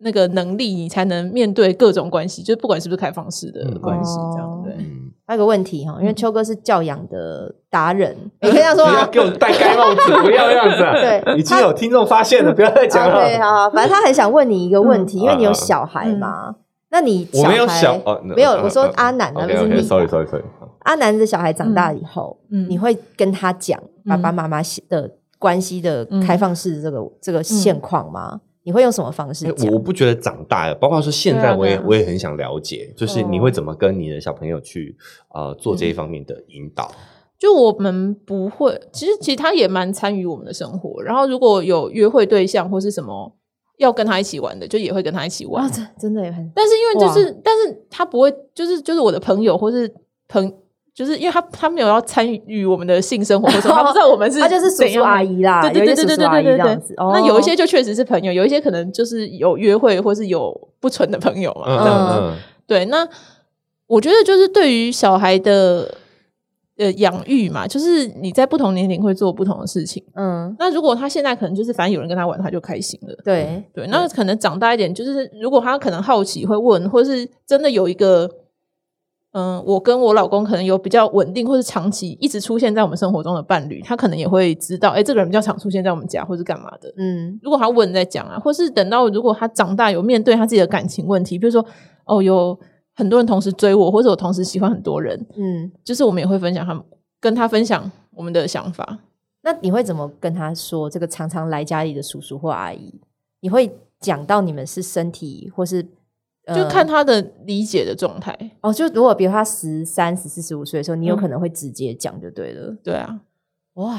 C: 那个能力，你才能面对各种关系，就是不管是不是开放式的
B: 嗯
C: 关系，
A: 哦
C: 这样对。嗯
B: 嗯，
A: 还有个问题哈，因为秋哥是教养的达人， 也可以这样说
B: 不要
A: 啊。
B: 给我戴盖帽子，不要这样子、啊。
A: 对
B: 已经有听众发现了，不要再讲
A: 啊，对，
B: 了。
A: 好好，反正他很想问你一个问题，
B: 嗯
A: 因为你有小孩嘛。
C: 嗯
A: 那你
B: 我没有
A: 孩
B: 小哦，
A: 没有，我说阿南啊，不
B: OK
A: 是你
B: OK，
A: 啊。
B: sorry sorry sorry。
A: 阿南的小孩长大以后，
C: 嗯嗯嗯
A: 你会跟他讲爸爸妈妈的关系的开放式这个、这
C: 嗯
A: 个现况吗？你会用什么方式
B: 哎
A: 讲？
B: 我不觉得长大了，包括说现
C: 对
B: 在
C: 啊
B: 我也、
C: 对啊
B: 我也很想了解，就是
A: 哦
B: 你会怎么跟你的小朋友去呃做
A: 嗯
B: 这一方面的引导？
C: 就我们不会，其实其实他也蛮参与我们的生活。然后如果有约会对象或是什么要跟他一起玩的，就也会跟他一起玩。
A: 哇，真哦真的也很
C: 但是因为就是，但是他不会，就是就是我的朋友或是朋，就是因为他他没有要参与我们的性生活或者他不知道我们 是
A: 他啊就是叔
C: 怎
A: 叔
C: 样的
A: 阿。姨啦，
C: 对对对对对对对对
A: 有一些叔叔阿姨这样子。哦
C: 那有一些就确实是朋友，有一些可能就是有约会或是有不纯的朋友嘛。
B: 嗯嗯
C: 对，那我觉得就是对于小孩的呃养育嘛，就是你在不同年龄会做不同的事情。
A: 嗯，
C: 那如果他现在可能就是反正有人跟他玩，他就开心了。
A: 对，
C: 对，那可能长大一点，就是如果他可能好奇会问，或是真的有一个，嗯，我跟我老公可能有比较稳定或是长期一直出现在我们生活中的伴侣，他可能也会知道，哎、这个人比较常出现在我们家，或是干嘛的。
A: 嗯
C: 如果他问再讲啊，或是等到如果他长大有面对他自己的感情问题，比如说哦，有很多人同时追我，或者我同时喜欢很多人，
A: 嗯。
C: 就是我们也会分享他们跟他分享我们的想法。
A: 那你会怎么跟他说这个常常来家里的叔叔或阿姨？你会讲到你们是身体或是？呃
C: 就看他的理解的状态，
A: 哦，就如果比如他十三、十四、十五岁的时候，你有
C: 嗯
A: 可能会直接讲就对了。
C: 对啊，
A: 哇，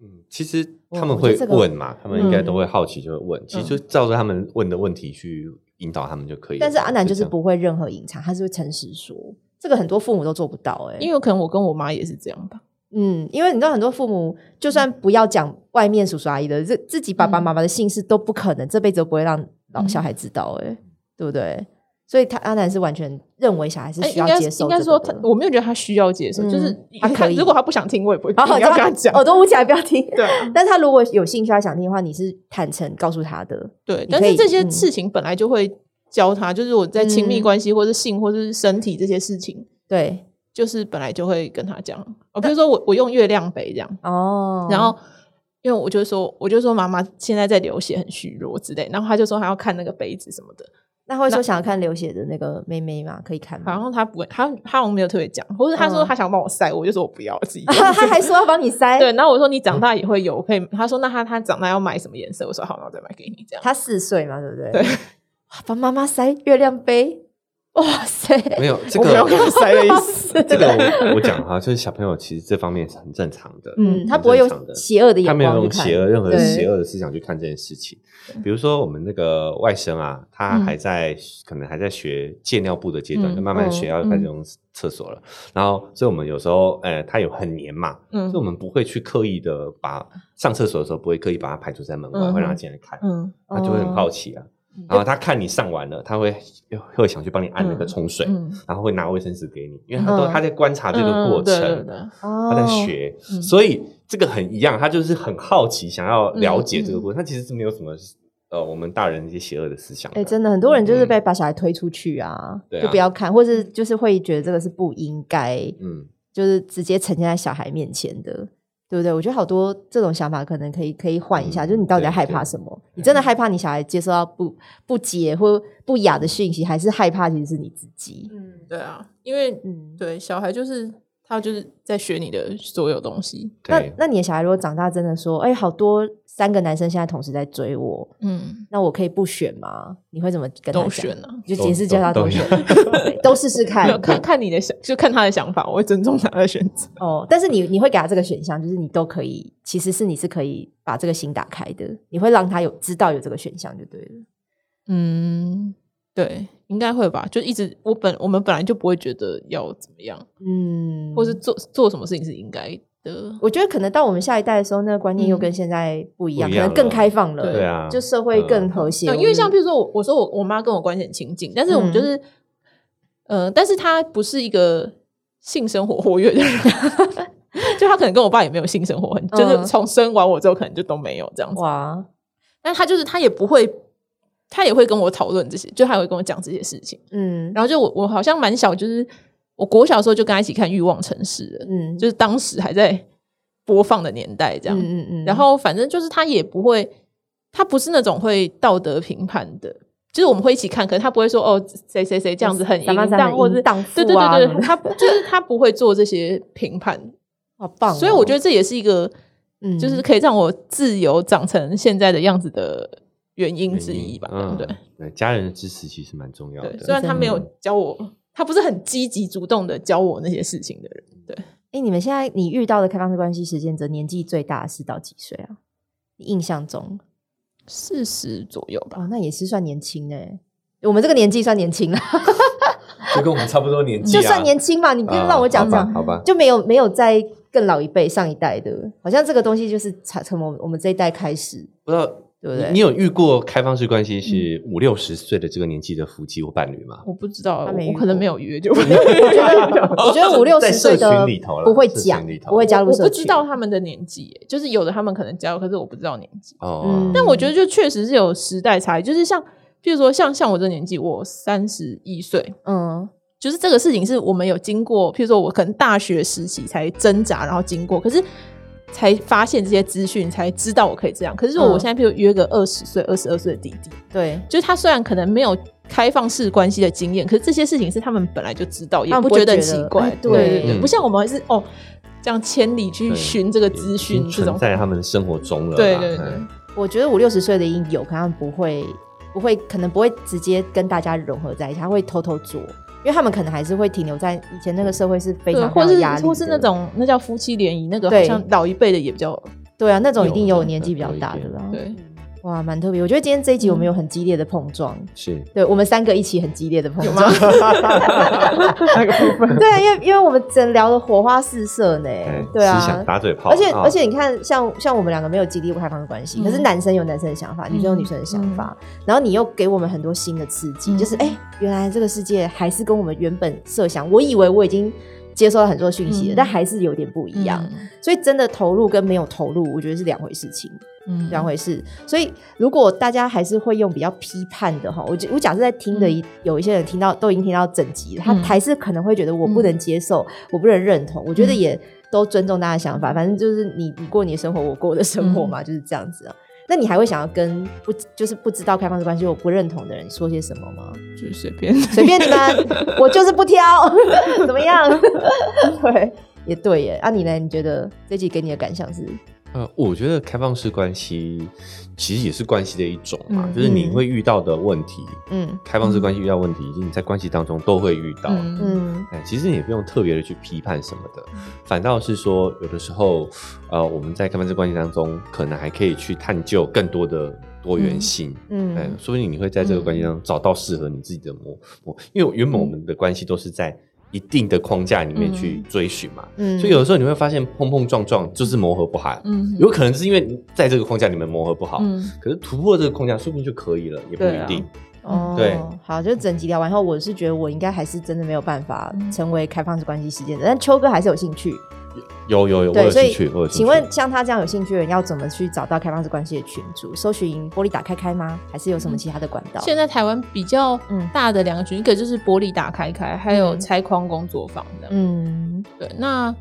B: 嗯，其实
A: 哇
B: 他们
A: 我觉得
B: 会
A: 这个嗯
B: 问嘛，他们应该
C: 嗯
B: 都会好奇，就会问。其实就照着他们问的问题去引导他们就可以了。
A: 但是阿南就是
B: 这样
A: 不会任何隐藏，他是会诚实说，这个很多父母都做不到哎、
C: 因为有可能我跟我妈也是这样吧。
A: 嗯，因为你知道很多父母就算不要讲外面叔叔阿姨的，自自己爸爸妈妈的姓氏都不可能，这辈子都不会让老
C: 嗯
A: 小孩知道哎、对不对？所以他阿南是完全认为小孩是
C: 哎
A: 需要
C: 应该
A: 接受这个
C: 应
A: 的、
C: 该说他，我没有觉得他需要接受，
A: 嗯
C: 就是
A: 他可以哦
C: 如果他不想听，我也 不会
A: 好好
C: 硬要跟他讲。
A: 耳朵捂起来不要听。
C: 对啊
A: 但他如果有兴趣，他想听的话，你是坦诚告诉他的。
C: 对，
A: 你
C: 但
A: 可以
C: 是这些
A: 嗯
C: 事情本来就会教他，就是我在亲密
A: 嗯
C: 关系或是性或是身体这些事情，
A: 对，
C: 就是本来就会跟他讲。哦，比如说我我用月亮杯这样，
A: 哦，
C: 然后。因为我就说，我就说妈妈现在在流血，很虚弱之类，然后他就说他要看那个杯子什么的，
A: 那会说想要看流血的那个妹妹嘛，可以看吗？
C: 然后他不会，他他好像没有特别讲，或者他说
A: 嗯
C: 他想帮我塞，我就说我不要自 己用
A: 他还说要帮你塞，
C: 对，然后我说你长大也会有，我可以。他说那他他长大要买什么颜色？我说好，那我再买给你这样。
A: 他四岁嘛，对不对？
C: 对
A: 哇，帮妈妈塞月亮杯，哇塞，
B: 没有这
A: 我没有
B: 个，
A: 看 塞的意思。
B: 这个我我讲哈，就是小朋友其实这方面是很正常的，
A: 嗯，他
B: 很
A: 不会
B: 正常
A: 用
B: 的
A: 邪恶的
B: 他
A: 眼
B: 没有
A: 光去
B: 用
A: 看，
B: 邪恶任何
A: 对
B: 邪恶的思想去看这件事情。比如说我们那个外甥啊，他还在、可能还在学借尿布的阶段，
C: 嗯
B: 就慢慢
A: 嗯
B: 学要开始用厕所了。然后，所以我们有时候，呃，他有很黏嘛，
C: 嗯啊
B: 所以我们不会去刻意的把上厕所的时候不会刻意把他排除在门外，
C: 嗯哼
B: 会让他进来看，
C: 嗯
B: 他就会很好奇啊。然后他看你上完了，他会会想去帮你按那个冲水，
C: 嗯，
B: 然后会拿卫生纸给你，因为他都、
A: 嗯
B: 他在观察这个
C: 嗯
B: 过程。
C: 对对对
A: 哦
B: 他在学，
C: 嗯
B: 所以这个很一样，他就是很好奇，想要了解这个
C: 嗯
B: 过程。他其实是没有什么呃，我们大人一些邪恶的思想的。
A: 哎、真的很多人就是被把小孩推出去啊，
B: 嗯对啊
A: 就不要看，或是就是会觉得这个是不应该，
B: 嗯，
A: 就是直接呈现在小孩面前的，对不对？我觉得好多这种想法可能可以可以换一下，
B: 嗯
A: 就是你到底在
B: 对嗯
A: 害怕什么？你真的害怕你小孩接收到不不解或不雅的讯息，还是害怕其实是你自己？
C: 嗯，对啊，因为
A: 嗯，
C: 对小孩就是他就是在学你的所有东西，
A: 那
B: 对，
A: 那你的小孩如果长大真的说，哎、好多三个男生现在同时在追我，
C: 嗯，
A: 那我可以不选吗？你会怎么跟他
C: 都
A: 讲？
C: 选啊，
A: 你就解释叫他
B: 都
A: 都
B: 都
A: 选， 对都试试
C: 没有
A: 看。
C: 看看你的想，就看他的想法，我会尊重他的选择。
A: 哦，但是你你会给他这个选项，就是你都可以，其实是你是可以把这个心打开的，你会让他有知道有这个选项就对了。
C: 嗯，对，应该会吧。就一直我本我们本来就不会觉得要怎么样，
A: 嗯，
C: 或是做做什么事情是应该的。
A: 我觉得可能到我们下一代的时候，那个观念又
C: 嗯
A: 跟现在不一样，
B: 不一
A: 可
B: 样
A: 能更开放了，
C: 了对
B: 啊嗯
A: 就社会更和谐。
C: 对，因为像比如说我，我说我我妈跟我关系很亲近，但是我
A: 嗯
C: 们就是，呃，但是她不是一个性生活活跃的人， 就她可能跟我爸也没有性生活很，就是
A: 嗯
C: 从生完我之后可能就都没有这样子。
A: 哇，
C: 但她就是她也不会，她也会跟我讨论这些，就她也会跟我讲这些事情。
A: 嗯
C: 然后就我我好像蛮小，就是我国小的时候就跟她一起看《欲望城市》的，
A: 嗯，
C: 就是当时还在播放的年代这样。
A: 嗯嗯
C: 然后反正就是他也不会，他不是那种会道德评判的，就是我们会一起看，可是他不会说哦谁谁谁这样子很淫
A: 咱们咱
C: 荡，
A: 们
C: 或者是
A: 淫荡
C: 对对
A: 妇啊
C: 对
A: 什
C: 对
A: 么，的
C: 他 就是他不会做这些评判，
A: 好棒哦、
C: 所以我觉得这也是一个
A: 嗯
C: 就是可以让我自由长成现在的样子的原因之一吧，对
B: 嗯
C: 不对？
B: 对，家人的支持其实蛮重要
C: 对，
B: 的。
C: 虽然他没有
B: 嗯
C: 教我，他不是很积极主动的教我那些事情的人，对。
A: 哎、你们现在你遇到的开放式关系实践者年纪最大是到几岁啊？你印象中
C: 四十左右吧，
A: 哦，那也是算年轻哎、我们这个年纪算年轻了，
B: 啊就跟我们差不多年纪 啊，
A: 就算年轻嘛，你别
B: 啊
A: 让我讲
B: 好吧
A: 讲，
B: 好吧？
A: 就没有没有在更老一辈上一代的，好像这个东西就是才从我们我们这一代开始，
B: 不知道
A: 对不对
B: 你你有遇过开放式关系是五六十岁的这个年纪的夫妻或伴侣
A: 嗯
B: 吗？
C: 我不知道，
A: 他
C: 我
A: 没遇
C: 我可能
A: 过
C: 没有 约，就我
A: 我觉得我 觉得五六
B: 在
A: 十
B: 社
A: 岁的
B: 群里头啦
A: 不会
B: 社群
A: 讲
B: 里，头
A: 不会加入
C: 我
A: 社
C: 不知
A: 群
C: 道他们的年纪耶，就是有的他们可能加入，可是我不知道年纪。
B: 哦
A: 嗯，
C: 但我觉得就确实是有时代差异，就是像，譬如说像像我这年纪，我三十一岁，
A: 嗯
C: 就是这个事情是我们有经过，譬如说我可能大学时期才挣扎，然后经过，可是才发现这些资讯，才知道我可以这样。可是如果我
A: 嗯
C: 现在譬如约个二十岁、二十二岁的弟弟，
A: 对，
C: 就是他虽然可能没有开放式关系的经验，可是这些事情是他们本来就知道，也
A: 他们
C: 不
A: 不会
C: 觉得
A: 觉
C: 奇
A: 得
C: 怪。
A: 哎
C: 对
A: 对
C: 对对，
B: 嗯
C: 不像我们是哦，这样千里去
B: 对
C: 寻这个
B: 已
C: 资
B: 经
C: 讯，这种
B: 存在他们的生活中了啦。
C: 对对对
B: 嗯，
A: 我觉得五六十岁的一定有，可他们不会不会，可能不会直接跟大家融合在一起，他会偷偷做，因为他们可能还是会停留在以前那个社会是非
C: 对，
A: 常
C: 或
A: 非常
C: 是
A: 有压力的，
C: 或是那种那叫夫妻联谊，那个好
A: 对
C: 像老一辈的也比较
A: 对啊，那种一定
B: 有
A: 有
B: 的
A: 年纪比较
B: 有一
A: 大的
B: 点
A: 啦。
C: 对，
A: 哇，蛮特别。我觉得今天这一集我们
C: 嗯
A: 有很激烈的碰撞，
B: 是
A: 对我们三个一起很激烈的碰
C: 有
A: 撞
C: 吗，？ 那个部分，
A: 对，因为因为我们整聊的火花四射呢，对
B: 哎思想
A: 啊。
B: 打嘴炮，
A: 而且
B: 啊
A: 而且，你看，像像我们两个没有激励过开放的关系，
C: 嗯
A: 可是男生有男生的想法，女生有女生的想法，然后你又给我们很多新的刺激，
C: 嗯
A: 就是哎、原来这个世界还是跟我们原本设想，我以为我已经接收到很多讯息了，
C: 嗯
A: 但还是有点不一样。所以真的投入跟没有投入，我觉得是两回事情。
C: 嗯，
A: 两回事。所以如果大家还是会用比较批判的哈，我觉我假设在听的一、有一些人听到都已经听到整集了，他
C: 嗯
A: 还是可能会觉得我不能接受，我不能认同。我觉得也都尊重大家的想法，反正就是你你过你的生活，我过我的生活嘛，就是这样子啊。那你还会想要跟不就是不知道开放式关系我不认同的人说些什么吗？
C: 就随便，
A: 随 便你们，我就是不挑， 怎么样？对，也对耶。啊，你呢？你觉得这集给你的感想是？
B: 呃，我觉得开放式关系其实也是关系的一种嘛，
C: 嗯
B: 就是你
A: 嗯
B: 会遇到的问题，
C: 嗯
B: 开放式关系遇到问题，你在关系当中都会遇到。
C: 嗯
A: 嗯
B: 哎，其实你也不用特别的去批判什么的，反倒是说，有的时候，呃，我们在开放式关系当中，可能还可以去探究更多的多元性。哎，
A: 嗯嗯
B: 说不定你会在这个关系当中找到适合你自己的模模，因为原本我们的关系都是在一定的框架里面去追寻嘛，
A: 嗯
B: 所以有的时候你会发现碰碰撞撞就是磨合不好，
C: 嗯
B: 有可能是因为你在这个框架里面磨合不好，
C: 嗯
B: 可是突破这个框架说不定就可以了，也不
C: 对
B: 一
C: 啊
B: 定。
A: 哦，
B: 对，
A: 好，就整集聊完后，我是觉得我应该还是真的没有办法
C: 嗯
A: 成为开放式关系实践者，但秋哥还是有兴趣，
B: 有有有，我
A: 对，
B: 有
A: 所
B: 兴
A: 以
B: 趣，我有兴趣。
A: 请问像他这样有兴趣的人，要怎么去找到开放式关系的群组？搜寻玻璃打开开吗？还是有什么其他的管道？
C: 现在台湾比较
A: 嗯
C: 大的两个群，一个就是玻璃打开开，还有
A: 嗯
C: 拆框工作坊这样。
A: 嗯，
C: 对，那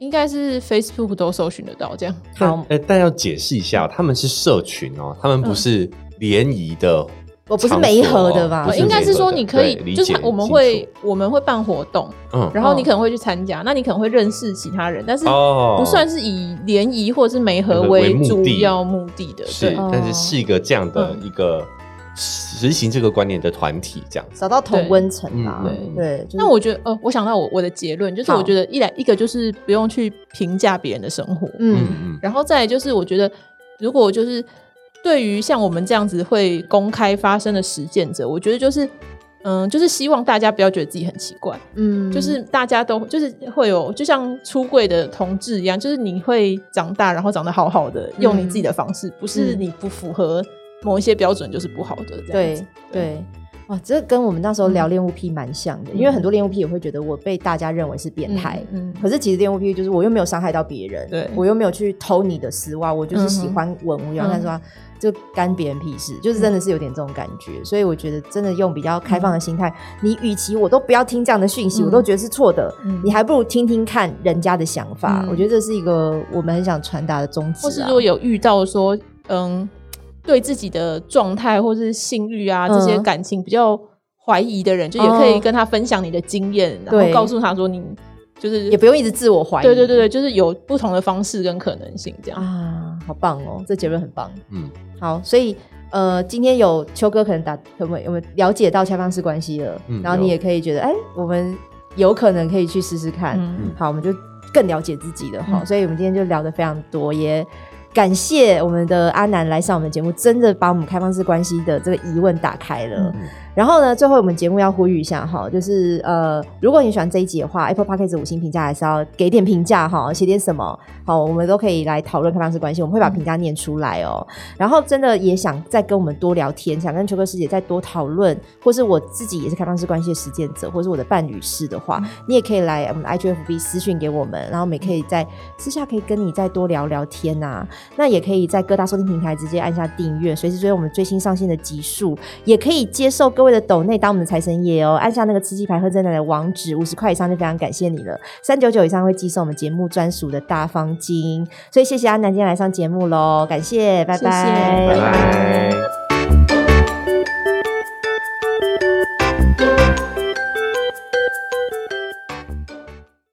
C: 应该是 Facebook 都搜寻得到这样。
A: 好，
B: 哎，但要解释一下哦，他们是社群哦，他们
C: 嗯
B: 不是联谊的场所哦，
A: 我不是媒合的吧
B: 不
A: 哦
B: 是
C: 啊应该是
B: 媒合
C: 说
B: 的
C: 你可
B: 对
C: 以，
B: 理
C: 就是
B: 解
C: 我们
B: 清
C: 会
B: 楚
C: 我们会办活动，
B: 嗯
C: 然后
A: 哦
C: 你可能会去参加，那你可能会认识其他人，但是
B: 哦
C: 不算是以联谊或者是媒合
B: 为
C: 为
B: 目
C: 主
B: 的
C: 要目的的。
B: 是
C: 对，，哦嗯
B: 但是是一个这样的一个实行这个观念的团体这样子。
A: 找到同温层啦
B: 对嗯，
A: 对，就是
C: 那我觉得，呃，我想到我我的结论就是，
A: 好
C: 我觉得一来一个就是不用去评价别人的生活，
A: 嗯
B: 嗯
C: 然后再来就是我觉得，如果就是对于像我们这样子会公开发生的实践者，我觉得就是。嗯，就是希望大家不要觉得自己很奇怪，
A: 嗯，
C: 就是大家都就是会有，就像出柜的同志一样，就是你会长大，然后长得好好的，用你自己的方式，不是
A: 嗯
C: 你不符合某一些标准就是不好的。这样子
A: 对对。哇，这跟我们那时候
C: 嗯
A: 聊恋物癖蛮像的，因为很多恋物癖也会觉得我被大家认为是变态，
C: 嗯，嗯
A: 可是其实恋物癖就是我又没有伤害到别人，
C: 对嗯
A: 我又没有去偷你的丝袜，我就是喜欢闻无聊，
C: 嗯哼
A: 但是说就干别人屁事，就是真的是有点这种感觉，所以我觉得真的用比较开放的心态，你与其我都不要听这样的讯息，
C: 嗯
A: 我都觉得是错的，
C: 嗯
A: 你还不如听听看人家的想法，
C: 嗯
A: 我觉得这是一个我们很想传达的宗旨、啊，
C: 或是如果有遇到说，嗯，对自己的状态或是性欲啊这些
A: 嗯
C: 感情比较怀疑的人，就也可以
A: 哦
C: 跟他分享你的经验，然
A: 对
C: 后告诉他说你就是
A: 也不用一直自我怀疑，
C: 对对对对，就是有不同的方式跟可能性这样。
A: 啊，好棒哦，这结论很棒。
B: 嗯，
A: 好，所以呃，今天有秋哥可能打可不可以我们了解到开放式关系了，
B: 嗯
A: 然后你
B: 有
A: 也可以觉得，哎、我们有可能可以去试试看。
C: 嗯
A: 好，我们就更了解自己了哈、
C: 嗯
A: 所以我们今天就聊得非常多，也感谢我们的阿南来上我们的节目，真的把我们开放式关系的这个疑问打开了。
C: 嗯
A: 然后呢，最后我们节目要呼吁一下哈，就是呃，如果你喜欢这一集的
C: 嗯
A: 话，Apple Podcast 五星评价还是要给点评价哈，写点什么好，我们都可以来讨论开放式关系，我们会把评价念出来哦。
C: 嗯
A: 然后真的也想再跟我们多聊天，想跟秋哥师姐再多讨论，或是我自己也是开放式关系的实践者，或是我的伴侣是的话，你也可以来我们的 IGFB 私讯给我们，然后我们也可以在私下可以跟你再多聊聊天呐、那也可以在各大收听平台直接按下订阅，随时追踪我们最新上线的集数，也可以接受各位的抖内当我们的财神爷哦，按下那个吃鸡牌喝真奶的网址，五十块以上就非常感谢你了，三九九以上会寄送我们节目专属的大方金，所以谢谢安南今天来上节目喽，感谢，拜
C: 谢谢
A: 拜，
B: 拜拜。